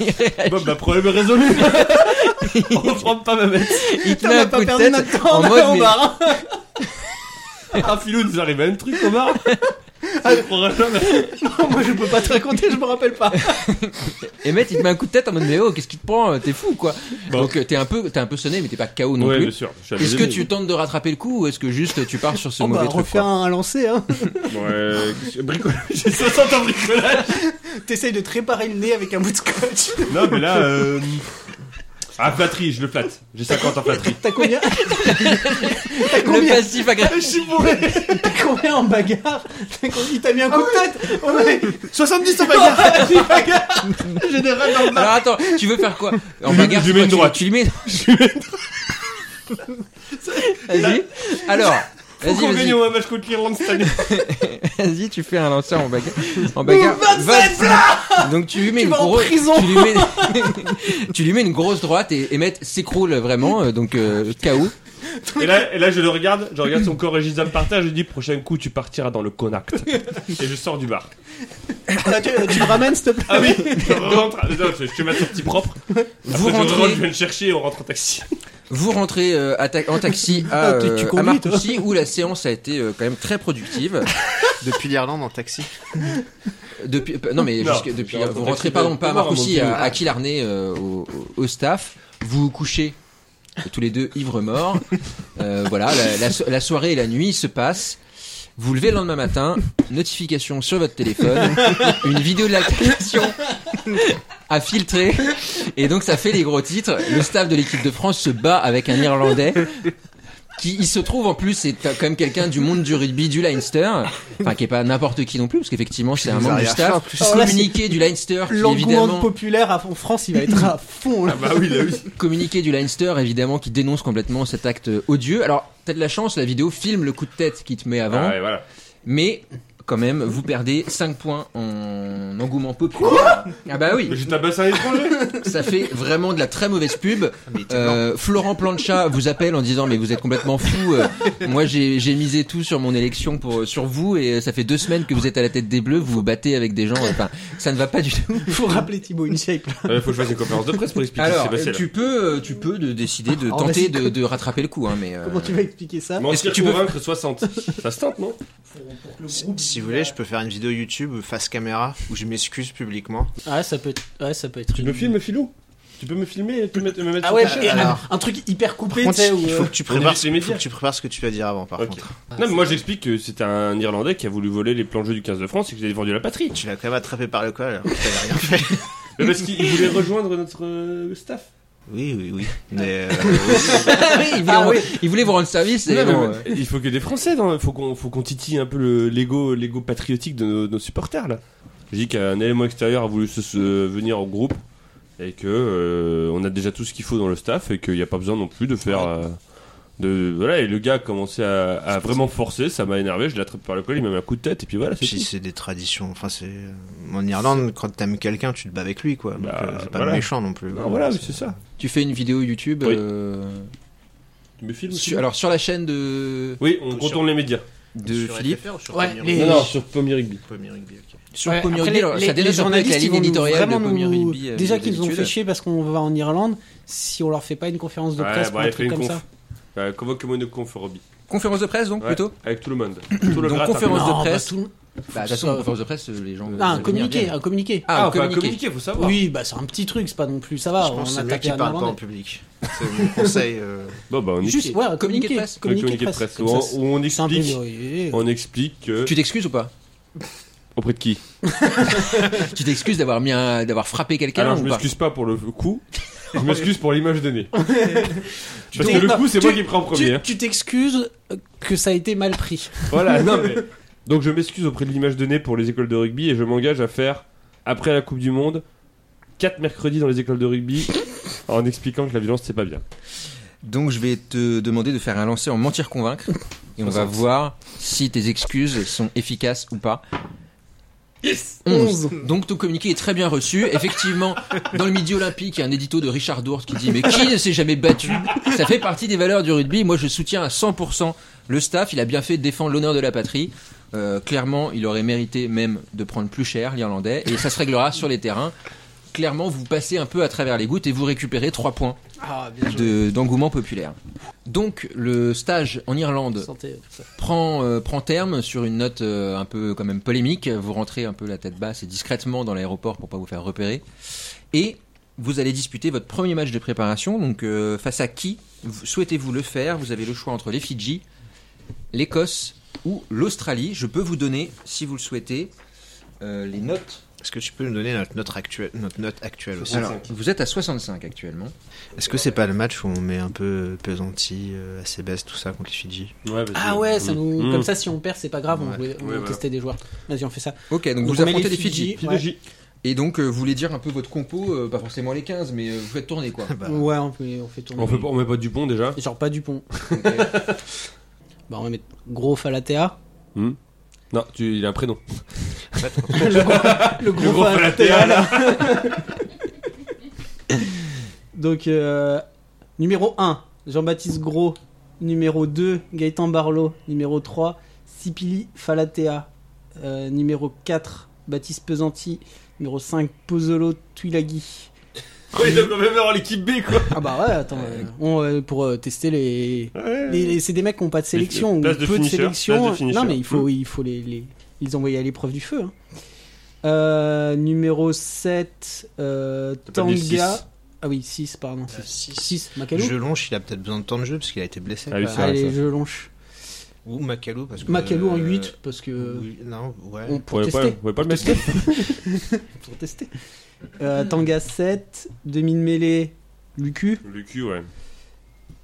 [SPEAKER 1] il réagit.
[SPEAKER 6] Bon, bah, problème résolu. On reprend pas Mehmet.
[SPEAKER 1] Il te
[SPEAKER 7] Putain,
[SPEAKER 1] met
[SPEAKER 7] on
[SPEAKER 1] un
[SPEAKER 7] a pas
[SPEAKER 1] coup de
[SPEAKER 7] perdu
[SPEAKER 1] tête
[SPEAKER 7] notre
[SPEAKER 1] en
[SPEAKER 7] temps, on
[SPEAKER 1] mode,
[SPEAKER 7] est en
[SPEAKER 1] mais-
[SPEAKER 7] barre.
[SPEAKER 6] Ah, Filou, nous arrive un truc, Omar. Ça le prendra jamais.
[SPEAKER 7] hein. Moi, je peux pas te raconter, je me rappelle pas.
[SPEAKER 1] Et mec, il te met un coup de tête en mode mais oh, qu'est-ce qui te prend T'es fou quoi
[SPEAKER 6] Bon.
[SPEAKER 1] Donc euh, t'es un peu, t'es un peu sonné, mais t'es pas KO non
[SPEAKER 6] Bah, Ouais, bien
[SPEAKER 1] plus.
[SPEAKER 6] sûr. je suis
[SPEAKER 1] Est-ce que
[SPEAKER 6] abusé,
[SPEAKER 1] tu tentes de rattraper le coup ou est-ce que juste tu pars sur ce
[SPEAKER 7] On va
[SPEAKER 1] mauvais truc
[SPEAKER 7] refaire
[SPEAKER 1] quoi
[SPEAKER 7] Oh, bah, un lancer, hein.
[SPEAKER 6] mais- Bon, euh, bricolage. J'ai 60 ans bricolage.
[SPEAKER 7] T'essayes de te réparer le nez avec un bout de scotch.
[SPEAKER 6] Non, mais là. Euh... Ah, flatterie, je le flatte. J'ai 50 en flatterie.
[SPEAKER 7] T'as combien T'as
[SPEAKER 1] Le
[SPEAKER 7] combien
[SPEAKER 1] passif agressif.
[SPEAKER 7] T'as combien en bagarre T'as combien Il t'a mis un coup de tête On avait 70 en bagarre bagarre Général dans le
[SPEAKER 1] Alors attends, tu veux faire quoi En
[SPEAKER 6] lui-
[SPEAKER 1] bagarre,
[SPEAKER 6] je lui
[SPEAKER 1] quoi,
[SPEAKER 6] mets une
[SPEAKER 1] tu-
[SPEAKER 6] droite.
[SPEAKER 1] Tu lui mets. Vas-y. Alors,
[SPEAKER 6] Faut qu'on
[SPEAKER 1] vas-y,
[SPEAKER 6] gagne
[SPEAKER 1] vas-y,
[SPEAKER 6] un match contre l'Irlande cette année.
[SPEAKER 1] vas-y, tu fais un lancer en bagarre. En bagarre. vas-y. Donc tu lui mets
[SPEAKER 7] Tu
[SPEAKER 1] une
[SPEAKER 7] vas en
[SPEAKER 1] grosse.
[SPEAKER 7] prison.
[SPEAKER 1] Tu lui mets. tu lui mets une grosse droite et Emmett s'écroule vraiment, euh, donc euh, KO.
[SPEAKER 6] Et là, et là, je le regarde, je regarde son corps et par terre. Je lui dis Prochain coup, tu partiras dans le Connacht. Et je sors du bar.
[SPEAKER 7] Ah, tu, tu me ramènes s'il te plaît
[SPEAKER 6] Ah oui Je rentre. Non, je je te mets sorti propre. Après,
[SPEAKER 1] Vous
[SPEAKER 6] je rentre,
[SPEAKER 1] rentrez.
[SPEAKER 6] je viens le chercher et on rentre en taxi.
[SPEAKER 1] Vous rentrez euh, à ta- en taxi à,
[SPEAKER 7] Ah, tu- tu
[SPEAKER 1] euh, à
[SPEAKER 7] conduis,
[SPEAKER 1] Marcoussis, où la séance a été euh, quand même très productive.
[SPEAKER 5] Depuis l'Irlande en taxi.
[SPEAKER 1] Depuis, euh, non mais
[SPEAKER 6] Non,
[SPEAKER 1] jusque- depuis,
[SPEAKER 6] c'est un
[SPEAKER 1] vous
[SPEAKER 6] taxi
[SPEAKER 1] rentrez
[SPEAKER 6] de-
[SPEAKER 1] pardon pas à
[SPEAKER 6] de mort,
[SPEAKER 1] Marcoussis,
[SPEAKER 6] mon
[SPEAKER 1] à,
[SPEAKER 6] Dieu.
[SPEAKER 1] à Killarney euh, au, au- au staff. Vous vous couchez tous les deux ivres morts. Euh, voilà, la, la so- la soirée et la nuit se passent. Vous levez le lendemain matin, notification sur votre téléphone, une vidéo de la création à filtrer, et donc ça fait les gros titres. Le staff de l'équipe de France se bat avec un Irlandais qui il se trouve en plus c'est quand même quelqu'un du monde du rugby du Leinster, enfin qui est pas n'importe qui non plus parce qu'effectivement c'est un membre du
[SPEAKER 5] arrière
[SPEAKER 1] staff
[SPEAKER 3] Alors là, c'est-
[SPEAKER 1] communiqué du Leinster qui
[SPEAKER 3] L'engouement
[SPEAKER 1] évidemment
[SPEAKER 3] populaire à- en France, il va être à fond.
[SPEAKER 7] hein.
[SPEAKER 3] là.
[SPEAKER 6] Ah bah oui, là, oui.
[SPEAKER 1] communiqué du Leinster évidemment qui dénonce complètement cet acte odieux. Alors t'as de la chance la vidéo filme le coup de tête qui te met avant,
[SPEAKER 6] Ah ouais, voilà.
[SPEAKER 1] mais quand même vous perdez 5 points en engouement populaire. ah bah oui.
[SPEAKER 6] J'ai tabassé un étranger.
[SPEAKER 1] Ça fait vraiment de la très mauvaise pub. Euh, Florent Plancha vous appelle en disant mais vous êtes complètement fou. euh, moi j'ai j'ai misé tout sur mon élection pour sur vous et euh, ça fait deux semaines que vous êtes à la tête des Bleus. Vous vous battez avec des gens. Enfin ça ne va pas du tout.
[SPEAKER 3] Faut rappeler Thibaut InShape. là.
[SPEAKER 6] Euh, faut que je fasse une conférence de presse pour expliquer ce
[SPEAKER 1] Alors
[SPEAKER 6] qui s'est passé
[SPEAKER 1] tu peux euh, tu peux de décider de
[SPEAKER 3] Ah,
[SPEAKER 1] tenter
[SPEAKER 3] vas-y,
[SPEAKER 1] de, de rattraper le coup hein, mais euh,
[SPEAKER 3] Comment tu vas expliquer ça
[SPEAKER 6] là. Mentir,
[SPEAKER 1] Est-ce que tu peux-
[SPEAKER 6] convaincre 60. Ça se tente, non
[SPEAKER 5] Si, si vous voulez, je peux faire une vidéo YouTube face caméra où je m'excuse publiquement.
[SPEAKER 3] Ouais, Ah, ça peut être. Ouais, ça peut être.
[SPEAKER 6] Tu
[SPEAKER 3] une-
[SPEAKER 6] me filmes, Philou Tu peux me filmer et te mettre- me mettre
[SPEAKER 3] Ah
[SPEAKER 6] sur
[SPEAKER 3] ouais,
[SPEAKER 6] ta chaîne
[SPEAKER 3] et un-
[SPEAKER 5] Alors.
[SPEAKER 3] un truc hyper coupé,
[SPEAKER 5] Par contre,
[SPEAKER 3] tu sais, où,
[SPEAKER 5] il faut
[SPEAKER 3] euh,
[SPEAKER 5] que tu
[SPEAKER 6] on
[SPEAKER 5] prépares,
[SPEAKER 6] évite
[SPEAKER 5] ce-
[SPEAKER 6] les
[SPEAKER 5] il
[SPEAKER 6] médias.
[SPEAKER 5] faut que tu prépares ce que tu vas dire avant, par
[SPEAKER 6] Ok.
[SPEAKER 5] contre.
[SPEAKER 6] Non, mais moi j'explique que c'était un Irlandais qui a voulu voler les plans de jeu du 15 de France et que j'ai défendu la patrie.
[SPEAKER 5] Tu l'as quand même attrapé par le col alors que t'avais rien fait.
[SPEAKER 6] Mais parce qu'il il voulait rejoindre notre euh, staff.
[SPEAKER 5] Oui, oui, oui. Mais euh,
[SPEAKER 1] oui, il, voulait,
[SPEAKER 3] Ah oui.
[SPEAKER 1] il voulait vous rendre service. Et
[SPEAKER 6] Non, mais-
[SPEAKER 1] bon, euh,
[SPEAKER 6] mais Il faut que des Français, il faut qu'on faut qu'on titille un peu le l'ego l'ego patriotique de nos, nos supporters là. J'ai dit qu'un élément extérieur a voulu se, se- venir en groupe et que euh, on a déjà tout ce qu'il faut dans le staff et qu'il n'y a pas besoin non plus de faire. euh, de, voilà, et le gars a commencé à, à vraiment forcer, ça m'a énervé, je l'ai attrapé par le col, il m'a mis un coup de tête, et puis voilà, c'est
[SPEAKER 5] puis
[SPEAKER 6] tout.
[SPEAKER 5] c'est des traditions. Enfin, c'est euh, en Irlande quand t'aimes quelqu'un, tu te bats avec lui, quoi. Donc,
[SPEAKER 6] Bah,
[SPEAKER 5] euh, c'est pas
[SPEAKER 6] voilà.
[SPEAKER 5] méchant non plus.
[SPEAKER 6] Non, Ah, voilà, oui, c'est ça.
[SPEAKER 1] tu fais une vidéo YouTube.
[SPEAKER 6] Oui.
[SPEAKER 1] euh,
[SPEAKER 6] Tu me filmes
[SPEAKER 1] sur- alors sur la chaîne de
[SPEAKER 6] Oui, on contourne les médias.
[SPEAKER 1] de Philippe.
[SPEAKER 3] Ouais, les-
[SPEAKER 6] Non, non, sur Pommy Rigby.
[SPEAKER 1] Sur
[SPEAKER 3] Ouais,
[SPEAKER 1] Pommier
[SPEAKER 3] après,
[SPEAKER 1] Rugby,
[SPEAKER 3] les-
[SPEAKER 1] alors, ça
[SPEAKER 3] les- les
[SPEAKER 1] dénonce un peu avec la
[SPEAKER 3] journalistes, ils
[SPEAKER 1] ligne
[SPEAKER 3] vont
[SPEAKER 1] éditoriale de
[SPEAKER 3] vraiment
[SPEAKER 1] Pommier
[SPEAKER 3] nous-
[SPEAKER 1] Rugby. euh,
[SPEAKER 3] Déjà qu'ils nous ont fait
[SPEAKER 1] d'habitude.
[SPEAKER 3] chier parce qu'on va en Irlande, si on leur fait pas une conférence de
[SPEAKER 6] Ouais,
[SPEAKER 3] presse
[SPEAKER 6] bah,
[SPEAKER 3] pour un
[SPEAKER 6] elle
[SPEAKER 3] truc
[SPEAKER 6] fait une
[SPEAKER 3] comme
[SPEAKER 6] conf.
[SPEAKER 3] ça.
[SPEAKER 6] Euh, Convoque-moi une conf, Roby.
[SPEAKER 1] Conférence de presse donc
[SPEAKER 6] Ouais,
[SPEAKER 1] plutôt.
[SPEAKER 6] Avec tout le monde. tout le
[SPEAKER 1] Donc,
[SPEAKER 6] gratin.
[SPEAKER 1] conférence- de
[SPEAKER 3] bah,
[SPEAKER 1] presse.
[SPEAKER 3] tout le-
[SPEAKER 1] Bah, de toute façon,
[SPEAKER 3] Ça-
[SPEAKER 1] en conférence de presse, euh, les gens.
[SPEAKER 3] Ah,
[SPEAKER 1] euh,
[SPEAKER 3] un communiqué,
[SPEAKER 1] viennent.
[SPEAKER 3] un communiqué.
[SPEAKER 1] Ah,
[SPEAKER 6] Ah,
[SPEAKER 1] un
[SPEAKER 6] enfin,
[SPEAKER 1] communiqué.
[SPEAKER 6] communiquer, faut savoir.
[SPEAKER 3] Oui, bah c'est un petit truc, c'est pas non plus. Ça
[SPEAKER 5] Je
[SPEAKER 3] va,
[SPEAKER 5] pense que
[SPEAKER 3] Ah, on
[SPEAKER 5] c'est mieux
[SPEAKER 3] attaque
[SPEAKER 5] qu'ils
[SPEAKER 3] un
[SPEAKER 5] parlent pas en
[SPEAKER 3] Irlandais.
[SPEAKER 5] public. C'est mon conseil. euh,
[SPEAKER 6] Bon, bah, on est
[SPEAKER 3] Juste, ouais, un communiqué de presse.
[SPEAKER 6] Le communiqué de presse,
[SPEAKER 3] comme
[SPEAKER 6] où, on,
[SPEAKER 3] ça,
[SPEAKER 6] où on
[SPEAKER 3] c'est un peu
[SPEAKER 6] explique,
[SPEAKER 3] mieux.
[SPEAKER 6] on explique que
[SPEAKER 1] Tu t'excuses ou pas
[SPEAKER 6] auprès de qui
[SPEAKER 1] Tu t'excuses d'avoir mis un- d'avoir frappé quelqu'un
[SPEAKER 6] Alors je
[SPEAKER 1] ou pas
[SPEAKER 6] m'excuse pas pour le coup, je m'excuse pour l'image donnée. Parce
[SPEAKER 3] Donc,
[SPEAKER 6] que le coup c'est
[SPEAKER 3] tu-
[SPEAKER 6] moi qui prends en premier. hein.
[SPEAKER 3] Tu- Tu t'excuses euh, que ça a été mal pris.
[SPEAKER 6] Voilà, non mais donc je m'excuse auprès de l'image donnée pour les écoles de rugby et je m'engage à faire après la Coupe du monde 4 mercredis dans les écoles de rugby en expliquant que la violence c'est pas bien.
[SPEAKER 1] Donc je vais te demander de faire un lancer en mentir convaincre et on va voir si tes excuses sont efficaces ou pas. Yes 11. Donc ton communiqué est très bien reçu. Effectivement, dans le Midi Olympique, il y a un édito de Richard Dourte qui dit Mais qui ne s'est jamais battu Ça fait partie des valeurs du rugby. Moi, je soutiens à 100% le staff. Il a bien fait de défendre l'honneur de la patrie. Euh, clairement, il aurait mérité même de prendre plus cher l'Irlandais et ça se réglera sur les terrains. Clairement, vous passez un peu à travers les gouttes et vous récupérez 3 points
[SPEAKER 3] Ah, bien
[SPEAKER 1] de- d'engouement populaire. Donc le stage en Irlande
[SPEAKER 3] Santé, ça.
[SPEAKER 1] prend, euh, prend terme sur une note euh, un peu quand même polémique. Vous rentrez un peu la tête basse et discrètement dans l'aéroport pour pas vous faire repérer. Et vous allez disputer votre premier match de préparation. Donc euh, face à qui vous- souhaitez-vous le faire Vous avez le choix entre les Fidji, l'Écosse ou l'Australie. Je peux vous donner, si vous le souhaitez, euh, les notes.
[SPEAKER 5] Est-ce que tu peux nous donner notre note actuelle, notre note actuelle aussi
[SPEAKER 1] Alors, vous êtes à 65 actuellement.
[SPEAKER 5] Est-ce que c'est pas le match où on met un peu pesanti, euh, assez baisse, tout ça contre les Fidji
[SPEAKER 6] Ouais,
[SPEAKER 3] Ah ouais, ça nous...
[SPEAKER 6] Mmh.
[SPEAKER 3] comme ça si on perd c'est pas grave, on
[SPEAKER 5] Ouais.
[SPEAKER 3] voulait on
[SPEAKER 6] Ouais,
[SPEAKER 3] voulait
[SPEAKER 6] voilà.
[SPEAKER 3] tester des joueurs. Vas-y on fait ça.
[SPEAKER 1] Ok, donc,
[SPEAKER 3] Donc
[SPEAKER 1] vous
[SPEAKER 3] on met
[SPEAKER 1] affrontez
[SPEAKER 3] les
[SPEAKER 1] les Fidji.
[SPEAKER 3] Fidji.
[SPEAKER 6] Fidji.
[SPEAKER 1] Et donc, euh, vous voulez dire un peu votre compo, euh, pas forcément les 15, mais euh, vous faites tourner quoi.
[SPEAKER 5] Bah,
[SPEAKER 3] Ouais, on fait, on fait tourner.
[SPEAKER 6] On, fait, pas- on met pas du bon déjà.
[SPEAKER 3] Genre pas Dupont.
[SPEAKER 1] Donc, euh,
[SPEAKER 3] Bah on va mettre gros Falatea.
[SPEAKER 6] Non, tu, il a un prénom.
[SPEAKER 3] Le gros,
[SPEAKER 6] gros Falatea,
[SPEAKER 3] Donc euh, numéro 1, Jean-Baptiste Gros. Numéro 2, Gaëtan Barlow. Numéro 3, Sipili Falatea. Euh, numéro 4, Baptiste Pesanti. Numéro 5, Pozzolo Tuilagi.
[SPEAKER 6] Quoi, il doit quand même avoir l'équipe B quoi.
[SPEAKER 3] Ah bah ouais, attends, euh, on, euh, pour euh, tester les... les- les- c'est des mecs qui n'ont pas de sélection, ou peu
[SPEAKER 6] Place de
[SPEAKER 3] de
[SPEAKER 6] finisher,
[SPEAKER 3] sélection.
[SPEAKER 6] place de finisher.
[SPEAKER 3] non mais il faut, il faut les, les, les envoyer à l'épreuve du feu. hein. Euh, numéro 7, euh,
[SPEAKER 6] pas mis le
[SPEAKER 3] Tanga.
[SPEAKER 6] six.
[SPEAKER 3] Ah oui, 6, pardon. 6, Macalou.
[SPEAKER 5] Je longe, il a peut-être besoin de temps de jeu parce qu'il a été blessé.
[SPEAKER 6] Ah oui,
[SPEAKER 5] quoi.
[SPEAKER 6] c'est vrai,
[SPEAKER 3] Allez,
[SPEAKER 6] ça.
[SPEAKER 3] je lonche.
[SPEAKER 5] Ou Macalou parce que.
[SPEAKER 3] Macalou en
[SPEAKER 5] euh,
[SPEAKER 3] 8, parce que...
[SPEAKER 5] oui, non, ouais.
[SPEAKER 3] on-
[SPEAKER 6] Vous
[SPEAKER 3] pour,
[SPEAKER 6] pouvez pas,
[SPEAKER 3] tester,
[SPEAKER 6] vous pouvez pas le mettre
[SPEAKER 3] pour tester. Euh, Tanga 7, demi de mêlée, Lucu.
[SPEAKER 6] Le cul, ouais.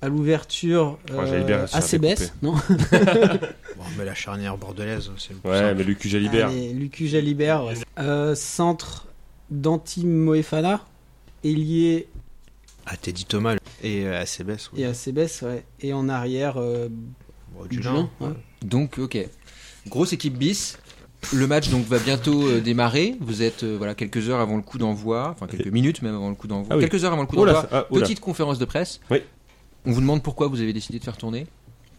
[SPEAKER 3] à l'ouverture
[SPEAKER 6] Oh, j'allais bien
[SPEAKER 3] euh,
[SPEAKER 6] réussir à
[SPEAKER 3] assez baisse, non
[SPEAKER 5] Bon, mais la charnière bordelaise, c'est le plus
[SPEAKER 6] Ouais,
[SPEAKER 5] simple.
[SPEAKER 6] mais le cul Jalibert.
[SPEAKER 3] Allez, Lucu Jalibert. ouais. Euh, centre d'Anti Moefana, ailier
[SPEAKER 5] Ah, Teddy Thomas le- et euh, assez baisse.
[SPEAKER 3] et assez baisse, ouais. Et en arrière, euh,
[SPEAKER 5] Bon, hein. du
[SPEAKER 3] Dulin. ouais.
[SPEAKER 1] Donc, ok. Grosse équipe bis. Le match donc va bientôt euh, démarrer. Vous êtes euh, voilà quelques heures avant le coup d'envoi, enfin quelques minutes même avant le coup d'envoi,
[SPEAKER 6] Ah oui.
[SPEAKER 1] quelques heures avant le coup
[SPEAKER 6] Oh là,
[SPEAKER 1] d'envoi.
[SPEAKER 6] ah, oh là.
[SPEAKER 1] Petite conférence de presse.
[SPEAKER 6] Oui.
[SPEAKER 1] On vous demande pourquoi vous avez décidé de faire tourner.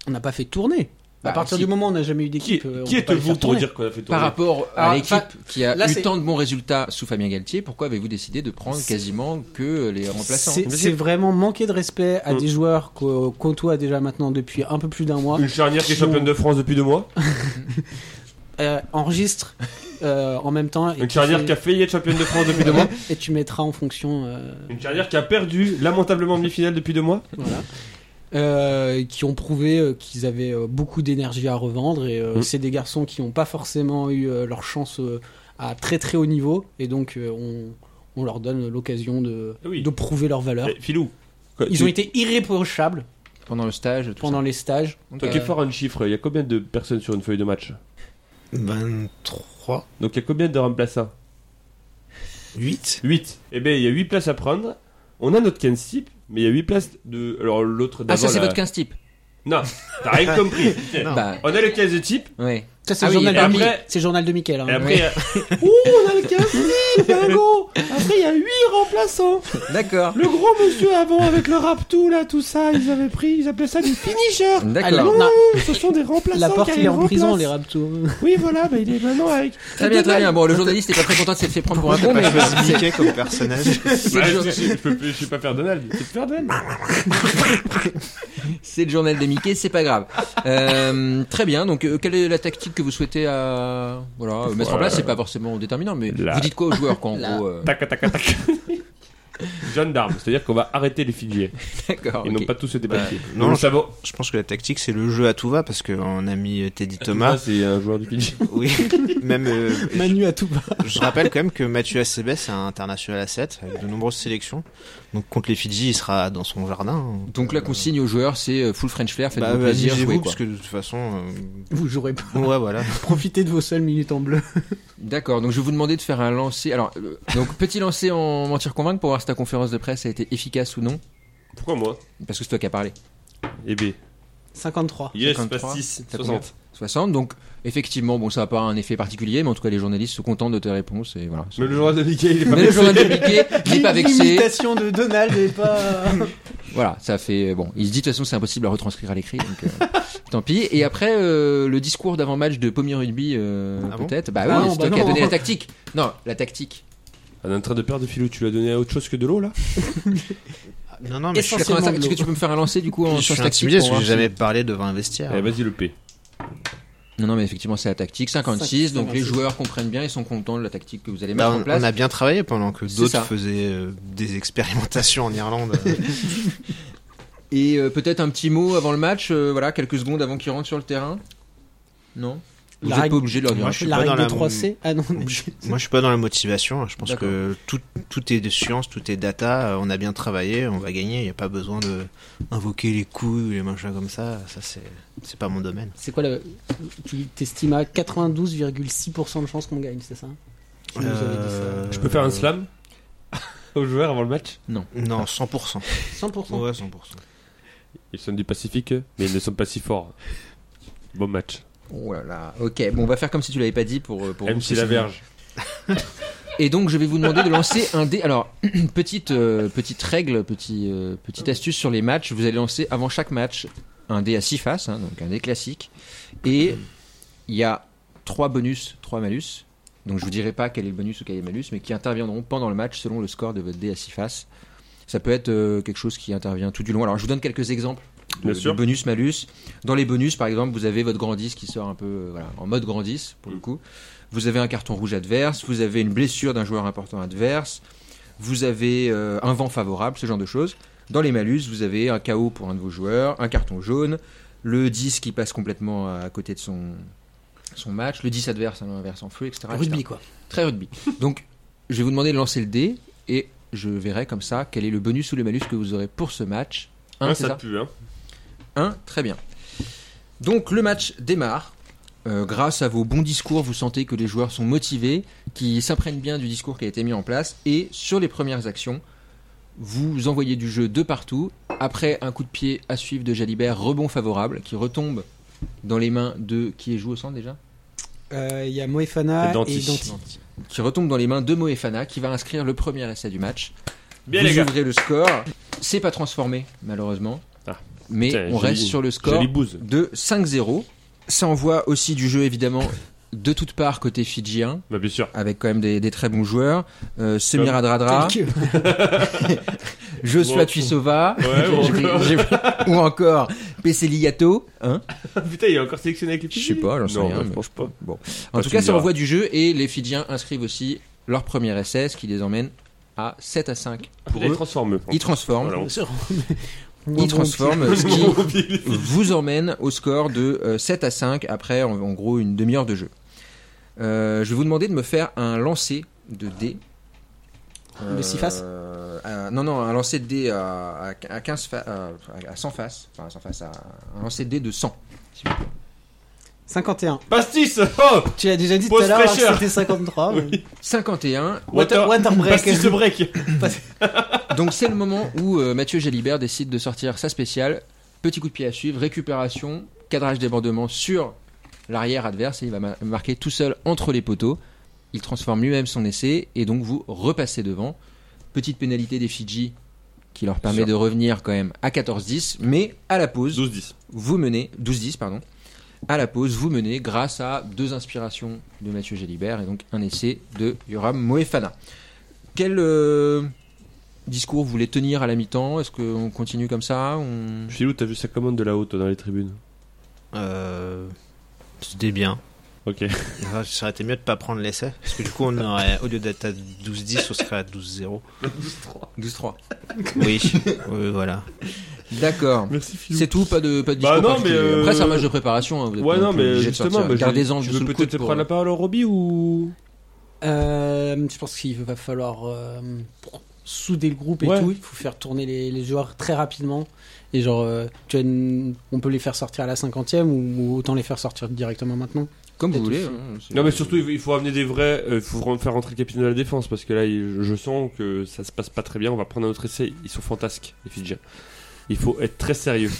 [SPEAKER 3] On n'a pas fait tourner.
[SPEAKER 1] Bah,
[SPEAKER 3] à partir
[SPEAKER 1] si.
[SPEAKER 3] du moment où on n'a jamais eu
[SPEAKER 6] Qui,
[SPEAKER 3] d'équipe, euh, on
[SPEAKER 6] qui
[SPEAKER 3] peut pas les
[SPEAKER 6] êtes-vous
[SPEAKER 3] faire
[SPEAKER 6] pour
[SPEAKER 3] tourner.
[SPEAKER 6] dire qu'on a fait
[SPEAKER 1] Par
[SPEAKER 6] tourner
[SPEAKER 1] rapport à
[SPEAKER 3] Alors,
[SPEAKER 1] l'équipe
[SPEAKER 3] Ah, enfin,
[SPEAKER 1] qui a
[SPEAKER 3] là,
[SPEAKER 1] eu
[SPEAKER 3] c'est-
[SPEAKER 1] tant de bons résultats sous Fabien Galtier, pourquoi avez-vous décidé de prendre
[SPEAKER 3] C'est-
[SPEAKER 1] quasiment que euh, les remplaçants
[SPEAKER 3] C'est c'est vraiment manquer de respect à
[SPEAKER 6] Mm. Mm.
[SPEAKER 3] des joueurs qu'on côtoie déjà maintenant depuis un peu plus d'un mois.
[SPEAKER 6] Une charnière qui est championne de France depuis deux mois
[SPEAKER 3] Euh, enregistre euh, en même temps. et
[SPEAKER 6] Une
[SPEAKER 3] tu
[SPEAKER 6] charnière
[SPEAKER 3] fais-
[SPEAKER 6] qui a failli être championne de France depuis deux mois
[SPEAKER 3] Et tu mettras en fonction. euh,
[SPEAKER 6] Une charnière qui a perdu lamentablement en demi-finale depuis deux mois
[SPEAKER 3] voilà. Euh, qui ont prouvé euh, qu'ils avaient euh, beaucoup d'énergie à revendre et euh,
[SPEAKER 6] Mm.
[SPEAKER 3] c'est des garçons qui n'ont pas forcément eu euh, leur chance euh, à très très haut niveau et donc euh, on, on leur donne l'occasion de,
[SPEAKER 6] Eh oui.
[SPEAKER 3] de prouver leur valeur.
[SPEAKER 5] euh,
[SPEAKER 6] Eh, Filou, quoi,
[SPEAKER 3] Ils
[SPEAKER 6] tu-
[SPEAKER 3] ont été irréprochables
[SPEAKER 1] pendant le stage tout
[SPEAKER 3] pendant les stages.
[SPEAKER 1] ça euh,
[SPEAKER 6] Toi
[SPEAKER 1] Ok.
[SPEAKER 6] qui es fort en chiffres, il y a combien de personnes sur une feuille de match
[SPEAKER 5] 23,
[SPEAKER 6] Donc il y a combien de remplaçants
[SPEAKER 5] 8.
[SPEAKER 6] 8. Eh bien, il y a 8 places à prendre. On a notre 15 type, mais il y a 8 places de. Alors l'autre
[SPEAKER 1] Ah
[SPEAKER 6] d'avant.
[SPEAKER 1] ça c'est
[SPEAKER 6] là-
[SPEAKER 1] votre 15 type.
[SPEAKER 6] Non, t'as rien compris.
[SPEAKER 3] Ah.
[SPEAKER 5] Non.
[SPEAKER 1] Bah
[SPEAKER 6] On a le 15 de type,
[SPEAKER 1] ouais.
[SPEAKER 3] Ça c'est
[SPEAKER 1] Ah
[SPEAKER 3] le,
[SPEAKER 1] oui,
[SPEAKER 3] journal de
[SPEAKER 6] et
[SPEAKER 3] Mi-
[SPEAKER 6] après-
[SPEAKER 3] c'est le journal de Michael. hein.
[SPEAKER 6] et après.
[SPEAKER 7] on a le 15 dingo Après, il y a 8 remplaçants.
[SPEAKER 1] D'accord.
[SPEAKER 7] Le gros monsieur avant, avec le rap tout, là, tout ça, ils avaient pris, ils appelaient ça du finisher.
[SPEAKER 1] D'accord.
[SPEAKER 3] Alors, non,
[SPEAKER 7] Ce sont des
[SPEAKER 5] euh,
[SPEAKER 7] remplaçants.
[SPEAKER 3] la porte,
[SPEAKER 7] qui
[SPEAKER 3] il est en
[SPEAKER 7] remplacent.
[SPEAKER 3] prison, les rabtous.
[SPEAKER 7] Oui, voilà, mais il est maintenant avec.
[SPEAKER 1] Très bien, très bien. Bon, le journaliste est pas très content de s'être fait prendre pour un con, mais c'est-
[SPEAKER 5] Mickey comme personnage.
[SPEAKER 1] c'est
[SPEAKER 6] Bah,
[SPEAKER 1] le jour-
[SPEAKER 6] je, je peux plus- je suis pas faire Donald. Ah, Je peux faire Donald.
[SPEAKER 1] c'est le journal des Mickey, c'est pas grave. Euh, très bien. Donc, euh, quelle est la tactique que vous souhaitez euh, voilà, euh, mettre en
[SPEAKER 6] Voilà.
[SPEAKER 1] place C'est pas forcément déterminant, mais
[SPEAKER 6] Là.
[SPEAKER 1] vous dites quoi aux joueurs quand en
[SPEAKER 3] Là.
[SPEAKER 1] gros euh,
[SPEAKER 6] Tac, tac, tac. Jeanne d'armes, c'est-à-dire qu'on va arrêter les Fidjiers.
[SPEAKER 1] D'accord.
[SPEAKER 6] Ils
[SPEAKER 1] ok.
[SPEAKER 6] n'ont pas tous se débattre.
[SPEAKER 5] Bah,
[SPEAKER 6] non,
[SPEAKER 5] non,
[SPEAKER 6] nous le
[SPEAKER 5] je-
[SPEAKER 6] savons.
[SPEAKER 5] Je pense que la tactique, c'est le jeu à tout va, parce qu'on a mis euh, Teddy
[SPEAKER 6] Thomas,
[SPEAKER 5] Thomas.
[SPEAKER 6] c'est un joueur du Fidji.
[SPEAKER 5] Oui, même. euh,
[SPEAKER 3] Manu à tout bas.
[SPEAKER 5] Je rappelle quand même que Mathieu Acebes est un international à 7 avec de nombreuses sélections. Donc contre les Fidji, il sera dans son jardin. hein.
[SPEAKER 1] Donc la consigne aux joueurs, c'est euh, full French flair,
[SPEAKER 5] Bah,
[SPEAKER 1] faites-vous plaisir,
[SPEAKER 5] vas-y,
[SPEAKER 1] jouez
[SPEAKER 5] vous
[SPEAKER 1] quoi.
[SPEAKER 5] parce que de toute façon,
[SPEAKER 3] Vous jouerez pas.
[SPEAKER 5] euh, ouais, voilà.
[SPEAKER 3] Profitez de vos seules minutes en bleu.
[SPEAKER 1] D'accord. Donc je vais vous demander de faire un lancer. Alors euh, donc petit lancer en mentir convaincre pour voir si ta conférence de presse a été efficace ou non,
[SPEAKER 6] Pourquoi moi
[SPEAKER 1] parce que c'est toi qui as parlé.
[SPEAKER 6] Eh bien,
[SPEAKER 3] 53.
[SPEAKER 6] yes,
[SPEAKER 1] 53,
[SPEAKER 6] passe 6,
[SPEAKER 1] t'as
[SPEAKER 6] 60.
[SPEAKER 1] 60. Donc effectivement, bon, ça n'a pas un effet particulier, mais en tout cas les journalistes sont contents de tes réponses et voilà.
[SPEAKER 6] Mais le joueur de Mickey, il est pas
[SPEAKER 1] Mais le
[SPEAKER 6] blessé.
[SPEAKER 1] journal de Mickey n'est pas vexé.
[SPEAKER 3] L'imitation de Donald est pas.
[SPEAKER 1] Voilà, ça fait euh, bon. Il se dit de toute façon c'est impossible à retranscrire à l'écrit, donc euh, tant pis. Et après euh, le discours d'avant-match de Pommier Rugby, euh,
[SPEAKER 5] Ah bon
[SPEAKER 1] peut-être. bah
[SPEAKER 3] Ah
[SPEAKER 1] oui,
[SPEAKER 3] non,
[SPEAKER 1] c'est
[SPEAKER 3] bah
[SPEAKER 1] toi qui as
[SPEAKER 3] non.
[SPEAKER 1] donné la tactique. Non, la tactique.
[SPEAKER 6] On est en train de perdre Filou, tu lui as donné autre chose que de l'eau là
[SPEAKER 5] Non, non, mais je suis,
[SPEAKER 3] Essentiellement
[SPEAKER 1] 85,
[SPEAKER 3] de
[SPEAKER 1] Est-ce que
[SPEAKER 3] l'eau.
[SPEAKER 1] tu peux me faire un lancer du coup en
[SPEAKER 5] je suis
[SPEAKER 1] sciences tactiques
[SPEAKER 5] intimidé parce
[SPEAKER 1] pour
[SPEAKER 5] que j'ai
[SPEAKER 1] voir si-
[SPEAKER 5] jamais parlé devant un
[SPEAKER 1] Eh
[SPEAKER 5] vestiaire.
[SPEAKER 6] Allez, Eh, vas-y, le P.
[SPEAKER 1] Non, non, mais effectivement c'est la tactique. 56, donc les
[SPEAKER 3] 56.
[SPEAKER 1] joueurs comprennent bien, ils sont contents de la tactique que vous allez
[SPEAKER 5] Bah,
[SPEAKER 1] mettre
[SPEAKER 5] on,
[SPEAKER 1] en place.
[SPEAKER 5] on a bien travaillé pendant que
[SPEAKER 1] C'est
[SPEAKER 5] d'autres
[SPEAKER 1] ça.
[SPEAKER 5] faisaient euh, des expérimentations en Irlande. Euh,
[SPEAKER 1] Et euh, peut-être un petit mot avant le match, euh, voilà, quelques secondes avant qu'ils rentrent sur le terrain. Non. Vous
[SPEAKER 3] La
[SPEAKER 1] n'êtes
[SPEAKER 3] règle-
[SPEAKER 1] pas obligé de leur dire.
[SPEAKER 5] Moi,
[SPEAKER 1] un
[SPEAKER 5] je suis
[SPEAKER 1] truc.
[SPEAKER 3] La
[SPEAKER 5] pas dans
[SPEAKER 3] règle de
[SPEAKER 5] la-
[SPEAKER 3] 3C Ah non, on est-
[SPEAKER 5] Moi, je suis pas dans la motivation. Je pense
[SPEAKER 1] D'accord.
[SPEAKER 5] que tout, tout est de science, tout est data. euh, On a bien travaillé, on va gagner. Il n'y a pas besoin de invoquer les couilles, les machins comme ça. Ça, c'est, c'est pas mon domaine.
[SPEAKER 3] C'est quoi le. Tu t'estimes à 92,6% de chance qu'on gagne, c'est ça Tu nous avais dit ça.
[SPEAKER 5] Euh,
[SPEAKER 6] Je peux faire un slam aux joueurs avant le match
[SPEAKER 5] Non, 100%.
[SPEAKER 3] 100%.
[SPEAKER 5] Ouais, 100%.
[SPEAKER 6] Ils sont du Pacifique, mais ils ne sont pas si forts. Bon match.
[SPEAKER 1] Oh là là. Ok. Bon, on va faire comme si tu l'avais pas dit pour euh, pour.
[SPEAKER 6] MC la verge.
[SPEAKER 1] Et donc, je vais vous demander de lancer un dé. Alors, petite, euh, petite règle, petit, euh, petite astuce sur les matchs. Vous allez lancer avant chaque match un dé à 6 faces, hein, donc un dé classique. Et il y a 3 bonus, 3 malus. Donc, je vous dirai pas quel est le bonus ou quel est le malus, mais qui interviendront pendant le match selon le score de votre dé à 6 faces. Ça peut être euh, quelque chose qui intervient tout du long. Alors, je vous donne quelques exemples de,
[SPEAKER 6] Bien sûr.
[SPEAKER 1] de bonus, malus. Dans les bonus, par exemple, vous avez votre grand 10 qui sort un peu euh, voilà, en mode grand 10, pour
[SPEAKER 6] Mm.
[SPEAKER 1] le coup. Vous avez un carton rouge adverse, vous avez une blessure d'un joueur important adverse, vous avez euh, un vent favorable, ce genre de choses. Dans les malus, vous avez un KO pour un de vos joueurs, un carton jaune, le 10 qui passe complètement à côté de son, son match, le 10 adverse à l'inverse en feu, etc. etc.
[SPEAKER 3] Rugby, quoi.
[SPEAKER 1] Très rugby. Donc, je vais vous demander de lancer le dé et je verrai comme ça quel est le bonus ou le malus que vous aurez pour ce match. 1, c'est
[SPEAKER 6] ça
[SPEAKER 1] ça
[SPEAKER 6] pue, hein.
[SPEAKER 1] 1, très bien. Donc le match démarre. Euh, grâce à vos bons discours, vous sentez que les joueurs sont motivés, qui s'imprègnent bien du discours qui a été mis en place. Et sur les premières actions, vous envoyez du jeu de partout. Après un coup de pied à suivre de Jalibert, rebond favorable, qui retombe dans les mains de... Qui est joué au centre déjà
[SPEAKER 3] Euh, Il y a
[SPEAKER 6] Et
[SPEAKER 3] Moefana
[SPEAKER 6] Danti.
[SPEAKER 3] et Danti.
[SPEAKER 1] Qui retombe dans les mains de Moefana, qui va inscrire le premier essai du match.
[SPEAKER 6] Bien,
[SPEAKER 1] vous
[SPEAKER 6] les gars.
[SPEAKER 1] ouvrez le score. C'est pas transformé, malheureusement.
[SPEAKER 6] Ah.
[SPEAKER 1] Mais
[SPEAKER 6] Putain,
[SPEAKER 1] on
[SPEAKER 6] joli-
[SPEAKER 1] reste sur le score
[SPEAKER 6] Jolie bouse.
[SPEAKER 1] de 5-0. Ça envoie aussi du jeu, évidemment, de toutes parts côté fidjien,
[SPEAKER 6] Bah, bien sûr.
[SPEAKER 1] avec quand même des, des très bons joueurs. Euh, Semir
[SPEAKER 6] Bah, Ah.
[SPEAKER 1] Adradra,
[SPEAKER 3] Tel que-
[SPEAKER 1] Joshua
[SPEAKER 6] Wow.
[SPEAKER 1] Tuisova,
[SPEAKER 6] Ouais, ou
[SPEAKER 1] j'ai-
[SPEAKER 6] encore.
[SPEAKER 1] j'ai- ou encore PC Ligato. Hein
[SPEAKER 6] Putain, il est encore sélectionné avec les
[SPEAKER 1] Je sais pas, j'en sais
[SPEAKER 6] Non,
[SPEAKER 1] rien,
[SPEAKER 6] bah,
[SPEAKER 1] mais-
[SPEAKER 6] je pense pas.
[SPEAKER 1] bon.
[SPEAKER 6] Ah,
[SPEAKER 1] En tout
[SPEAKER 6] tu me
[SPEAKER 1] cas, ça
[SPEAKER 6] diras.
[SPEAKER 1] envoie du jeu et les fidjiens inscrivent aussi leur premier essai, ce qui les emmène à 7 à 5 pour
[SPEAKER 6] Putain, il
[SPEAKER 1] eux.
[SPEAKER 6] transforme. eux.
[SPEAKER 1] Ils transforment,
[SPEAKER 6] Voilà, on-
[SPEAKER 3] Moins
[SPEAKER 1] ils
[SPEAKER 3] bon
[SPEAKER 1] transforment, ce qui
[SPEAKER 6] Mobile.
[SPEAKER 1] vous emmène au score de euh, 7 à 5 après en, en gros une demi-heure de jeu. Euh, je vais vous demander de me faire un lancer de dés.
[SPEAKER 3] De six faces
[SPEAKER 1] euh, Non, non, un lancer de dés à, à, à 15 fa- euh, à 100 faces. Enfin, à 100 faces, à, un lancer de dés de 100.
[SPEAKER 3] 51.
[SPEAKER 6] Pastis Oh
[SPEAKER 3] Tu l'as déjà dit tout
[SPEAKER 6] Pause
[SPEAKER 3] à l'heure,
[SPEAKER 6] fraîcheur.
[SPEAKER 3] c'était
[SPEAKER 1] Ah,
[SPEAKER 3] 53. mais-
[SPEAKER 1] 51.
[SPEAKER 3] Water, water break.
[SPEAKER 6] Pastis le break
[SPEAKER 1] Donc c'est le moment où euh, Mathieu Jalibert décide de sortir sa spéciale. Petit coup de pied à suivre, récupération, cadrage débordement sur l'arrière adverse et il va ma- marquer tout seul entre les poteaux. Il transforme lui-même son essai et donc vous repassez devant. Petite pénalité des Fidji qui leur permet
[SPEAKER 6] Sûr.
[SPEAKER 1] de revenir quand même à 14-10, mais à la pause,
[SPEAKER 6] 12-10.
[SPEAKER 1] vous menez 12-10 pardon. À la pause, vous menez grâce à deux inspirations de Mathieu Jalibert et donc un essai de Yoram Moefana. Quel euh, discours vous voulez tenir à la mi-temps Est-ce qu'on continue comme ça On-
[SPEAKER 6] Philou, t'as vu sa commande de la haute dans les tribunes
[SPEAKER 5] Euh, C'était bien.
[SPEAKER 6] Ok.
[SPEAKER 5] Enfin, ça aurait été mieux de pas prendre l'essai. Parce que du coup, on aurait, au lieu d'être à 12-10, on serait à 12-0.
[SPEAKER 1] 12-3.
[SPEAKER 5] Oui. oui, voilà.
[SPEAKER 1] D'accord.
[SPEAKER 6] Merci Philou.
[SPEAKER 1] C'est tout, pas de, pas de
[SPEAKER 6] Bah
[SPEAKER 1] discours
[SPEAKER 6] non,
[SPEAKER 1] particulier.
[SPEAKER 6] mais, euh,
[SPEAKER 1] Après, c'est un match de préparation. hein, vous êtes
[SPEAKER 6] Ouais,
[SPEAKER 1] pas
[SPEAKER 6] non,
[SPEAKER 1] plus
[SPEAKER 6] mais
[SPEAKER 1] obligé de
[SPEAKER 6] justement,
[SPEAKER 1] sortir.
[SPEAKER 6] mais je-
[SPEAKER 1] gardez-en
[SPEAKER 6] tu
[SPEAKER 1] sous
[SPEAKER 6] veux
[SPEAKER 1] le
[SPEAKER 6] peut-être
[SPEAKER 1] coude pour-
[SPEAKER 6] prendre la parole au Roby ou.
[SPEAKER 3] Euh, je pense qu'il va falloir euh, pour souder le groupe et
[SPEAKER 6] Ouais.
[SPEAKER 3] tout. Il faut faire tourner les, les joueurs très rapidement. Et genre, euh, tu as une- on peut les faire sortir à la cinquantième ou, ou autant les faire sortir directement maintenant.
[SPEAKER 1] Comme vous
[SPEAKER 3] Et
[SPEAKER 1] voulez.
[SPEAKER 3] tout.
[SPEAKER 1] hein, c'est-
[SPEAKER 6] Non, mais surtout, il faut amener des vrais. Il faut vraiment faire rentrer le capitaine de la défense parce que là, il- je sens que ça se passe pas très bien. On va prendre un autre essai. Ils sont fantasques, les Fidjiens. Il faut être très sérieux.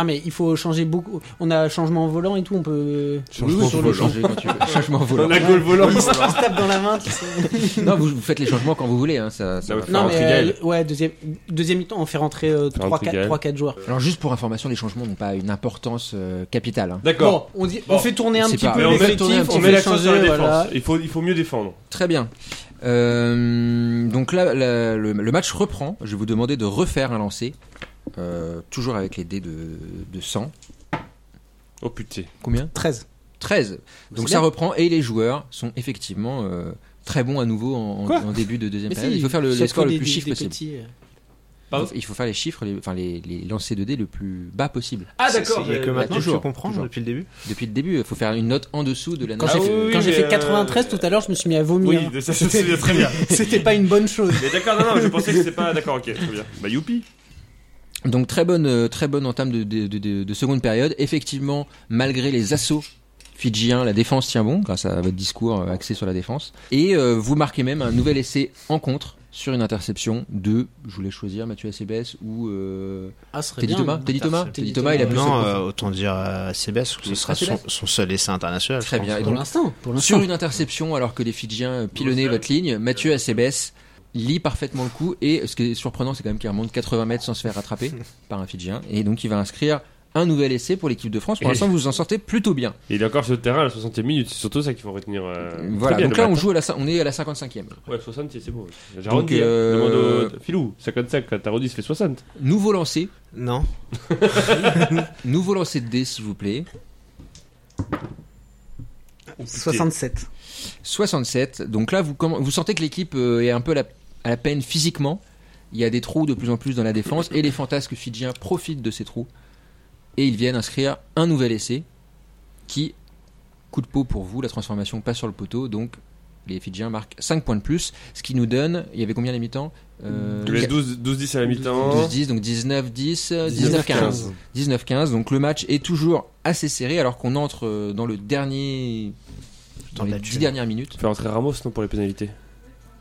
[SPEAKER 3] Ah mais il faut changer beaucoup. On a changement volant et tout. On peut.
[SPEAKER 1] Oui, oui, sur le changer quand tu veux. Changement volant.
[SPEAKER 6] On a goal volant.
[SPEAKER 3] Il se tape dans la main. tu sais.
[SPEAKER 1] Non, vous, vous faites les changements quand vous voulez. hein, ça, ça
[SPEAKER 6] Non,
[SPEAKER 1] va faire-
[SPEAKER 6] mais-
[SPEAKER 3] Non mais
[SPEAKER 6] rentrer
[SPEAKER 3] euh,
[SPEAKER 6] Gaël.
[SPEAKER 3] ouais deuxième deuxième mi-temps on fait rentrer euh,
[SPEAKER 6] Faire rentrer Gaël.
[SPEAKER 3] 3-4 joueurs.
[SPEAKER 1] Alors, juste pour information, les changements n'ont pas une importance euh, capitale. hein.
[SPEAKER 6] D'accord.
[SPEAKER 3] Bon, on, dit-
[SPEAKER 6] Bon.
[SPEAKER 3] on fait tourner un
[SPEAKER 1] C'est
[SPEAKER 3] petit
[SPEAKER 1] pas-
[SPEAKER 3] peu
[SPEAKER 6] Mais on met,
[SPEAKER 3] l'effectif,
[SPEAKER 1] tourner un petit
[SPEAKER 6] on
[SPEAKER 1] peu
[SPEAKER 6] met
[SPEAKER 3] fait
[SPEAKER 6] l'accent sur la
[SPEAKER 3] changer,
[SPEAKER 6] défense.
[SPEAKER 3] voilà.
[SPEAKER 6] Il, faut, il faut mieux défendre.
[SPEAKER 1] Très bien. Euh, donc là, la- le, le match reprend. Je vais vous demander de refaire un lancer. Euh, toujours avec les dés de, de 100.
[SPEAKER 6] Oh putain.
[SPEAKER 1] Combien
[SPEAKER 3] 13.
[SPEAKER 1] 13. Donc
[SPEAKER 3] C'est
[SPEAKER 1] ça
[SPEAKER 3] bien.
[SPEAKER 1] reprend et les joueurs sont effectivement euh, très bons à nouveau en, en-
[SPEAKER 3] Quoi
[SPEAKER 1] en début de deuxième
[SPEAKER 3] Mais
[SPEAKER 1] période.
[SPEAKER 3] si,
[SPEAKER 1] Il faut faire le,
[SPEAKER 3] chaque
[SPEAKER 1] les
[SPEAKER 3] fois
[SPEAKER 1] scores le
[SPEAKER 3] des-
[SPEAKER 1] plus
[SPEAKER 3] des-
[SPEAKER 1] chiffres
[SPEAKER 3] des
[SPEAKER 1] possible.
[SPEAKER 3] petits, euh,
[SPEAKER 1] Il faut- Il faut faire les chiffres, les- enfin les, les lancers de dés le plus bas possible.
[SPEAKER 6] Ah
[SPEAKER 5] C'est- Il y a que maintenant que je peux
[SPEAKER 1] toujours,
[SPEAKER 5] comprendre
[SPEAKER 1] toujours.
[SPEAKER 5] depuis le début.
[SPEAKER 1] Depuis le début, il faut faire une note en dessous de la
[SPEAKER 3] Quand
[SPEAKER 1] note.
[SPEAKER 3] j'ai
[SPEAKER 6] Ah
[SPEAKER 3] fait,
[SPEAKER 6] oui,
[SPEAKER 3] quand j'ai
[SPEAKER 6] mais
[SPEAKER 3] fait
[SPEAKER 6] euh,
[SPEAKER 3] 93 tout à l'heure, je me suis mis à vomir.
[SPEAKER 6] Oui, ça se souvient très bien.
[SPEAKER 3] C'était pas une bonne chose.
[SPEAKER 6] Mais d'accord, non, non, mais je pensais que c'était pas. D'accord, ok, très bien. Bah, youpi.
[SPEAKER 1] Donc très bonne, euh, très bonne entame de, de, de- de- de seconde période. Effectivement, malgré les assauts fidjiens, la défense tient bon grâce à votre discours euh, axé sur la défense. Et euh, vous marquez même un nouvel essai en contre sur une interception de, je voulais choisir Mathieu Acebes ou euh,
[SPEAKER 3] Ah, ce serait
[SPEAKER 1] Teddy
[SPEAKER 3] bien.
[SPEAKER 1] Thomas. Teddy Thomas, Teddy Thomas, il a plus de
[SPEAKER 5] Non, euh, autant dire à CBS que ce
[SPEAKER 1] Oui,
[SPEAKER 5] sera
[SPEAKER 1] à
[SPEAKER 5] son,
[SPEAKER 1] Sebas.
[SPEAKER 5] son seul essai international. je
[SPEAKER 1] Très
[SPEAKER 5] pense.
[SPEAKER 1] bien. Et
[SPEAKER 3] Pour
[SPEAKER 1] donc,
[SPEAKER 3] l'instant, pour
[SPEAKER 1] sur
[SPEAKER 3] l'instant.
[SPEAKER 1] une interception, alors que les Fidjiens euh, pilonnaient votre ligne, Mathieu Acebes lit parfaitement le coup et ce qui est surprenant, c'est quand même qu'il remonte 80 mètres sans se faire rattraper par un Fidjien et donc il va inscrire un nouvel essai pour l'équipe de France. Pour
[SPEAKER 6] Et-
[SPEAKER 1] l'instant, vous vous en sortez plutôt bien.
[SPEAKER 6] Et il est encore sur le terrain à la 60 e minute, c'est surtout ça qu'il faut retenir. euh,
[SPEAKER 1] Voilà.
[SPEAKER 6] très bien,
[SPEAKER 1] Donc
[SPEAKER 6] le
[SPEAKER 1] là, on
[SPEAKER 6] matin.
[SPEAKER 1] joue à la, cin- on est à la 55e.
[SPEAKER 6] Ouais, 60, c'est beau. J'ai
[SPEAKER 1] Donc,
[SPEAKER 6] dit, hein.
[SPEAKER 1] euh,
[SPEAKER 6] demande au... Filou, 55, quand t'as redit, ça fait 60.
[SPEAKER 1] Nouveau lancer,
[SPEAKER 5] Non.
[SPEAKER 1] nouveau lancer de dés, s'il vous plaît.
[SPEAKER 3] 67.
[SPEAKER 1] 67. Donc là, vous, comm- vous sentez que l'équipe euh, est un peu à la, à la peine physiquement. Il y a des trous de plus en plus dans la défense et les fantasques fidjiens profitent de ces trous et ils viennent inscrire un nouvel essai qui, coup de peau pour vous, la transformation passe sur le poteau, donc les Fidjiens marquent 5 points de plus, ce qui nous donne, il y avait combien les mi-temps Euh,
[SPEAKER 6] Il y avait 12 12-10 à la mi-temps.
[SPEAKER 1] 12-10, donc 19-10, 19-15.
[SPEAKER 3] 19-15.
[SPEAKER 1] 19-15, donc le match est toujours assez serré alors qu'on entre euh, dans le dernier. dans
[SPEAKER 5] Temps de
[SPEAKER 1] les
[SPEAKER 5] la
[SPEAKER 1] 10
[SPEAKER 5] thune.
[SPEAKER 1] dernières minutes.
[SPEAKER 6] Faire entrer Ramos non pour les pénalités.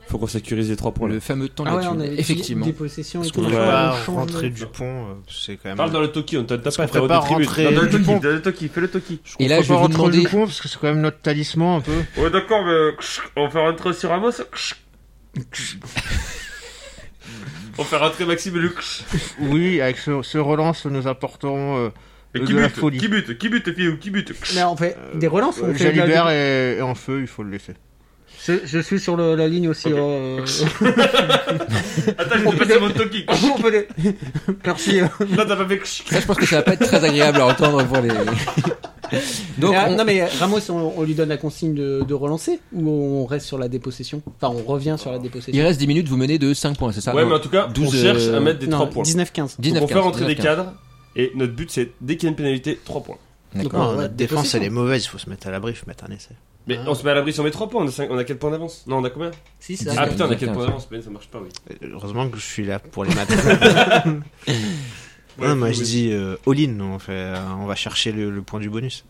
[SPEAKER 6] Faut qu'on sécurise les 3 points. là.
[SPEAKER 1] Le fameux temps de
[SPEAKER 3] Ah
[SPEAKER 1] la
[SPEAKER 3] ouais,
[SPEAKER 1] thune,
[SPEAKER 3] on avait dit
[SPEAKER 1] effectivement.
[SPEAKER 3] des possessions et
[SPEAKER 5] Parce
[SPEAKER 3] tout.
[SPEAKER 5] qu'on
[SPEAKER 6] Ouais.
[SPEAKER 5] ne
[SPEAKER 3] je crois,
[SPEAKER 5] va
[SPEAKER 3] on change
[SPEAKER 5] rentrer
[SPEAKER 3] de-
[SPEAKER 5] du pont, euh, c'est quand même.
[SPEAKER 6] Parle dans le Toki, on t'a t'a
[SPEAKER 5] Parce
[SPEAKER 6] pas
[SPEAKER 5] qu'on ferait pas rentrer
[SPEAKER 6] Dans le
[SPEAKER 5] Dupont.
[SPEAKER 6] Toki, dans le Toki, fais le Toki.
[SPEAKER 5] Je
[SPEAKER 1] Et là,
[SPEAKER 5] comprends
[SPEAKER 1] je vais
[SPEAKER 5] pas
[SPEAKER 1] vous
[SPEAKER 5] rentrer
[SPEAKER 1] demander-
[SPEAKER 5] Dupont, parce que c'est quand même notre talisman un peu.
[SPEAKER 6] Ouais, d'accord, mais on fait rentrer sur Ramos. On fait rentrer Maxime et Luc.
[SPEAKER 5] Oui, avec ce, ce relance, nous apporterons euh,
[SPEAKER 6] Et
[SPEAKER 5] De
[SPEAKER 6] qui
[SPEAKER 5] la
[SPEAKER 6] bute
[SPEAKER 5] folie.
[SPEAKER 6] Qui bute Qui bute, fille Qui bute
[SPEAKER 3] Mais on fait
[SPEAKER 5] Euh,
[SPEAKER 3] des relances. on fait de la-
[SPEAKER 5] Jalibert et, et en feu, il faut le laisser.
[SPEAKER 3] Je, je suis sur le- la ligne aussi.
[SPEAKER 6] Ok.
[SPEAKER 3] euh,
[SPEAKER 6] Attends, je vais te passer mon Toki.
[SPEAKER 3] on peut les- Merci. euh.
[SPEAKER 6] Là, t'as pas fait.
[SPEAKER 1] Ça, je pense que ça va pas être très agréable à entendre pour les. Donc,
[SPEAKER 3] Mais, euh,
[SPEAKER 1] on-
[SPEAKER 3] Non mais euh, Ramos, on, on lui donne la consigne de, de relancer ou on reste sur la dépossession Enfin, on revient sur la dépossession.
[SPEAKER 1] il reste 10 minutes, vous menez de 5 points, c'est ça
[SPEAKER 6] Ouais,
[SPEAKER 1] Non,
[SPEAKER 6] mais en tout cas, on
[SPEAKER 1] 12,
[SPEAKER 6] cherche
[SPEAKER 1] euh,
[SPEAKER 6] à mettre des
[SPEAKER 3] non,
[SPEAKER 6] 3 points.
[SPEAKER 3] 19-15.
[SPEAKER 6] Donc,
[SPEAKER 1] 19,
[SPEAKER 6] on fait
[SPEAKER 1] 15,
[SPEAKER 6] rentrer des
[SPEAKER 1] 19,
[SPEAKER 6] cadres. Et notre but, c'est dès qu'il y a une pénalité, 3 points.
[SPEAKER 1] D'accord.
[SPEAKER 3] Non,
[SPEAKER 5] Non,
[SPEAKER 3] ouais,
[SPEAKER 5] notre
[SPEAKER 3] dépossession.
[SPEAKER 5] défense, elle est mauvaise, il faut se mettre à l'abri, il faut mettre un essai.
[SPEAKER 6] Mais
[SPEAKER 3] Ah.
[SPEAKER 6] on se met à l'abri sur mes 3 points. On a, 5, on a 4 points d'avance. Non, on a combien
[SPEAKER 3] Si,
[SPEAKER 1] ça.
[SPEAKER 6] Ah
[SPEAKER 1] Ouais,
[SPEAKER 6] putain, on a
[SPEAKER 1] ouais,
[SPEAKER 6] 4 points
[SPEAKER 1] ouais.
[SPEAKER 6] d'avance. Mais ça marche pas, oui.
[SPEAKER 5] Euh, Heureusement que je suis là pour les maths.
[SPEAKER 6] Ouais,
[SPEAKER 5] non, moi
[SPEAKER 6] oui.
[SPEAKER 5] je dis euh, all-in, on, fait, euh, on va chercher le, le point du bonus.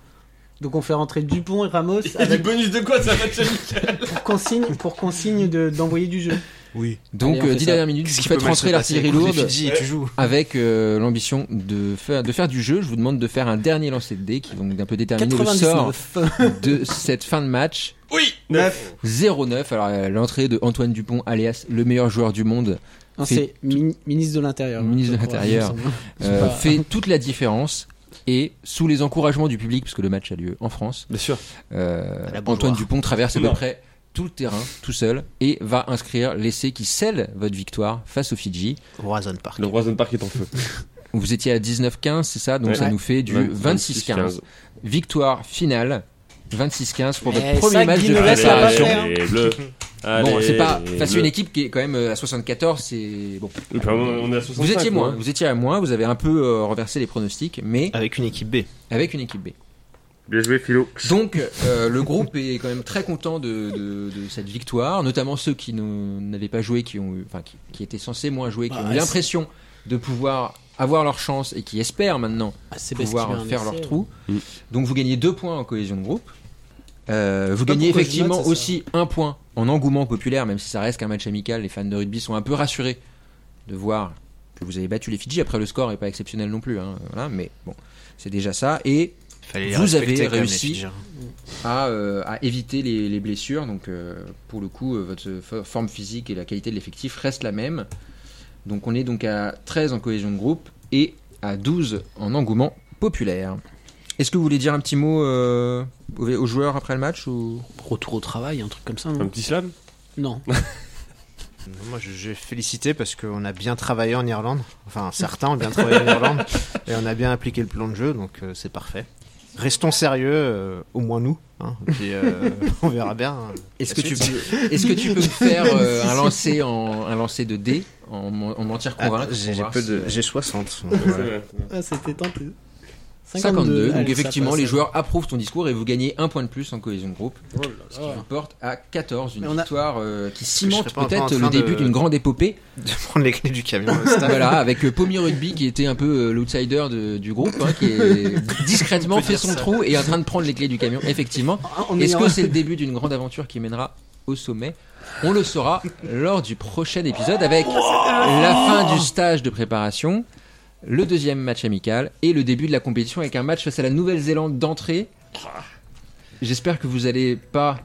[SPEAKER 3] Donc on fait rentrer Dupont et Ramos
[SPEAKER 6] Il y a du
[SPEAKER 3] avec
[SPEAKER 6] bonus de quoi, ça match amical
[SPEAKER 3] pour consigne, pour consigne de- d'envoyer du jeu.
[SPEAKER 5] Oui.
[SPEAKER 1] Donc,
[SPEAKER 3] Allez, on fait
[SPEAKER 1] 10
[SPEAKER 3] ça.
[SPEAKER 1] dernières minutes, vous faites rentrer l'artillerie lourde
[SPEAKER 5] tu joues.
[SPEAKER 1] avec euh, l'ambition de faire, de faire du jeu. Je vous demande de faire un dernier lancer de dés qui vont un peu déterminer le sort
[SPEAKER 3] 99.
[SPEAKER 1] de cette fin de match.
[SPEAKER 6] Oui 9
[SPEAKER 1] 0-9, alors euh, l'entrée de Antoine Dupont, alias le meilleur joueur du monde,
[SPEAKER 3] Non,
[SPEAKER 1] Fait-
[SPEAKER 3] c'est min- ministre de l'Intérieur.
[SPEAKER 1] Ministre de
[SPEAKER 3] je crois,
[SPEAKER 1] l'Intérieur.
[SPEAKER 3] il me semble.
[SPEAKER 1] euh,
[SPEAKER 3] pas-
[SPEAKER 1] fait toute la différence. Et sous les encouragements du public, puisque le match a lieu en France,
[SPEAKER 6] Bien sûr.
[SPEAKER 1] euh,
[SPEAKER 5] À la Beaujoire.
[SPEAKER 1] Antoine Dupont traverse à peu
[SPEAKER 6] Non.
[SPEAKER 1] près tout le terrain, tout seul, et va inscrire l'essai qui scelle votre victoire face aux Fidji.
[SPEAKER 5] Horizon Park.
[SPEAKER 6] Le Roison Park est en feu.
[SPEAKER 1] Vous étiez à 19-15, c'est ça Donc
[SPEAKER 6] Ouais.
[SPEAKER 1] ça
[SPEAKER 3] Ouais.
[SPEAKER 1] nous fait du 26-15. Victoire finale, 26-15 pour votre
[SPEAKER 3] Eh,
[SPEAKER 1] premier
[SPEAKER 3] ça,
[SPEAKER 1] match de
[SPEAKER 3] Guinée, là, ça va pas
[SPEAKER 1] préparation.
[SPEAKER 3] faire.
[SPEAKER 6] Allez, les bleus.
[SPEAKER 1] Bon,
[SPEAKER 6] Allez,
[SPEAKER 1] c'est pas
[SPEAKER 6] les
[SPEAKER 1] face à
[SPEAKER 6] bleus.
[SPEAKER 1] une équipe qui est quand même euh, à 74, c'est bon.
[SPEAKER 6] Enfin, on est à 65,
[SPEAKER 1] Vous étiez moins,
[SPEAKER 6] hein.
[SPEAKER 1] vous étiez à moins, vous avez un peu euh, renversé les pronostics, mais
[SPEAKER 5] Avec une équipe B.
[SPEAKER 1] avec une équipe B.
[SPEAKER 6] Bien joué, Philo.
[SPEAKER 1] Donc euh, le groupe est quand même très content de, de- de cette victoire, notamment ceux qui n'ont- n'avaient pas joué, qui ont eu, enfin qui, qui étaient censés moins jouer, qui
[SPEAKER 3] Bah,
[SPEAKER 1] ont eu
[SPEAKER 3] ouais,
[SPEAKER 1] l'impression de pouvoir avoir leur chance et qui espèrent maintenant
[SPEAKER 3] Ah, c'est parce qu'il
[SPEAKER 1] pouvoir
[SPEAKER 3] a un
[SPEAKER 1] faire
[SPEAKER 3] essai,
[SPEAKER 1] leur trou.
[SPEAKER 6] ouais. Mm.
[SPEAKER 1] Donc vous gagnez deux points en cohésion de groupe. Euh, vous
[SPEAKER 3] pas
[SPEAKER 1] gagnez
[SPEAKER 3] pourquoi je note,
[SPEAKER 1] effectivement
[SPEAKER 3] c'est ça.
[SPEAKER 1] aussi un point en engouement populaire, même si ça reste qu'un match amical. Les fans de rugby sont un peu rassurés de voir que vous avez battu les Fidji. Après, le score est pas exceptionnel non plus, hein, voilà, mais bon, c'est déjà ça. Et
[SPEAKER 5] Fallait les
[SPEAKER 1] Vous
[SPEAKER 5] respecter
[SPEAKER 1] avez
[SPEAKER 5] quand même, les
[SPEAKER 1] réussi.
[SPEAKER 5] Fidjiens.
[SPEAKER 1] à, euh, à éviter les, les blessures. Donc, euh, pour le coup, euh, votre fo- forme physique et la qualité de l'effectif restent la même. Donc, on est donc à 13 en cohésion de groupe et à 12 en engouement populaire. Est-ce que vous voulez dire un petit mot euh, aux, aux joueurs après le match ou...
[SPEAKER 3] Retour au travail, un truc comme ça. non
[SPEAKER 6] Un petit slam
[SPEAKER 3] Non.
[SPEAKER 5] Moi, je, je vais féliciter parce qu'on a bien travaillé en Irlande. Enfin, certains ont bien travaillé en Irlande. Et on a bien appliqué le plan de jeu, donc euh, c'est parfait. Restons sérieux, euh, au moins nous. hein. Et puis, euh, on verra bien. hein,
[SPEAKER 1] Est-ce
[SPEAKER 5] la
[SPEAKER 1] que, tu
[SPEAKER 5] suite.
[SPEAKER 1] peux, est-ce que tu peux me faire euh, un, lancer en, un lancer de dés en, men- en mentir
[SPEAKER 5] Ah,
[SPEAKER 1] convaincre
[SPEAKER 5] j'ai-
[SPEAKER 1] pour
[SPEAKER 5] J'ai
[SPEAKER 1] voir
[SPEAKER 5] peu
[SPEAKER 1] si- euh,
[SPEAKER 5] de- j'ai 60.
[SPEAKER 3] Ah, c'était tenté.
[SPEAKER 1] 52, donc
[SPEAKER 3] Allez, ça
[SPEAKER 1] effectivement
[SPEAKER 3] passe.
[SPEAKER 1] les joueurs approuvent ton discours et vous gagnez un point de plus en cohésion de groupe.
[SPEAKER 3] Oh là
[SPEAKER 1] vous
[SPEAKER 3] là.
[SPEAKER 1] porte à 14, une
[SPEAKER 3] Mais on a-
[SPEAKER 1] victoire euh, qui
[SPEAKER 5] Je
[SPEAKER 1] cimente
[SPEAKER 5] serais pas en
[SPEAKER 1] peut-être
[SPEAKER 5] train
[SPEAKER 1] le
[SPEAKER 5] de-
[SPEAKER 1] début d'une grande épopée.
[SPEAKER 5] de prendre les clés du camion au stade.
[SPEAKER 1] voilà, avec euh, Pommy Rugby qui était un peu euh, l'outsider de- du groupe, hein, qui est discrètement
[SPEAKER 5] On peut
[SPEAKER 1] fait
[SPEAKER 5] dire
[SPEAKER 1] son
[SPEAKER 5] ça.
[SPEAKER 1] trou et est en train de prendre les clés du camion. Effectivement,
[SPEAKER 3] Ah, on
[SPEAKER 1] est-ce
[SPEAKER 3] est-
[SPEAKER 1] que c'est le début d'une grande aventure qui mènera au sommet On le saura lors du prochain épisode avec la fin du stage de préparation, le deuxième match amical et le début de la compétition avec un match face à la Nouvelle-Zélande d'entrée. J'espère que vous allez pas.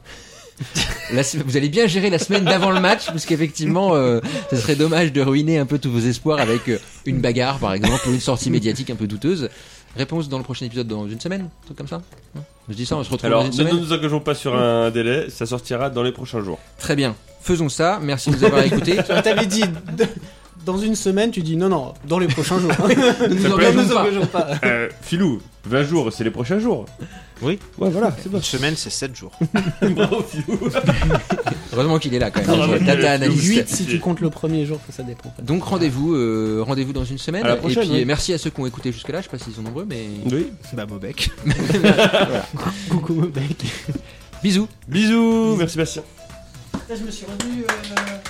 [SPEAKER 1] la se- vous allez bien gérer la semaine d'avant le match, parce qu'effectivement, euh, ce serait dommage de ruiner un peu tous vos espoirs avec euh, une bagarre, par exemple, ou une sortie médiatique un peu douteuse. Réponse dans le prochain épisode dans une semaine, un truc comme ça. Non Je dis ça, on se retrouve
[SPEAKER 6] Alors,
[SPEAKER 1] dans une
[SPEAKER 6] ne
[SPEAKER 1] semaine.
[SPEAKER 6] nous engageons pas sur un délai, ça sortira dans les prochains jours.
[SPEAKER 1] Très bien, faisons ça. Merci de nous avoir écoutés.
[SPEAKER 3] Toi, T'avais dit d- dans une semaine, tu dis non, non, dans les prochains jours. ne
[SPEAKER 1] Ça
[SPEAKER 3] nous
[SPEAKER 1] peut être
[SPEAKER 3] engageons
[SPEAKER 1] ou pas.
[SPEAKER 3] pas. engageons pas.
[SPEAKER 6] Euh, Filou, 20 jours, c'est les prochains jours.
[SPEAKER 5] Oui.
[SPEAKER 6] Ouais, voilà, c'est bon.
[SPEAKER 5] Une semaine, c'est 7 jours.
[SPEAKER 6] Bravo, Filou.
[SPEAKER 1] Heureusement qu'il est là quand
[SPEAKER 6] Bravo,
[SPEAKER 1] même, data
[SPEAKER 6] Philou.
[SPEAKER 1] analyst.
[SPEAKER 3] 8 si tu comptes le premier jour, ça dépend.
[SPEAKER 1] Donc rendez-vous, euh, rendez-vous dans une semaine.
[SPEAKER 6] À la
[SPEAKER 1] et
[SPEAKER 6] prochaine,
[SPEAKER 1] puis
[SPEAKER 6] oui.
[SPEAKER 1] merci à ceux qui ont écouté jusque-là. Je sais pas s'ils sont nombreux, mais
[SPEAKER 6] Oui.
[SPEAKER 5] Bah, Bobek.
[SPEAKER 3] Coucou, mec.
[SPEAKER 1] bisous.
[SPEAKER 6] Bisous, merci Bastien.
[SPEAKER 3] Putain, je me suis rendu. euh,